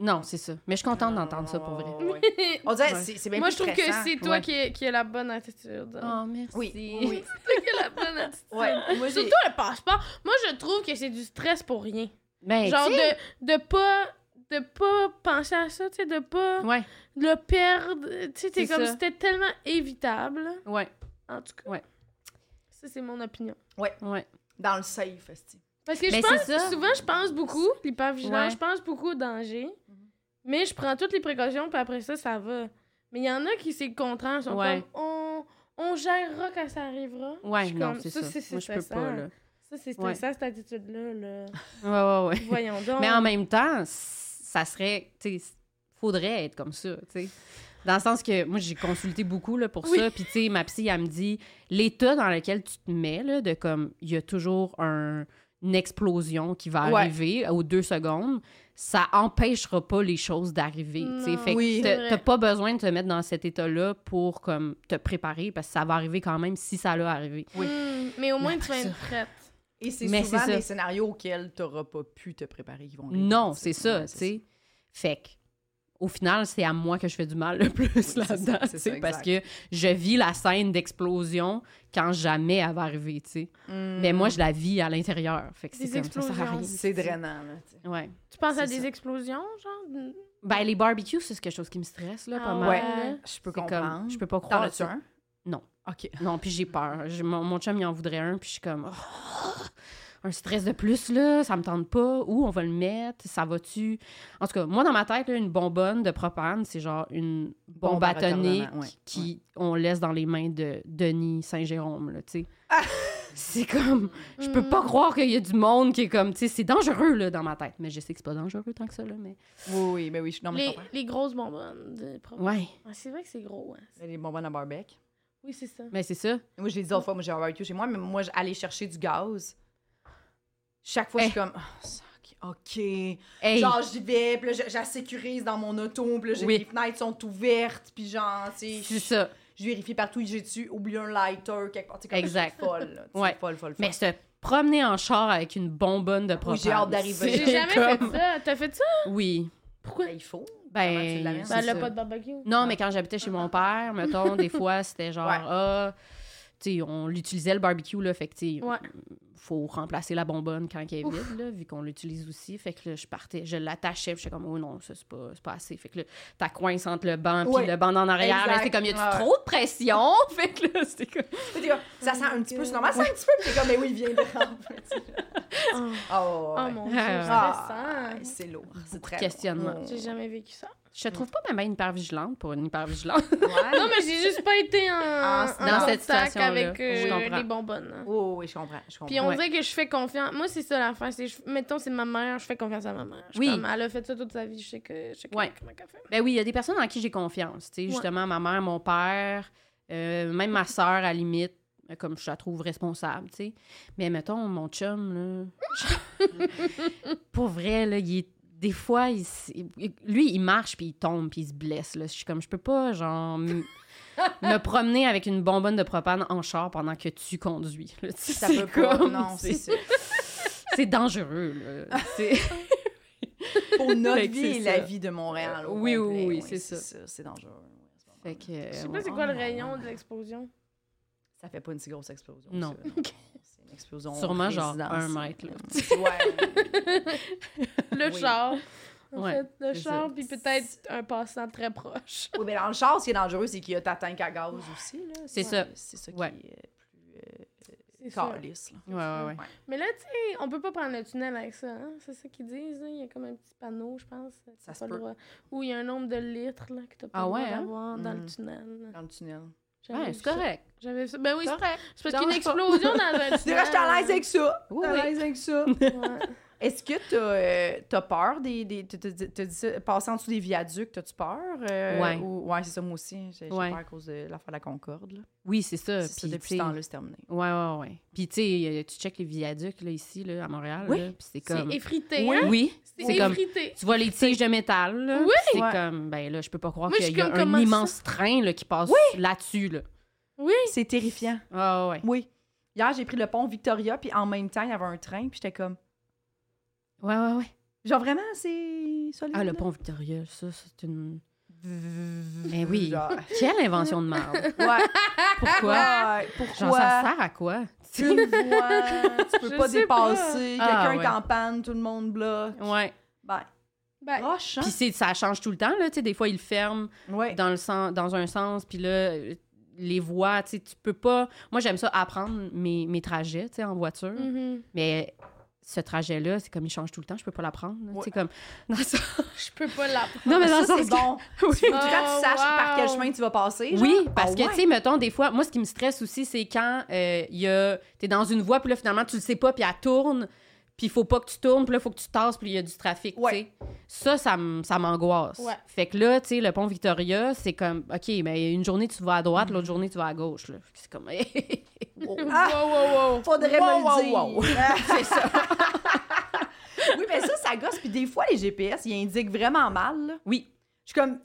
Speaker 4: Non, c'est ça. Mais je suis contente d'entendre ça pour vrai.
Speaker 3: Oh,
Speaker 2: Ouais, ouais, ouais. On dirait,
Speaker 4: Ouais.
Speaker 2: c'est c'est bien
Speaker 3: Moi,
Speaker 2: plus
Speaker 3: je trouve que
Speaker 2: stressant.
Speaker 3: c'est toi
Speaker 4: Ouais.
Speaker 3: qui, est- qui as la bonne attitude.
Speaker 4: Oh,
Speaker 2: Oui,
Speaker 4: merci.
Speaker 2: oui.
Speaker 3: C'est toi qui as la bonne attitude.
Speaker 2: Ouais, moi, j'ai-
Speaker 3: Surtout un passeport. Moi, je trouve que c'est du stress pour rien.
Speaker 4: Mais
Speaker 3: Genre
Speaker 4: Ben, tu sais-
Speaker 3: de, de pas de pas penser à ça, tu sais, de pas
Speaker 4: Ouais,
Speaker 3: le perdre. Tu sais, t'es
Speaker 4: C'est
Speaker 3: comme
Speaker 4: ça.
Speaker 3: c'était tellement évitable.
Speaker 4: ouais,
Speaker 3: En tout cas.
Speaker 4: Ouais.
Speaker 3: Ça, c'est mon opinion.
Speaker 4: ouais.
Speaker 2: dans le safe, esti.
Speaker 3: Parce que
Speaker 4: Ben,
Speaker 3: je pense,
Speaker 4: c'est ça.
Speaker 3: souvent, je pense beaucoup, l'hypervigilance,
Speaker 4: Ouais. Mhm.
Speaker 3: je pense beaucoup au danger, mais je prends toutes les précautions, puis après ça, ça va. Mais il y en a qui, c'est le contraire, ils sont
Speaker 4: Ouais.
Speaker 3: comme, on, on gérera quand ça arrivera. Je
Speaker 4: Ouais,
Speaker 3: suis
Speaker 4: non,
Speaker 3: comme,
Speaker 4: c'est ça.
Speaker 3: c'est
Speaker 4: Moi, je peux
Speaker 3: stressant.
Speaker 4: pas, là.
Speaker 3: Ça, c'est stressant, cette attitude-là, là.
Speaker 4: Ouais, ouais, ouais.
Speaker 3: Voyons donc.
Speaker 4: Mais en même temps, c- ça serait, tu sais, faudrait être comme ça, tu sais. Dans le sens que moi j'ai consulté beaucoup là, pour
Speaker 3: Oui.
Speaker 4: ça, puis tu sais ma psy elle me dit l'état dans lequel tu te mets là, de comme il y a toujours un- une explosion qui va
Speaker 2: Ouais.
Speaker 4: arriver euh, aux deux secondes, ça empêchera pas les choses d'arriver. tu sais.
Speaker 3: Non.
Speaker 4: Fait
Speaker 2: Oui.
Speaker 4: que
Speaker 3: C'est
Speaker 4: t'as-
Speaker 3: vrai.
Speaker 4: t'as pas besoin de te mettre dans cet état là pour comme te préparer parce que ça va arriver quand même si ça l'a arrivé.
Speaker 2: oui.
Speaker 3: Hmm, mais au moins,
Speaker 4: Mais
Speaker 3: tu vas
Speaker 4: après
Speaker 3: être prête.
Speaker 2: Et c'est
Speaker 4: Mais
Speaker 2: souvent
Speaker 4: c'est ça.
Speaker 2: des scénarios auxquels tu n'auras pas pu te préparer. qui vont arriver,
Speaker 4: Non,
Speaker 2: t'sais.
Speaker 4: c'est ça,
Speaker 2: Ouais,
Speaker 4: tu sais. Fait que, au final, c'est à moi que je fais du mal le plus
Speaker 2: c'est
Speaker 4: là-dedans,
Speaker 2: ça, c'est ça,
Speaker 4: tu sais,
Speaker 2: exact.
Speaker 4: parce que je vis la scène d'explosion quand jamais elle va arriver, tu sais.
Speaker 2: Mm.
Speaker 4: Mais moi, je la vis à l'intérieur, fait que c'est
Speaker 3: Des
Speaker 4: comme ça, ça sert à
Speaker 3: explosions.
Speaker 4: rien.
Speaker 2: C'est drainant, là, tu sais.
Speaker 4: Ouais.
Speaker 3: Tu penses à
Speaker 4: C'est
Speaker 3: des
Speaker 4: ça.
Speaker 3: explosions, genre?
Speaker 4: Ben, les barbecues, c'est quelque chose qui me stresse, là, pas
Speaker 3: Ah
Speaker 4: mal.
Speaker 2: ouais. Je
Speaker 4: là.
Speaker 2: peux
Speaker 4: Hein? C'est comme-
Speaker 2: comprendre.
Speaker 4: je peux pas
Speaker 2: T'en
Speaker 4: croire.
Speaker 2: as-tu un?
Speaker 4: Non.
Speaker 2: OK.
Speaker 4: Non, puis j'ai peur. Je- mon, mon chum, il en voudrait un, puis je suis comme... Oh, un stress de plus, là, ça me tente pas. Où on va le mettre? Ça va-tu? En tout cas, moi, dans ma tête, là, une bonbonne de propane, c'est genre une bombe
Speaker 2: Bombe à
Speaker 4: atomique
Speaker 2: retardement, ouais,
Speaker 4: qui on laisse dans les mains de Denis Saint-Jérôme, là, tu sais.
Speaker 2: Ah!
Speaker 4: C'est comme... Je peux pas croire qu'il y a du monde qui est comme... Tu sais, c'est dangereux, là, dans ma tête. Mais je sais que c'est pas dangereux tant que ça, là, mais...
Speaker 2: Oui, oui, mais oui, je, non, mais je
Speaker 3: Les,
Speaker 2: comprends.
Speaker 3: les grosses bonbonnes. de propre.
Speaker 4: Ouais,
Speaker 3: Ah, c'est vrai que c'est gros, hein.
Speaker 2: Les bonbons à barbecue.
Speaker 3: Oui, c'est ça.
Speaker 4: mais c'est ça.
Speaker 2: Moi, je l'ai dit l'autre fois, moi, j'ai un barbecue chez moi, mais moi, j- aller chercher du gaz, chaque fois, je
Speaker 4: Eh.
Speaker 2: suis comme... Oh, sac, OK.
Speaker 4: Hey,
Speaker 2: Genre, j'y vais, puis là, je, je la sécurise dans mon auto, puis là, j'ai-
Speaker 4: Eh. Oui.
Speaker 2: les fenêtres sont ouvertes, puis genre, tu
Speaker 4: c'est
Speaker 2: sais,
Speaker 4: ça.
Speaker 2: je vérifie partout, j'ai dessus, oublie un lighter, quelque part, tu sais, comme
Speaker 4: Exact.
Speaker 2: je suis folle, là, tu sais,
Speaker 4: Ouais.
Speaker 2: folle, folle, folle.
Speaker 4: Mais se promener en char avec une bonbonne de propane.
Speaker 2: j'ai hâte d'arriver.
Speaker 4: c'est
Speaker 3: J'ai jamais
Speaker 4: comme-
Speaker 3: fait ça. T'as fait ça?
Speaker 4: Oui.
Speaker 3: Pourquoi?
Speaker 2: Ben, il faut. Comment tu
Speaker 4: Ben,
Speaker 2: l'amènes?
Speaker 4: c'est
Speaker 3: Ben, elle a
Speaker 4: ça.
Speaker 3: pas de barbecue.
Speaker 4: Non, mais quand j'habitais chez mon père, mettons, des fois, c'était genre,
Speaker 2: Ouais.
Speaker 4: ah, tu sais, on l'utilisait le barbecue, là, fait que, tu sais,
Speaker 3: Ouais.
Speaker 4: faut remplacer la bonbonne quand elle est vide, là, vu qu'on l'utilise aussi. Fait que là, je partais, je l'attachais, puis j'étais comme, oh non, ça, c'est pas, c'est pas assez. Fait que là, ta coince entre le banc, puis
Speaker 2: Ouais.
Speaker 4: le banc en arrière, mais
Speaker 2: Exact.
Speaker 4: c'était comme, y a-tu
Speaker 2: Ouais, ouais.
Speaker 4: trop de pression? fait que là, c'était comme.
Speaker 2: Puis t'es comme, ça sent un petit peu, c'est normal, ça sent un petit peu, puis t'es comme, mais oui, il vient de rentrer.
Speaker 3: Oh,
Speaker 2: Oh,
Speaker 3: oh mon dieu,
Speaker 2: Ah,
Speaker 3: stressant.
Speaker 2: c'est lourd. C'est très
Speaker 4: Questionnement.
Speaker 2: lourd.
Speaker 3: J'ai jamais vécu ça.
Speaker 4: Je te trouve pas même hypervigilante pour une hypervigilante.
Speaker 2: Ouais.
Speaker 3: Ah Non, mais j'ai juste pas été en,
Speaker 2: Ah,
Speaker 3: en
Speaker 4: dans cette
Speaker 3: contact
Speaker 4: situation-là.
Speaker 3: avec euh,
Speaker 4: Je comprends.
Speaker 3: les bonbonnes. hein.
Speaker 2: Oh, oui, je comprends. Je comprends.
Speaker 3: Puis on
Speaker 4: Ouais.
Speaker 3: dirait que je fais confiance. Moi, c'est ça l'affaire. c'est je- Mettons, c'est ma mère, je fais confiance à ma mère. Je suis
Speaker 4: Oui.
Speaker 3: comme, elle a fait ça toute sa vie, je sais que je sais que-
Speaker 4: Ouais.
Speaker 3: comment qu'elle fait.
Speaker 4: Ben oui, il y a des personnes en qui j'ai confiance. tu sais,
Speaker 3: Ouais.
Speaker 4: Justement, ma mère, mon père, euh, même ma soeur, à la limite, euh, comme je la trouve responsable. tu sais. Mais mettons, mon chum, là, pour vrai, là, il est- des fois, il s- il- lui, il marche, puis il tombe, puis il se blesse. Là. Je suis comme, je peux pas, genre, m- me promener avec une bonbonne de propane en char pendant que tu conduis. là. Tu sais,
Speaker 2: ça
Speaker 4: c'est
Speaker 2: peut pas.
Speaker 4: comme-
Speaker 2: Non, c'est
Speaker 4: c'est
Speaker 2: ça.
Speaker 4: c'est dangereux. là. C'est-
Speaker 2: Pour notre
Speaker 4: Fait que
Speaker 2: vie
Speaker 4: c'est
Speaker 2: et la
Speaker 4: ça.
Speaker 2: vie de Montréal. au
Speaker 4: Oui, oui,
Speaker 2: complet,
Speaker 4: oui, c'est ça.
Speaker 2: C'est dangereux. ouais,
Speaker 4: Fait que, euh,
Speaker 3: Je sais
Speaker 4: ouais.
Speaker 3: pas c'est quoi le
Speaker 2: Oh,
Speaker 3: rayon
Speaker 2: ouais.
Speaker 3: de l'explosion.
Speaker 2: Ça fait pas une si grosse explosion.
Speaker 4: Non.
Speaker 2: ça, non. C'est une explosion.
Speaker 4: Sûrement, genre,
Speaker 2: résidentielle.
Speaker 4: un mètre, là.
Speaker 2: Ouais.
Speaker 3: Le
Speaker 2: Oui.
Speaker 3: char. en
Speaker 4: Ouais,
Speaker 3: fait, le
Speaker 4: c'est
Speaker 3: char,
Speaker 4: ça.
Speaker 3: puis peut-être un passant très proche.
Speaker 2: Oui, mais dans le char, ce qui est dangereux, c'est qu'il y a ta tank à gaz aussi. là.
Speaker 4: C'est
Speaker 2: Ouais,
Speaker 4: ça.
Speaker 2: C'est ça
Speaker 4: Ouais.
Speaker 2: qui est
Speaker 3: C'est
Speaker 2: plus
Speaker 3: ça.
Speaker 2: calice. là.
Speaker 4: Ouais, ouais, ouais.
Speaker 3: Mais là, tu sais, on peut pas prendre le tunnel avec ça, hein? C'est ça qu'ils disent, là. Il y a comme un petit panneau, je pense. T'as
Speaker 2: Ça se
Speaker 3: pas le
Speaker 2: peut.
Speaker 3: droit. Ou il y a un nombre de litres, là, que t'as pas
Speaker 4: Ah
Speaker 3: le droit
Speaker 4: ouais, hein?
Speaker 3: d'avoir dans le
Speaker 2: Mm.
Speaker 3: tunnel.
Speaker 2: Dans le tunnel.
Speaker 3: J'avais
Speaker 4: Ouais,
Speaker 3: vu
Speaker 4: c'est
Speaker 3: ça.
Speaker 4: correct.
Speaker 3: J'avais vu ça. Ben oui, c'est-
Speaker 2: correct.
Speaker 3: c'est parce qu'il y a une
Speaker 2: Dérange pas.
Speaker 3: explosion dans un tunnel.
Speaker 2: Je dirais, je suis à l'aise avec ça.
Speaker 4: Oui,
Speaker 2: T'es à
Speaker 4: oui.
Speaker 2: l'aise avec ça.
Speaker 3: Ouais.
Speaker 2: Est-ce que t'as euh, t'as peur des. des t'as- t'as dit- t'as dit ça, passer en dessous des viaducs, t'as-tu peur? euh,
Speaker 4: Ouais.
Speaker 2: ou- ouais, c'est ça, moi aussi. J'ai j'ai
Speaker 4: Ouais.
Speaker 2: peur à cause de l'affaire de la Concorde. Là.
Speaker 4: Oui, c'est ça.
Speaker 2: C'est ça,
Speaker 4: Puis,
Speaker 2: depuis
Speaker 4: tu
Speaker 2: ce
Speaker 4: sais,
Speaker 2: temps-là, c'est terminé.
Speaker 4: Ouais, ouais, ouais. Puis, tu sais, euh, tu checkes les viaducs, là, ici, là, à Montréal,
Speaker 2: Oui.
Speaker 4: là, puis c'est comme...
Speaker 3: C'est effrité,
Speaker 4: Oui,
Speaker 3: hein?
Speaker 4: oui.
Speaker 3: C'est
Speaker 4: C'est comme...
Speaker 3: effrité.
Speaker 4: Tu vois les tiges de métal, là.
Speaker 3: Oui.
Speaker 4: C'est
Speaker 2: Ouais.
Speaker 4: comme... Ben là, je peux pas croire
Speaker 3: Moi, je
Speaker 4: qu'il
Speaker 3: suis
Speaker 4: y a
Speaker 3: comme,
Speaker 4: un
Speaker 3: comment ça?
Speaker 4: immense train, là, qui passe là-dessus, là.
Speaker 3: Oui.
Speaker 2: C'est terrifiant.
Speaker 4: Ah, ouais.
Speaker 2: Oui. Hier, j'ai pris le pont Victoria, puis en même temps, il y avait un train, puis j'étais comme.
Speaker 4: Ouais, ouais, ouais.
Speaker 2: Genre vraiment, c'est solide.
Speaker 4: Ah, le
Speaker 2: là.
Speaker 4: pont Victoria, ça, c'est une...
Speaker 2: Mais
Speaker 4: Ben oui.
Speaker 2: Genre,
Speaker 4: Quelle invention de merde.
Speaker 2: ouais.
Speaker 4: Pourquoi?
Speaker 2: Ouais,
Speaker 4: Genre, ça
Speaker 2: pourquoi?
Speaker 4: sert à quoi?
Speaker 2: Tu le vois, tu peux
Speaker 3: Je
Speaker 2: pas
Speaker 3: sais
Speaker 2: dépasser,
Speaker 4: pas. Ah,
Speaker 2: quelqu'un est
Speaker 4: ouais.
Speaker 2: en panne, tout le monde bloque.
Speaker 4: Ouais.
Speaker 2: Ben,
Speaker 3: Ben,
Speaker 2: roche, hein?
Speaker 4: Puis c'est- ça change tout le temps, là. Tu sais, des fois, ils le ferment
Speaker 2: Ouais.
Speaker 4: dans, le sens, dans un sens, puis là, euh, les voies, tu sais, tu peux pas... Moi, j'aime ça, apprendre mes, mes trajets, tu sais, en voiture.
Speaker 2: Mm.
Speaker 3: mhm.
Speaker 4: Mais ce trajet-là, c'est comme il change tout le temps, je peux pas l'apprendre. là.
Speaker 2: Ouais.
Speaker 4: C'est comme... Dans le sens-
Speaker 3: je peux pas l'apprendre.
Speaker 4: Non, Ah, mais dans le
Speaker 2: ça,
Speaker 4: sens
Speaker 2: c'est
Speaker 4: que-
Speaker 2: bon.
Speaker 4: Oui.
Speaker 2: Faut que tu
Speaker 3: Oh,
Speaker 2: saches par quel
Speaker 3: wow.
Speaker 2: chemin tu vas passer. genre.
Speaker 4: Oui, parce
Speaker 2: Ah
Speaker 4: que,
Speaker 2: ouais.
Speaker 4: tu sais, mettons, des fois, moi, ce qui me stresse aussi, c'est quand euh, il y a... t'es dans une voie, puis là, finalement, tu le sais pas, puis elle tourne, puis il faut pas que tu tournes, puis là, faut que tu tasses, puis il y a du trafic, tu
Speaker 2: Ouais.
Speaker 4: sais. Ça, ça, m- ça m'angoisse.
Speaker 3: Ouais.
Speaker 4: Fait que là, tu sais, le pont Victoria, c'est comme, OK, ben, mais une journée, tu vas à droite, l'autre journée, tu vas à gauche, là. C'est comme...
Speaker 2: Ah,
Speaker 3: Wow, wow, wow.
Speaker 2: faudrait
Speaker 4: Wow,
Speaker 2: me
Speaker 4: wow,
Speaker 2: le dire.
Speaker 4: wow.
Speaker 2: Ah, c'est ça. oui, mais ça, ça gosse. Puis des fois, les GPS, ils indiquent vraiment mal. là.
Speaker 4: oui.
Speaker 2: Je suis comme.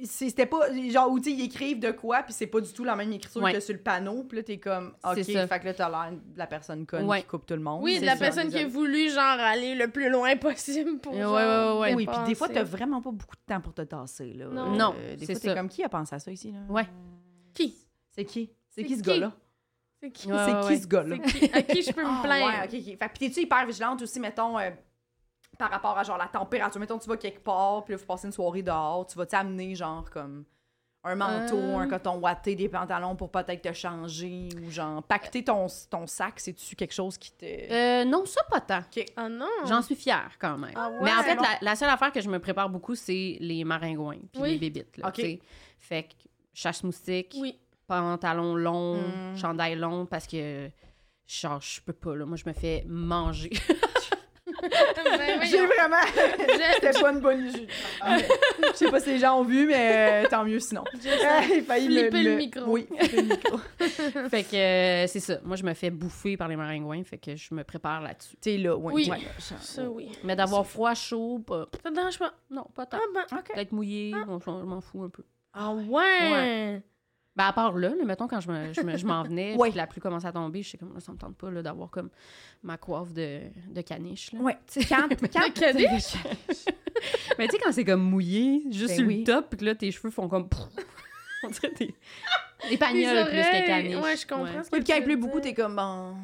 Speaker 2: euh, c'est- C'était pas. Genre, ou tu sais, ils écrivent de quoi, puis c'est pas du tout la même écriture
Speaker 4: Ouais.
Speaker 2: que sur le panneau. Puis là, t'es comme, OK,
Speaker 4: C'est ça.
Speaker 2: fait que là, t'as l'air de la personne conne
Speaker 4: Ouais.
Speaker 2: qui coupe tout le monde.
Speaker 3: Oui,
Speaker 4: C'est
Speaker 3: de la
Speaker 4: ça,
Speaker 3: personne qui a voulu, genre, aller le plus loin possible pour.
Speaker 4: Ouais,
Speaker 3: genre,
Speaker 4: ouais, ouais, ouais.
Speaker 2: Oui, puis des fois,
Speaker 3: dépasser.
Speaker 2: t'as vraiment pas beaucoup de temps pour te tasser. Là. Euh,
Speaker 3: Non.
Speaker 4: Non,
Speaker 2: des
Speaker 4: c'est
Speaker 2: fois, t'es
Speaker 4: ça.
Speaker 2: comme, qui a pensé à ça ici? Là?
Speaker 4: Ouais.
Speaker 3: Qui
Speaker 2: C'est qui? C'est
Speaker 3: C'est
Speaker 2: qui ce
Speaker 3: qui?
Speaker 2: gars-là?
Speaker 3: C'est qui
Speaker 4: Ouais,
Speaker 2: c'est qui
Speaker 4: ouais.
Speaker 2: ce gars-là?
Speaker 3: Qui- À qui je peux me
Speaker 2: Ah,
Speaker 3: plaindre
Speaker 2: ouais, ok, ok. Fait que, puis t'es-tu hyper vigilante aussi, mettons, euh, par rapport à genre la température? Mettons, tu vas quelque part, puis là, vous passez une soirée dehors, tu vas t'amener genre comme un manteau,
Speaker 4: Euh.
Speaker 2: un coton ouaté, des pantalons pour peut-être te changer ou genre pacter ton, ton sac, c'est-tu quelque chose qui te.
Speaker 4: Euh, non, ça, pas tant.
Speaker 3: Ah non.
Speaker 4: J'en suis fière, quand même.
Speaker 3: Ah ouais.
Speaker 4: Mais en fait,
Speaker 2: bon.
Speaker 4: la, la seule affaire que je me prépare beaucoup, c'est les maringouins puis
Speaker 3: Oui.
Speaker 4: les bébites. Là,
Speaker 2: Ok.
Speaker 4: tu sais. Fait que chasse moustique,
Speaker 3: Oui.
Speaker 4: pantalon long,
Speaker 2: Mm.
Speaker 4: chandail long, parce que genre, je peux pas. Là. Moi, je me fais manger.
Speaker 3: Ben
Speaker 2: J'ai
Speaker 3: voyons.
Speaker 2: vraiment.
Speaker 3: Je-
Speaker 2: C'était pas une bonne. Ah Je sais pas si les gens ont vu, mais euh, tant mieux sinon. Il faillit me-
Speaker 3: Flipper le
Speaker 2: me-
Speaker 3: micro.
Speaker 2: Oui, flipper le micro.
Speaker 4: fait que euh, c'est ça. Moi, je me fais bouffer par les maringouins. Fait que je me prépare là-dessus.
Speaker 2: T'es là, ouais,
Speaker 3: Oui.
Speaker 2: t'es là, genre,
Speaker 3: Ça, oui.
Speaker 4: Mais d'avoir froid, chaud, pas-
Speaker 3: Ça te dérange pas.
Speaker 4: non, pas
Speaker 3: Ah
Speaker 4: tant.
Speaker 3: ben.
Speaker 2: OK.
Speaker 4: Peut-être mouillé, bon, je m'en fous un peu.
Speaker 3: Ah ouais.
Speaker 4: Ben, à part là, là, mettons, quand je me- je me- je m'en venais,
Speaker 2: Ouais.
Speaker 4: puis la pluie commençait à tomber, je sais comme, ça me tente pas là, d'avoir comme ma coiffe de, de caniche. Là.
Speaker 2: Ouais. Quand, quand
Speaker 3: caniche?
Speaker 4: Mais tu sais, quand c'est comme mouillé, juste
Speaker 2: Ben
Speaker 4: sur
Speaker 2: oui.
Speaker 4: le top, puis que là, tes cheveux font comme. On dirait des. Des
Speaker 3: Les
Speaker 4: pagnoles plus que
Speaker 3: oreilles.
Speaker 4: caniche.
Speaker 3: Ouais, je comprends.
Speaker 4: Ouais.
Speaker 3: ce que
Speaker 2: Oui, puis quand
Speaker 3: tu
Speaker 2: il pleut
Speaker 3: veux
Speaker 2: beaucoup,
Speaker 3: dire.
Speaker 2: t'es comme. ben, Bon...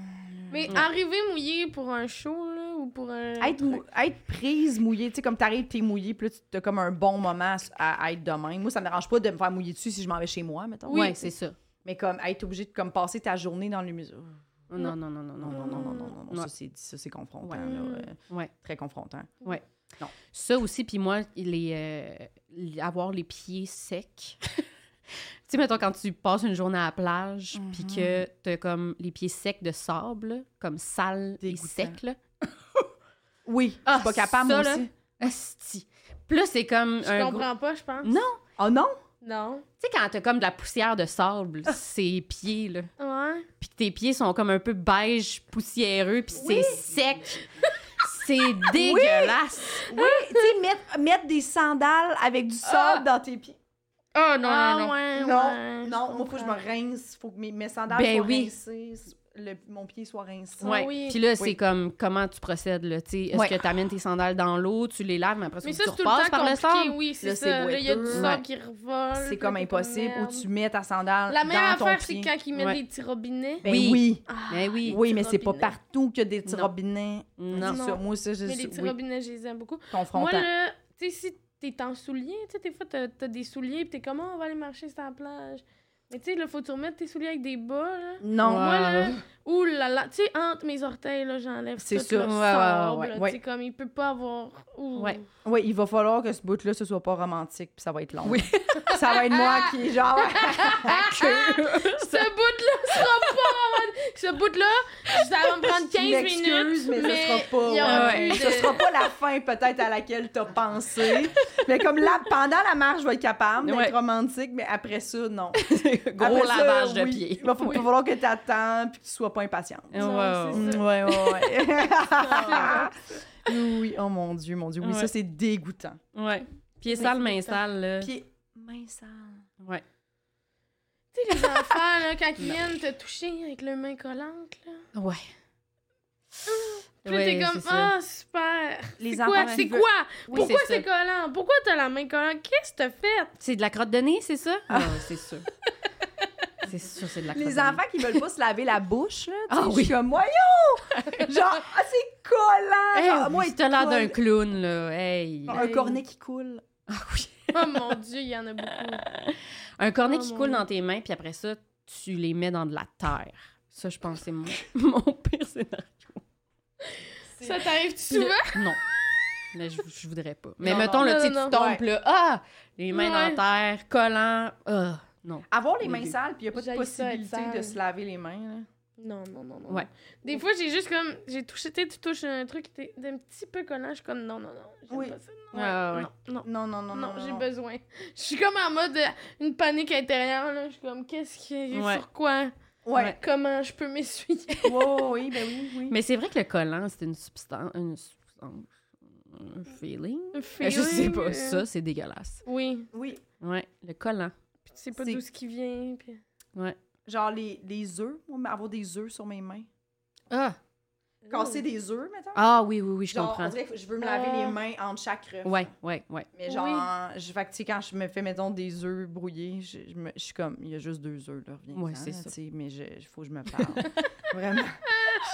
Speaker 3: Mais
Speaker 4: Ouais.
Speaker 3: arriver mouillé pour un show, là, ou pour un.
Speaker 2: Être, mou- être prise mouillée, tu sais, comme t'arrives, t'es mouillée, puis là, tu- t'as comme un bon moment à, à être demain. Moi, ça me dérange pas de me faire mouiller dessus si je m'en vais chez moi, mettons.
Speaker 4: Ouais, c'est ça.
Speaker 2: Mais comme être obligé de comme passer ta journée dans le musée.
Speaker 4: Non, non, non, non,
Speaker 2: Non, non,
Speaker 4: non,
Speaker 2: non, non, non, non, non,
Speaker 4: Ouais.
Speaker 2: Ça, c'est, ça, c'est confrontant,
Speaker 4: Ouais.
Speaker 2: là. euh,
Speaker 4: Ouais.
Speaker 2: Très confrontant.
Speaker 4: Ça aussi, puis moi, les, euh, les- avoir les pieds secs. tu sais, mettons, quand tu passes une journée à la plage, puis
Speaker 3: Mhm.
Speaker 4: que t'as comme les pieds secs de sable, là, comme sale et
Speaker 2: Dégoûtant.
Speaker 4: sec, là.
Speaker 2: Oui,
Speaker 4: Ah,
Speaker 2: je suis pas capable, moi
Speaker 4: ça, là.
Speaker 2: aussi.
Speaker 4: Asti. Puis là, c'est comme
Speaker 3: Je
Speaker 4: un. gros-
Speaker 3: comprends pas, je pense.
Speaker 4: Non.
Speaker 2: Oh non!
Speaker 3: Non.
Speaker 4: Tu sais, quand t'as comme de la poussière de sable, c'est pieds, là.
Speaker 3: Ouais.
Speaker 4: puis que tes pieds sont comme un peu beige, poussiéreux, puis c'est sec. c'est dégueulasse.
Speaker 2: Oui, tu sais, mettre, mettre des sandales avec du sable dans tes pieds.
Speaker 4: Oh
Speaker 3: ah, Ouais,
Speaker 2: non,
Speaker 3: ouais,
Speaker 2: non, moi, faut que je
Speaker 3: comprends.
Speaker 2: me rince, faut que mes, mes sandales
Speaker 4: Ben
Speaker 2: soient
Speaker 4: oui.
Speaker 2: rincées. le- mon pied soit rincé.
Speaker 4: Ouais.
Speaker 3: Ah oui.
Speaker 4: Puis là, c'est
Speaker 2: Oui.
Speaker 4: comme comment tu procèdes. là, tu sais. Est-ce
Speaker 2: Ouais.
Speaker 4: que tu amènes tes sandales dans l'eau, tu les laves, mais après ça,
Speaker 3: Mais ça,
Speaker 4: tu
Speaker 3: c'est tout le
Speaker 4: repasses
Speaker 3: temps
Speaker 4: par le
Speaker 3: compliqué,
Speaker 4: sable?
Speaker 3: oui, c'est
Speaker 2: Là,
Speaker 3: ça.
Speaker 2: c'est
Speaker 3: Là, il y a du
Speaker 2: boiteux.
Speaker 3: sable
Speaker 4: Ouais.
Speaker 3: qui revole.
Speaker 2: C'est comme
Speaker 3: puis t'es
Speaker 2: impossible où
Speaker 3: merde.
Speaker 2: tu mets ta sandale
Speaker 3: La meilleure
Speaker 2: dans ton
Speaker 3: affaire, c'est
Speaker 2: pied.
Speaker 3: quand ils mettent
Speaker 4: Ouais.
Speaker 3: des petits robinets.
Speaker 2: Ben
Speaker 4: Oui.
Speaker 2: oui. Oui,
Speaker 3: Ah,
Speaker 4: Mais oui.
Speaker 3: petits
Speaker 2: mais c'est pas
Speaker 3: robinets.
Speaker 2: partout qu'il y a des petits
Speaker 4: Non.
Speaker 2: robinets.
Speaker 4: Non.
Speaker 2: C'est ça, moi, ça, je
Speaker 3: Mais les petits
Speaker 2: oui,
Speaker 3: robinets, je les aime beaucoup. Moi,
Speaker 2: confrontant.
Speaker 3: là, tu sais, si t'es en souliers, tu sais, des fois, t'as t'as des souliers, pis t'es comme, Ah, on va aller marcher sur la plage. Mais tu sais, là, faut que tu remettes tes souliers avec des bas, là.
Speaker 2: Non,
Speaker 4: Ouais.
Speaker 3: Moi, là, ouh là là, tu sais, entre mes orteils, là, j'enlève tout
Speaker 2: C'est
Speaker 3: le
Speaker 2: sûr,
Speaker 3: sable.
Speaker 4: ouais, ouais,
Speaker 2: ouais,
Speaker 3: là,
Speaker 2: ouais.
Speaker 3: Tu sais, comme, il peut pas avoir... Ouh.
Speaker 4: Ouais.
Speaker 2: Oui, il va falloir que ce bout-là, ce soit pas romantique, puis ça va être long. Oui. ça va être moi qui, genre,
Speaker 3: Ce bout-là sera pas romantique. Ce bout-là, ça va me prendre 15 minutes.
Speaker 2: m'excuse, mais, ce sera pas. euh,
Speaker 3: il y aura
Speaker 4: ouais.
Speaker 3: plus
Speaker 2: Ce
Speaker 3: de-
Speaker 2: sera pas la fin, peut-être, à laquelle t'as pensé. Mais comme là, pendant la marche, je vais être capable d'être
Speaker 4: Ouais.
Speaker 2: romantique, mais après ça, non.
Speaker 4: Gros
Speaker 2: Après ça,
Speaker 4: lavage de
Speaker 2: oui.
Speaker 4: pied.
Speaker 2: Il va fa- falloir que t'attends, puis que tu sois pas impatiente.
Speaker 3: Non,
Speaker 4: Ouais,
Speaker 3: c'est
Speaker 4: ouais.
Speaker 2: Oui,
Speaker 3: ça.
Speaker 2: ouais, ouais. oui, oui, oh mon Dieu, mon Dieu. Oui,
Speaker 4: Ouais.
Speaker 2: ça, c'est dégoûtant.
Speaker 4: Ouais. Pied sale,
Speaker 3: Mais
Speaker 4: main
Speaker 3: c'est
Speaker 4: sale. là.
Speaker 2: Puis, mince, sale.
Speaker 4: Ouais.
Speaker 3: Tu sais, les enfants, là, quand ils viennent te toucher avec leurs mains collantes, là.
Speaker 4: Ouais.
Speaker 3: Puis là, t'es comme,
Speaker 4: c'est ça.
Speaker 3: ah, super.
Speaker 2: Les
Speaker 3: C'est quoi?
Speaker 2: enfants,
Speaker 3: C'est
Speaker 2: ils veulent-
Speaker 3: quoi?
Speaker 4: Oui,
Speaker 3: Pourquoi
Speaker 4: c'est
Speaker 3: c'est collant? Pourquoi t'as la main collante? Qu'est-ce que t'as fait?
Speaker 4: C'est de la crotte de nez, c'est ça? Ah, c'est sûr. c'est sûr, c'est de la crotte
Speaker 2: Les
Speaker 4: de nez.
Speaker 2: enfants qui veulent pas se laver la bouche, là, tu
Speaker 4: Ah
Speaker 2: sais, je
Speaker 4: oui.
Speaker 2: suis comme, voyons! Genre, ah, c'est collant!
Speaker 4: Hey,
Speaker 2: Genre, moi,
Speaker 4: Eh oui, t'as l'air d'un
Speaker 2: colle-
Speaker 4: clown, là. Hey.
Speaker 2: Un
Speaker 3: Hey.
Speaker 2: cornet qui coule.
Speaker 3: Oh mon Dieu, il y en a beaucoup.
Speaker 4: Un cornet
Speaker 3: Oh,
Speaker 4: qui
Speaker 3: mon
Speaker 4: coule
Speaker 3: Dieu.
Speaker 4: dans tes mains, puis après ça, tu les mets dans de la terre. Ça, je pense, que c'est mon, mon pire scénario.
Speaker 3: Ça t'arrive souvent?
Speaker 4: Le- Non. Mais je, je voudrais pas. Mais
Speaker 2: Non,
Speaker 4: mettons,
Speaker 2: non.
Speaker 4: là,
Speaker 3: Non,
Speaker 4: tu sais, tu
Speaker 3: non,
Speaker 4: tombes,
Speaker 3: non.
Speaker 4: puis là, ah! Les mains
Speaker 3: Ouais.
Speaker 4: dans la terre, collant. Ah! Non.
Speaker 2: Avoir les mains
Speaker 4: Oui.
Speaker 2: sales, puis il n'y a pas de
Speaker 3: J'haïs ça, être
Speaker 2: possibilité de
Speaker 3: sale.
Speaker 2: se laver les mains. là.
Speaker 3: Non, non, non, non.
Speaker 4: Ouais.
Speaker 3: Des fois, j'ai juste comme. J'ai touché, tu sais, tu touches un truc qui est un petit peu collant, je suis comme non, non, non. j'aime
Speaker 2: Oui.
Speaker 3: Pas ça.
Speaker 4: Ouais, ouais, ouais.
Speaker 3: Non, non.
Speaker 2: Non, non, non,
Speaker 3: Non,
Speaker 2: non.
Speaker 3: j'ai
Speaker 2: non.
Speaker 3: besoin. Je suis comme en mode euh, une panique intérieure, là. Je suis comme, qu'est-ce qui.
Speaker 4: Ouais.
Speaker 3: Sur quoi?
Speaker 2: Ouais.
Speaker 3: Comment je peux m'essuyer?
Speaker 2: Ouais, ouais, oui, ben oui, oui.
Speaker 4: Mais c'est vrai que le collant, c'est une substance. Une substance. Un feeling. Ben, Je sais
Speaker 3: Feeling,
Speaker 4: pas.
Speaker 3: euh,
Speaker 4: Ça, c'est dégueulasse.
Speaker 3: Oui.
Speaker 2: Oui,
Speaker 4: Ouais, le collant.
Speaker 3: Puis tu sais pas
Speaker 2: C'est-
Speaker 3: d'où ce qui vient. Puis...
Speaker 2: genre les, les œufs. Moi, mais avoir des œufs sur mes mains.
Speaker 4: Ah!
Speaker 3: euh,
Speaker 2: Casser des œufs, mettons.
Speaker 4: Ah oui, oui, oui, je
Speaker 2: genre, on
Speaker 4: comprends.
Speaker 2: dirait que je veux me laver
Speaker 3: Ah.
Speaker 2: les mains entre chaque ref.
Speaker 4: Ouais, ouais, ouais.
Speaker 2: Mais genre, je, fait que, tu sais, quand je me fais, mettons, des œufs brouillés, je, je me- je suis comme, il y a juste deux œufs, là, reviens.
Speaker 4: Ouais, c'est ça.
Speaker 2: Mais il faut que je me parle. Vraiment.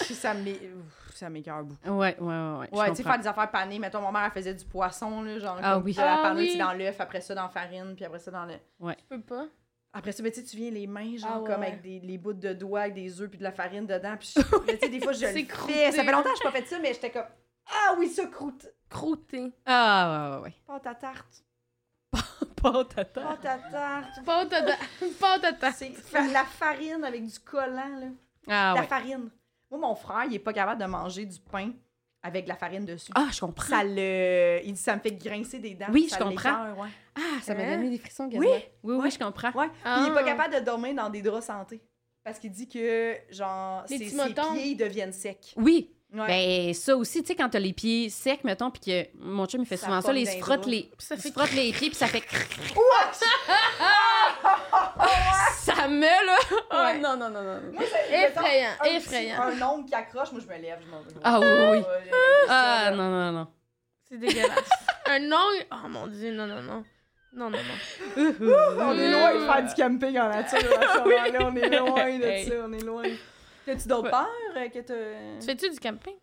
Speaker 2: Je- ça m'é- ouf, ça m'écoeure beaucoup.
Speaker 4: Ouais, ouais, ouais. ouais, je
Speaker 2: Ouais, tu sais,
Speaker 4: comprends.
Speaker 2: faire des affaires panées. Mettons, ma mère, elle faisait du poisson, là, genre,
Speaker 4: Ah
Speaker 2: comme,
Speaker 4: oui.
Speaker 2: elle la
Speaker 3: Ah
Speaker 2: panait, tu
Speaker 3: oui.
Speaker 2: sais, dans l'œuf, après ça, dans la farine, puis après ça, dans le.
Speaker 3: Je peux pas.
Speaker 2: Après ça, ben, tu sais, tu viens les mains, genre,
Speaker 3: Ah ouais,
Speaker 2: comme
Speaker 3: ouais.
Speaker 2: avec des, les bouts de doigts, avec des œufs, puis de la farine dedans. Puis, je- mais tu sais, des fois, je le
Speaker 3: C'est
Speaker 2: fais.
Speaker 3: croûté.
Speaker 2: Ça fait longtemps que je n'ai pas fait ça, mais j'étais comme, ah oui, ça croûte.
Speaker 3: Croûter.
Speaker 4: Ah ouais, ouais, ouais.
Speaker 2: Pâte à tarte.
Speaker 4: Pâte à terre.
Speaker 2: Pâte à tarte.
Speaker 3: Pâte à ta- Pâte à ta.
Speaker 2: C'est fa- la farine avec du collant, là.
Speaker 4: Ah
Speaker 2: la
Speaker 4: ouais.
Speaker 2: farine. Moi, mon frère, il est pas capable de manger du pain avec de la farine dessus.
Speaker 4: Ah, je comprends.
Speaker 2: Ça le... Il dit, ça me fait grincer des dents.
Speaker 4: Oui,
Speaker 2: ça
Speaker 4: je comprends.
Speaker 2: l'écoeure, ouais.
Speaker 4: Ah, ça m'a
Speaker 3: Hein?
Speaker 4: donné des frissons
Speaker 2: Oui,
Speaker 4: quasiment. oui,
Speaker 2: ouais.
Speaker 4: je comprends.
Speaker 2: Ouais. Puis il est
Speaker 3: Ah.
Speaker 2: pas capable de dormir dans des draps santé. Parce qu'il dit que, genre,
Speaker 3: Les
Speaker 2: ses, ses
Speaker 3: petits motons.
Speaker 2: pieds ils deviennent secs.
Speaker 4: Oui,
Speaker 2: Ouais.
Speaker 4: ben ça aussi, tu sais, quand t'as les pieds secs, mettons, puis que mon chum, il fait
Speaker 2: Ça
Speaker 4: souvent ça,
Speaker 2: pogne
Speaker 4: là, il
Speaker 2: dans
Speaker 4: se
Speaker 2: les
Speaker 4: frotte
Speaker 2: bras.
Speaker 4: les,
Speaker 3: Puis ça
Speaker 4: il se
Speaker 3: fait
Speaker 4: frotte les pieds, puis ça fait... ça me, là!
Speaker 3: Ouais.
Speaker 4: Oh non, non, non, non. non.
Speaker 2: Moi, ça- mettons,
Speaker 3: Effrayant,
Speaker 2: un petit-
Speaker 3: effrayant.
Speaker 2: Un ongle qui accroche, moi, je me lève, je m'en vais.
Speaker 4: Ah oui, oui, oui.
Speaker 2: Ouais,
Speaker 4: Ah non, non, non.
Speaker 3: C'est dégueulasse. un ongle. Oh mon dieu, non, non, non. Non, non, non.
Speaker 2: On est loin de faire du camping en nature
Speaker 3: Ah
Speaker 2: à ce moment-là. On est loin de
Speaker 4: Hey.
Speaker 2: ça, on est loin. T'as-tu d'autres
Speaker 4: Ouais.
Speaker 2: peurs euh, que t'as...
Speaker 3: Tu fais-tu du camping?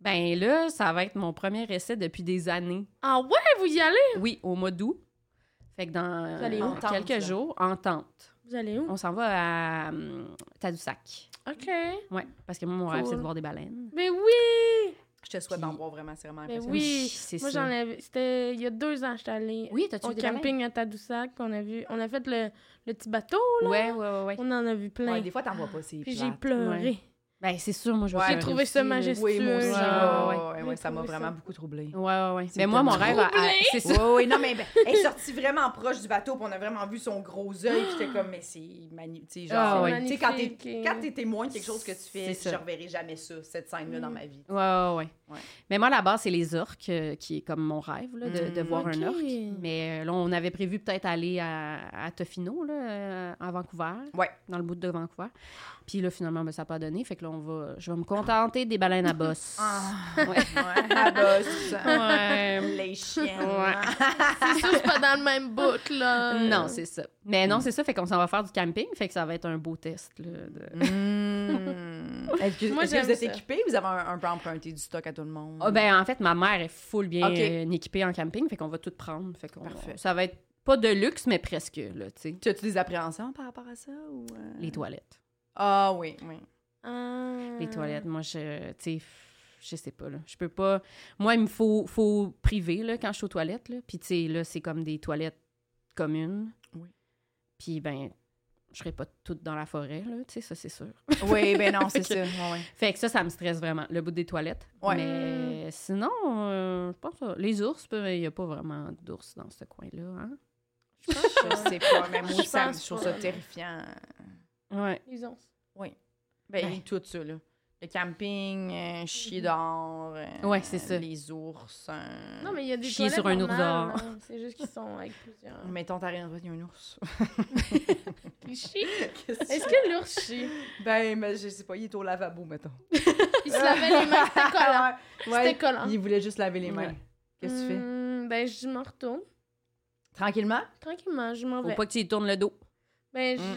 Speaker 4: Ben là, ça va être mon premier essai depuis des années.
Speaker 3: Ah ouais, vous y allez?
Speaker 4: Oui, au mois d'août. Fait que dans
Speaker 3: Vous allez où?
Speaker 4: en
Speaker 2: En tente,
Speaker 4: quelques
Speaker 2: là.
Speaker 4: jours, en tente.
Speaker 3: Vous allez où?
Speaker 4: On s'en va à hum, Tadoussac.
Speaker 3: OK.
Speaker 4: Ouais, parce que moi, mon rêve,
Speaker 3: Cool.
Speaker 4: c'est de voir des baleines.
Speaker 3: Mais oui!
Speaker 2: Je te souhaite d'en voir vraiment, c'est vraiment
Speaker 3: Mais
Speaker 2: impressionnant.
Speaker 3: oui!
Speaker 4: c'est
Speaker 3: Moi,
Speaker 4: ça.
Speaker 3: j'en avais... C'était il y a deux ans, j'étais allée
Speaker 4: Oui, t'as-tu
Speaker 3: au
Speaker 4: vu des baleines?
Speaker 3: camping à Tadoussac, puis on a vu... On a fait le, le petit bateau, là.
Speaker 4: Ouais, ouais, ouais, ouais.
Speaker 3: On en a vu plein.
Speaker 2: Ouais, des fois, t'en vois pas, c'est
Speaker 3: puis j'ai
Speaker 2: plate.
Speaker 3: pleuré.
Speaker 4: Ben, c'est sûr, moi, je vais
Speaker 2: Ouais.
Speaker 4: faire
Speaker 2: J'ai
Speaker 3: trouvé
Speaker 4: aussi,
Speaker 3: ça
Speaker 4: là.
Speaker 3: majestueux. Ah,
Speaker 2: Oui, moi aussi.
Speaker 4: Ouais,
Speaker 2: ouais,
Speaker 4: ouais,
Speaker 2: ouais, ouais,
Speaker 3: J'ai
Speaker 2: ça m'a
Speaker 3: trouvé
Speaker 2: vraiment
Speaker 3: ça.
Speaker 2: beaucoup troublée.
Speaker 4: Ouais, ouais, ouais.
Speaker 2: C'est
Speaker 4: Mais moi, mon
Speaker 2: tellement
Speaker 4: rêve, à- à-
Speaker 3: troublé.
Speaker 4: c'est
Speaker 2: Oui,
Speaker 4: ça.
Speaker 2: oui, non, mais ben, elle est sortie vraiment proche du bateau, puis on a vraiment vu son gros œil, puis j'étais comme, mais c'est magnifique. Tu sais,
Speaker 4: Ah,
Speaker 2: genre,
Speaker 4: ouais.
Speaker 2: tu sais, quand t'es
Speaker 3: Magnifique.
Speaker 2: quand t'es témoin de quelque chose que tu
Speaker 4: C'est
Speaker 2: fais,
Speaker 4: ça.
Speaker 2: je reverrai jamais ça, cette scène-là, dans ma vie.
Speaker 4: Ouais, ouais, ouais.
Speaker 2: Ouais.
Speaker 4: Mais moi, à la base, c'est les orques euh, qui est comme mon rêve, là, de, de
Speaker 2: Mm,
Speaker 4: voir
Speaker 3: ok.
Speaker 4: un orque. Mais euh, là, on avait prévu peut-être aller à, à Tofino, là, euh, à Vancouver,
Speaker 2: Ouais.
Speaker 4: dans le bout de Vancouver. Puis là, finalement, ben, ça n'a pas donné. Fait que là, on va, je vais me contenter des baleines à bosse.
Speaker 2: Ah.
Speaker 4: Ouais.
Speaker 2: ouais, à bosse.
Speaker 4: Ouais.
Speaker 2: Les chiens.
Speaker 4: Ouais.
Speaker 3: C'est sûr, c'est pas dans le même bout, là.
Speaker 4: Non, c'est ça. Mais
Speaker 2: Hmm.
Speaker 4: non, c'est ça. Fait qu'on s'en va faire du camping. Fait que ça va être un beau test. là, de-
Speaker 2: Mmh. Est-ce que,
Speaker 3: Moi,
Speaker 2: est-ce que vous
Speaker 3: j'aime
Speaker 2: êtes
Speaker 3: ça.
Speaker 2: équipés? Vous avez un, un peu emprunté du stock à tout le monde?
Speaker 4: Ah, ben, en fait, ma mère est full bien
Speaker 2: Mm. Ok.
Speaker 4: euh, équipée en camping. Fait qu'on va tout prendre. Fait qu'on
Speaker 2: Parfait.
Speaker 4: ça va être pas de luxe, mais presque, là, tu sais.
Speaker 2: Tu as-tu des appréhensions par rapport à ça? Ou euh?
Speaker 4: Les toilettes.
Speaker 2: Ah oui, oui.
Speaker 3: Ah.
Speaker 4: Les toilettes, moi, je. Tu sais, je sais pas, là. Je peux pas. Moi, il me faut, faut priver, là, quand je suis aux toilettes, là. Puis, tu sais, là, c'est comme des toilettes communes.
Speaker 2: Oui.
Speaker 4: Puis, ben, je serais pas toute dans la forêt, là. Tu sais, ça, c'est sûr.
Speaker 2: Oui, ben non, c'est ça. ouais, ouais.
Speaker 4: Fait que ça, ça me stresse vraiment, le bout des toilettes.
Speaker 2: Ouais.
Speaker 4: Mais sinon, euh, je pense que les ours, peu- il n'y a pas vraiment d'ours dans ce coin-là. Hein?
Speaker 3: Je pense que
Speaker 2: Je sais pas, mais moi,
Speaker 3: Je
Speaker 2: ça,
Speaker 3: pense
Speaker 2: je trouve
Speaker 3: pas.
Speaker 2: ça terrifiant.
Speaker 4: Ouais.
Speaker 3: Ils ont.
Speaker 2: Ben,
Speaker 4: Ouais.
Speaker 2: tout ça, là. Le camping, euh,
Speaker 3: Mm-hmm.
Speaker 2: chier dehors. euh,
Speaker 4: Ouais, c'est ça.
Speaker 2: Les ours. euh,
Speaker 3: Non, mais il y a des
Speaker 4: Chier sur
Speaker 3: toilettes
Speaker 4: un ours
Speaker 3: normales, hein. C'est juste qu'ils sont avec plusieurs.
Speaker 2: Mettons, t'arrives il y a un ours.
Speaker 3: Ils chient. Est-ce que l'ours chie?
Speaker 2: Ben, mais je sais pas, il est au lavabo, mettons.
Speaker 3: Il se lavait les mains, c'était collant.
Speaker 2: Ouais,
Speaker 3: C'était collant.
Speaker 2: il voulait juste laver les mains.
Speaker 4: Ouais.
Speaker 2: Qu'est-ce que tu fais?
Speaker 3: Hum, Ben, je m'en retourne.
Speaker 2: Tranquillement?
Speaker 3: Tranquillement, je m'en
Speaker 4: Faut
Speaker 3: vais.
Speaker 4: pas que tu y tournes le dos.
Speaker 3: Ben,
Speaker 2: Mm.
Speaker 3: je,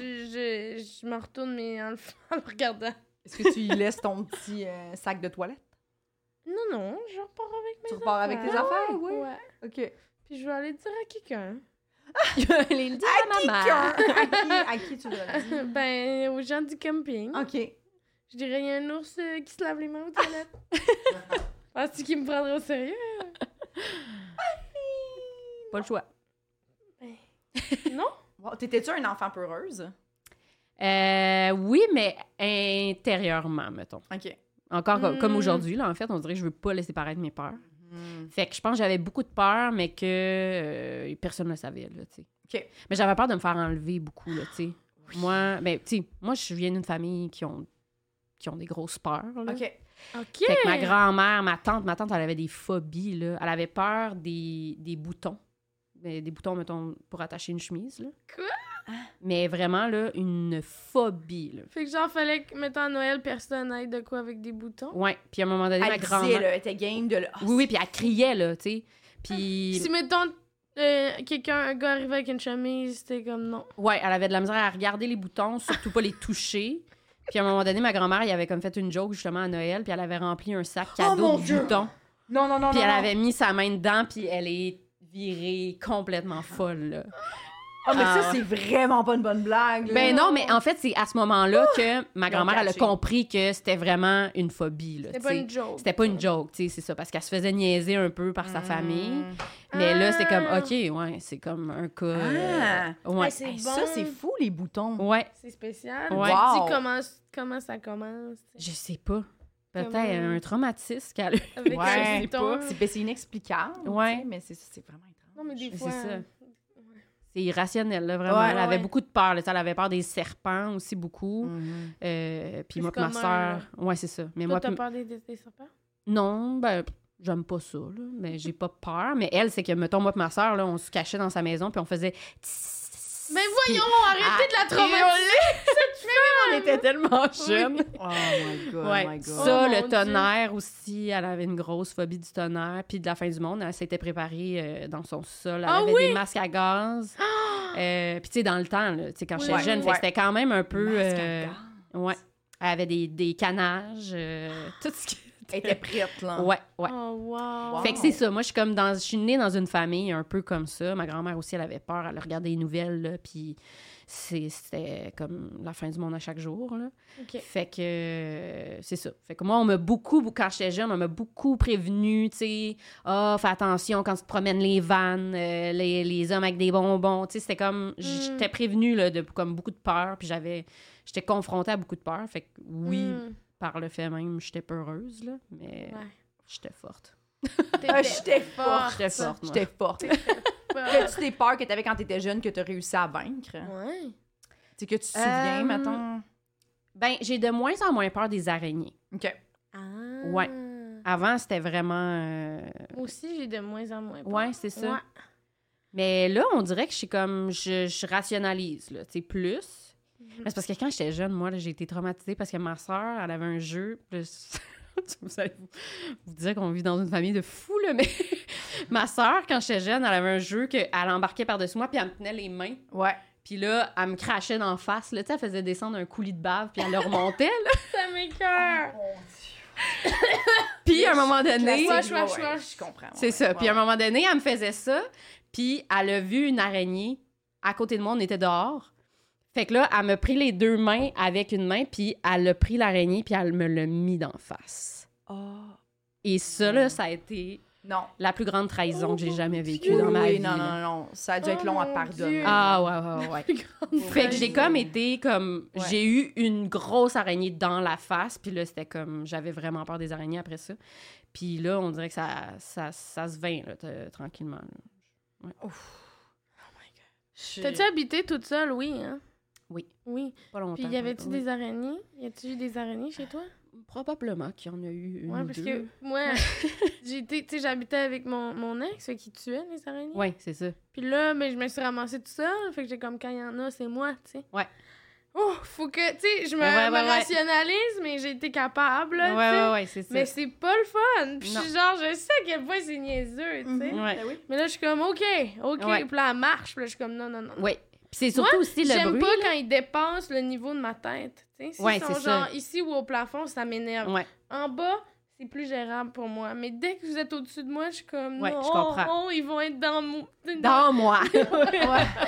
Speaker 3: je, je m'en retourne, mais en le, en le regardant.
Speaker 2: Est-ce que tu y laisses ton petit euh, sac de toilette?
Speaker 3: Non, non, je repars avec mes
Speaker 2: Tu repars avec tes affaires?
Speaker 3: Ouais.
Speaker 2: OK.
Speaker 3: Puis je vais aller dire à quelqu'un.
Speaker 4: les le dit à ma mère.
Speaker 2: à, qui, à qui tu le dis?
Speaker 3: ben, aux gens du camping.
Speaker 2: Ah. OK.
Speaker 3: Je dirais, il y a un ours euh, qui se lave les mains aux toilettes. Penses-tu qu'il me prendrait au sérieux?
Speaker 4: Pas le choix.
Speaker 3: Non?
Speaker 2: Wow, T'étais-tu un enfant peureuse?
Speaker 4: Euh, oui, mais intérieurement, mettons.
Speaker 2: OK.
Speaker 4: Encore comme, comme
Speaker 3: Hmm.
Speaker 4: aujourd'hui, là, en fait, on dirait que je veux pas laisser paraître mes peurs.
Speaker 3: Mm.
Speaker 4: Fait que je pense que j'avais beaucoup de peur, mais que euh, personne ne le savait, là, tu sais.
Speaker 2: OK.
Speaker 4: Mais j'avais peur de me faire enlever beaucoup, là, tu sais. Moi, ben, tu sais, moi, je viens d'une famille qui ont, qui ont des grosses peurs, là.
Speaker 2: OK.
Speaker 3: OK.
Speaker 4: Fait que ma grand-mère, ma tante, ma tante, elle avait des phobies, là. Elle avait peur des, des boutons. Ben, Des, des boutons, mettons, pour attacher une chemise, là.
Speaker 3: Quoi?
Speaker 4: Mais vraiment, là, une phobie, là.
Speaker 3: Fait que genre, fallait que, mettons, à Noël, personne aille de quoi avec des boutons.
Speaker 4: Ouais. Puis à un moment donné, ma
Speaker 2: Elle disait,
Speaker 4: grand-mère...
Speaker 2: là, était game de... le- Ah,
Speaker 4: Oui, oui, puis elle criait, là, tu sais. Puis...
Speaker 3: Si, mettons, euh, quelqu'un, un gars arrivait avec une chemise, c'était comme non.
Speaker 4: Ouais, elle avait de la misère à regarder les boutons, surtout pas les toucher. Puis à un moment donné, ma grand-mère, il avait comme fait une joke justement à Noël, puis elle avait rempli un sac cadeau
Speaker 2: mon
Speaker 4: de
Speaker 2: Dieu!
Speaker 4: boutons.
Speaker 2: Non, non, non,
Speaker 4: Puis
Speaker 2: non,
Speaker 4: elle
Speaker 2: non.
Speaker 4: avait mis sa main dedans, puis elle est virée complètement folle. là.
Speaker 2: Ah, mais ça,
Speaker 4: Ah.
Speaker 2: c'est vraiment pas une bonne blague. là.
Speaker 4: Ben non, mais en fait, c'est à ce moment-là que ma
Speaker 2: Ils l'ont
Speaker 4: grand-mère, elle a
Speaker 2: catché.
Speaker 4: compris que c'était vraiment une phobie. là,
Speaker 3: C'était
Speaker 4: tu
Speaker 3: pas
Speaker 4: sais.
Speaker 3: une joke.
Speaker 4: C'était pas une joke, tu sais, c'est ça, parce qu'elle se faisait niaiser un peu par
Speaker 2: Mmh.
Speaker 4: sa famille.
Speaker 2: Hmm.
Speaker 4: Mais là, c'était comme,
Speaker 3: Ah.
Speaker 4: OK, ouais, c'est comme un cas. euh,
Speaker 2: Ah.
Speaker 4: ouais.
Speaker 3: Hey, c'est
Speaker 2: Hey,
Speaker 3: bon.
Speaker 2: Ça, c'est fou, les boutons.
Speaker 4: ouais,
Speaker 3: C'est spécial.
Speaker 4: Ouais.
Speaker 3: Tu
Speaker 2: Wow.
Speaker 3: dis comment, comment ça commence. tu sais.
Speaker 4: je sais pas. Peut-être
Speaker 3: Comme-
Speaker 4: un traumatisme qu'elle a eu.
Speaker 3: Avec
Speaker 2: Ouais.
Speaker 3: un bouton.
Speaker 2: C'est ben, c'est inexplicable.
Speaker 4: Ouais.
Speaker 2: tu sais, Mais c'est c'est vraiment étrange.
Speaker 3: Non, mais des
Speaker 4: C'est
Speaker 3: fois.
Speaker 4: ça.
Speaker 3: euh,
Speaker 4: C'est irrationnel, là, vraiment.
Speaker 2: Ouais,
Speaker 4: elle
Speaker 3: ouais,
Speaker 4: avait
Speaker 3: ouais.
Speaker 4: beaucoup de peur. là, tu sais, elle avait peur des serpents aussi, beaucoup.
Speaker 2: Mhm.
Speaker 4: Euh,
Speaker 3: C'est
Speaker 4: puis moi, puis ma
Speaker 3: commun,
Speaker 4: soeur. Ouais, c'est ça. Mais
Speaker 3: Toi,
Speaker 4: moi,
Speaker 3: t'as
Speaker 4: puis-
Speaker 3: peur des, des, des serpents?
Speaker 4: non, ben, j'aime pas ça, là. Mais j'ai pas peur. Mais elle, c'est que, mettons, moi, puis ma soeur, là, on se cachait dans sa maison, puis on faisait. tss,
Speaker 3: Mais
Speaker 4: puis-
Speaker 3: voyons, arrêtez de la traumatiser!
Speaker 4: on était tellement jeunes.
Speaker 2: Oh my god,
Speaker 4: Ouais.
Speaker 2: my god.
Speaker 4: Ça,
Speaker 3: Oh,
Speaker 4: le
Speaker 3: mon
Speaker 4: tonnerre aussi, elle avait une grosse phobie du tonnerre, puis de la fin du monde. Elle s'était préparée euh, dans son sol. Elle
Speaker 3: Ah
Speaker 4: avait
Speaker 3: oui!
Speaker 4: des masques à gaz. Euh, puis tu sais, dans le temps, là, tu sais, quand
Speaker 3: Oui,
Speaker 4: j'étais
Speaker 3: oui,
Speaker 4: jeune,
Speaker 3: oui.
Speaker 4: fait que c'était quand même un peu...
Speaker 2: Masque à
Speaker 4: euh,
Speaker 2: gaz.
Speaker 4: ouais. Elle avait des, des canages, euh, tout ce qui...
Speaker 2: Elle était prête, là.
Speaker 4: Ouais, ouais.
Speaker 3: Oh, wow.
Speaker 2: Wow.
Speaker 4: Fait que c'est ça. Moi, je suis comme dans... Je suis née dans une famille un peu comme ça. Ma grand-mère aussi, elle avait peur. Elle regardait les nouvelles, là, puis c'est- c'était comme la fin du monde à chaque jour, là.
Speaker 3: Ok.
Speaker 4: Fait que euh, c'est ça. Fait que moi, on m'a beaucoup, quand j'étais jeune, on m'a beaucoup prévenu, tu sais, ah, fais attention quand tu te promènes les vannes, euh, les, les hommes avec des bonbons, tu sais, c'était comme, j'étais prévenue là, de comme beaucoup de peur, puis j'avais, j'étais confrontée à beaucoup de peur. Fait que oui,
Speaker 3: Hmm.
Speaker 4: par le fait même, j'étais peureuse, là, mais
Speaker 3: Ouais.
Speaker 4: j'étais forte.
Speaker 2: Ah, J'étais forte.
Speaker 4: J'étais forte, moi.
Speaker 2: J'étais forte. As-tu des peurs que t'avais quand t'étais jeune que t'as réussi à vaincre?
Speaker 3: Ouais.
Speaker 2: C'est que tu te souviens,
Speaker 4: Euh,
Speaker 2: mettons?
Speaker 4: Ben, j'ai de moins en moins peur des araignées.
Speaker 2: OK.
Speaker 3: Ah.
Speaker 4: Ouais. Avant, c'était vraiment. euh,
Speaker 3: Moi aussi, j'ai de moins en moins. peur.
Speaker 4: Ouais, c'est ça.
Speaker 3: Ouais.
Speaker 4: Mais là, on dirait que je suis comme. Je, je rationalise, là, tu sais, plus. Mais c'est parce que quand j'étais jeune, moi, là, j'ai été traumatisée parce que ma sœur, elle avait un jeu. Plus... vous allez vous, vous dire qu'on vit dans une famille de fous, là, mais ma sœur, quand j'étais jeune, elle avait un jeu qu'elle embarquait par-dessus moi, puis elle me tenait les mains.
Speaker 2: Ouais.
Speaker 4: Puis là, elle me crachait d'en face. Là, tu sais, elle faisait descendre un coulis de bave, puis elle le remontait. là.
Speaker 3: Ça m'écoeure.
Speaker 4: Puis à un moment donné,
Speaker 3: Classique. Wesh, wesh,
Speaker 2: Ouais, ouais,
Speaker 3: wesh.
Speaker 2: Je comprends. ouais,
Speaker 4: c'est
Speaker 2: ouais,
Speaker 4: ça.
Speaker 2: ouais,
Speaker 4: Puis à un moment donné, elle me faisait ça. Puis elle a vu une araignée à côté de moi. On était dehors. Fait que là, elle m'a pris les deux mains avec une main, puis elle a pris l'araignée, puis elle me l'a mis d'en face. Oh.
Speaker 2: Ah.
Speaker 4: Et ça,
Speaker 2: Hmm.
Speaker 4: là, ça a été
Speaker 2: Non.
Speaker 4: la plus grande trahison que j'ai jamais vécue
Speaker 2: Oui,
Speaker 4: dans ma
Speaker 2: oui,
Speaker 4: vie.
Speaker 2: non,
Speaker 4: là.
Speaker 2: non, non. Ça a dû être
Speaker 3: Oh
Speaker 2: long à
Speaker 3: mon
Speaker 2: pardonner.
Speaker 3: Dieu. Ben
Speaker 4: Ah ouais, ouais, ouais. Fait que j'ai comme été comme
Speaker 2: Ouais.
Speaker 4: j'ai eu une grosse araignée dans la face puis là c'était comme j'avais vraiment peur des araignées après ça. Puis là on dirait que ça ça, ça se vint là, t- tranquillement. là.
Speaker 3: T'as-tu habité toute seule, oui, hein?
Speaker 4: Oui.
Speaker 3: Oui.
Speaker 4: Pas
Speaker 3: Puis
Speaker 4: longtemps.
Speaker 3: y avait-tu
Speaker 4: oui.
Speaker 3: des araignées? Y a-tu eu des araignées chez toi?
Speaker 4: probablement qu'il y en a eu une
Speaker 3: ouais,
Speaker 4: ou
Speaker 3: parce
Speaker 4: deux.
Speaker 3: que moi, j'étais, tu sais, j'habitais avec mon, mon ex, fait qu'il tuait les araignées.
Speaker 4: Ouais, c'est ça.
Speaker 3: Puis là, mais je me suis ramassée tout seule, fait que j'ai comme quand il y en a, c'est moi, tu sais.
Speaker 4: Ouais.
Speaker 3: Oh, faut que, tu sais, je me,
Speaker 4: Ouais, ouais,
Speaker 3: me
Speaker 4: ouais, ouais.
Speaker 3: rationalise, mais j'ai été capable, là,
Speaker 4: ouais,
Speaker 3: tu sais.
Speaker 4: ouais, ouais, c'est ça.
Speaker 3: Mais c'est pas le fun. Puis je
Speaker 4: Non.
Speaker 3: suis genre, je sais à quel point c'est niaiseux, tu sais.
Speaker 4: Mhm. Ouais.
Speaker 2: Ben oui.
Speaker 3: Mais là, je suis comme, OK, OK.
Speaker 4: Ouais.
Speaker 3: Puis là, elle marche. Puis là, je suis comme, non, non, non.
Speaker 4: Ouais. Puis c'est surtout aussi le
Speaker 3: J'aime
Speaker 4: bruit.
Speaker 3: pas quand ils dépassent le niveau de ma tête. tu sais. S'ils
Speaker 4: Ouais,
Speaker 3: sont
Speaker 4: c'est
Speaker 3: genre
Speaker 4: ça.
Speaker 3: ici ou au plafond, ça m'énerve.
Speaker 4: Ouais.
Speaker 3: En bas, c'est plus gérable pour moi. Mais dès que vous êtes au-dessus de moi, je suis comme,
Speaker 4: Ouais,
Speaker 3: non,
Speaker 4: je comprends.
Speaker 3: oh, ils vont être dans mon...
Speaker 4: Dans moi.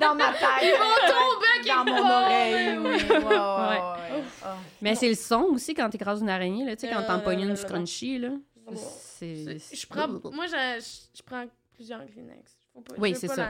Speaker 2: Dans ma taille.
Speaker 3: Ils vont tomber
Speaker 2: Dans
Speaker 3: quelque
Speaker 2: mon
Speaker 3: part.
Speaker 2: oreille. Oui, ouais, ouais, ouais, ouais.
Speaker 3: Ouf.
Speaker 2: Ah.
Speaker 4: Mais c'est le son aussi quand t'écrases une araignée là, tu sais quand
Speaker 3: Euh,
Speaker 4: t'en pognes
Speaker 3: là, là,
Speaker 4: une
Speaker 3: là, là.
Speaker 4: scrunchie là.
Speaker 3: Bon.
Speaker 4: C'est
Speaker 3: Je prends... Moi, je, je- je prends plusieurs Kleenex. Faut pas-
Speaker 4: Oui,
Speaker 3: je veux
Speaker 4: c'est
Speaker 3: pas
Speaker 4: ça.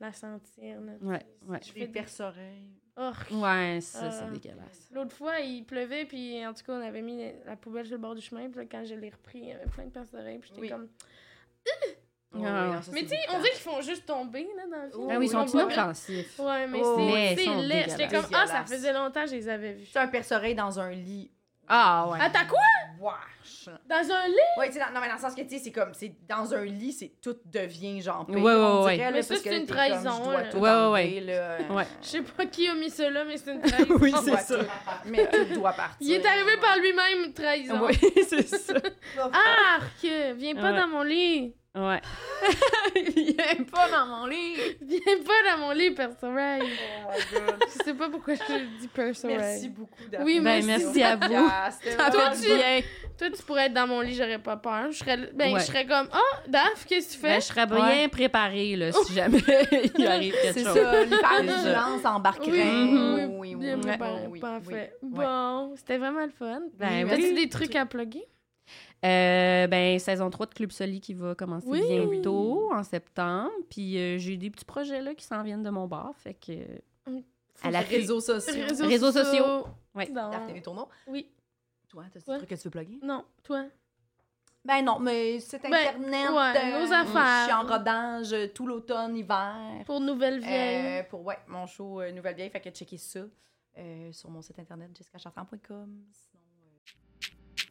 Speaker 3: La, la sentir, là, tu
Speaker 4: Ouais,
Speaker 3: sais.
Speaker 4: ouais.
Speaker 3: Je fais
Speaker 2: Des
Speaker 3: des...
Speaker 2: perce-oreilles.
Speaker 3: Urgh.
Speaker 4: Ouais, ça c'est
Speaker 3: Euh,
Speaker 4: dégueulasse.
Speaker 3: L'autre fois, il pleuvait, puis en tout cas, on avait mis la poubelle sur le bord du chemin. Puis là, quand je l'ai repris, il y avait plein de perce d'oreilles. Puis j'étais
Speaker 2: Oui.
Speaker 3: comme.
Speaker 2: Oh,
Speaker 4: Ah.
Speaker 2: oui, non, ça,
Speaker 3: Mais
Speaker 2: c'est
Speaker 3: tu sais, on
Speaker 2: dégueulasse.
Speaker 3: dirait qu'ils font juste tomber, là, dans le film.
Speaker 4: Ah oui, ils sont
Speaker 2: on voit-
Speaker 4: inoffensifs.
Speaker 3: Ouais, mais
Speaker 2: Oh,
Speaker 4: mais
Speaker 3: c'est
Speaker 4: ils
Speaker 3: c'est
Speaker 4: sont
Speaker 3: laid. J'étais comme,
Speaker 2: dégueulasses.
Speaker 3: ah, ça faisait longtemps que je les avais vus.
Speaker 2: C'est un perce-oreille dans un lit.
Speaker 4: Ah ouais.
Speaker 3: Attends, quoi?
Speaker 2: Wesh.
Speaker 3: Dans un lit?
Speaker 2: Ouais, tu sais, dans- non, mais dans le sens que, tu sais, c'est comme, c'est dans un lit, c'est tout devient genre pire.
Speaker 4: Ouais, ouais,
Speaker 2: on
Speaker 4: ouais.
Speaker 2: dirait, là,
Speaker 3: Mais ça,
Speaker 2: parce
Speaker 3: c'est
Speaker 2: que
Speaker 3: une
Speaker 2: t'es comme, je
Speaker 3: trahison,
Speaker 2: dois
Speaker 3: là.
Speaker 2: tout
Speaker 4: Ouais, ouais,
Speaker 2: enlever, là.
Speaker 4: Ouais.
Speaker 3: Je sais pas qui a mis ça là, mais c'est une trahison.
Speaker 4: Oui,
Speaker 2: On
Speaker 4: c'est
Speaker 2: doit
Speaker 4: ça.
Speaker 2: tout- Mais tout doit partir.
Speaker 3: Oh Il est arrivé par Ah! lui-même, trahison.
Speaker 4: Oui, c'est ça.
Speaker 2: Oh
Speaker 3: Arc! Viens pas
Speaker 4: Ouais.
Speaker 3: dans mon lit!
Speaker 4: Ouais.
Speaker 3: Viens pas dans mon lit! Viens pas dans mon lit, Persorel!
Speaker 2: Oh
Speaker 3: Je sais pas pourquoi je dis Persorel.
Speaker 2: Merci beaucoup d'avoir
Speaker 3: Oui,
Speaker 4: Ben,
Speaker 3: merci.
Speaker 4: merci à vous.
Speaker 2: Ça
Speaker 3: Toi,
Speaker 4: fait
Speaker 3: tu-
Speaker 4: du bien.
Speaker 3: Toi, tu pourrais être dans mon lit, j'aurais pas peur. Je serais, ben,
Speaker 4: Ouais.
Speaker 3: je serais comme, oh, Daph, qu'est-ce que tu fais?
Speaker 4: Ben, je serais bien préparée là, si jamais il arrive quelque
Speaker 2: C'est
Speaker 4: chose.
Speaker 2: ça, l'hypervigilance
Speaker 3: oui,
Speaker 2: embarquerait.
Speaker 4: Mhm.
Speaker 2: oui,
Speaker 3: bien
Speaker 2: oui,
Speaker 3: préparé,
Speaker 2: oui,
Speaker 3: parfait.
Speaker 2: oui.
Speaker 3: Bon, c'était vraiment le fun.
Speaker 4: Ben
Speaker 3: T'as-tu
Speaker 4: oui.
Speaker 3: des trucs à plugger?
Speaker 4: Euh, ben, saison 3 de Club Soli qui va commencer
Speaker 3: Oui.
Speaker 4: bientôt, en septembre. Puis euh, j'ai des petits projets là, qui s'en viennent de mon bar. Fait que... À la
Speaker 2: Réseaux sociaux.
Speaker 4: Réseaux sociaux. Ouais.
Speaker 3: Oui.
Speaker 2: Daphné, ton nom.
Speaker 3: Oui.
Speaker 2: Toi, t'as
Speaker 3: Ouais.
Speaker 2: des trucs que tu veux plugger?
Speaker 3: Non, toi.
Speaker 2: Ben non, mais c'est
Speaker 3: Ben,
Speaker 2: Internet. euh,
Speaker 3: ouais, nos
Speaker 2: Je suis en
Speaker 3: affaires.
Speaker 2: rodage euh, tout l'automne, hiver.
Speaker 3: Pour Nouvelle Vieille.
Speaker 2: Euh, pour ouais, mon show euh, Nouvelle Vieille, fait que checker ça euh, sur mon site internet jessicachartrand.com. Sinon, euh,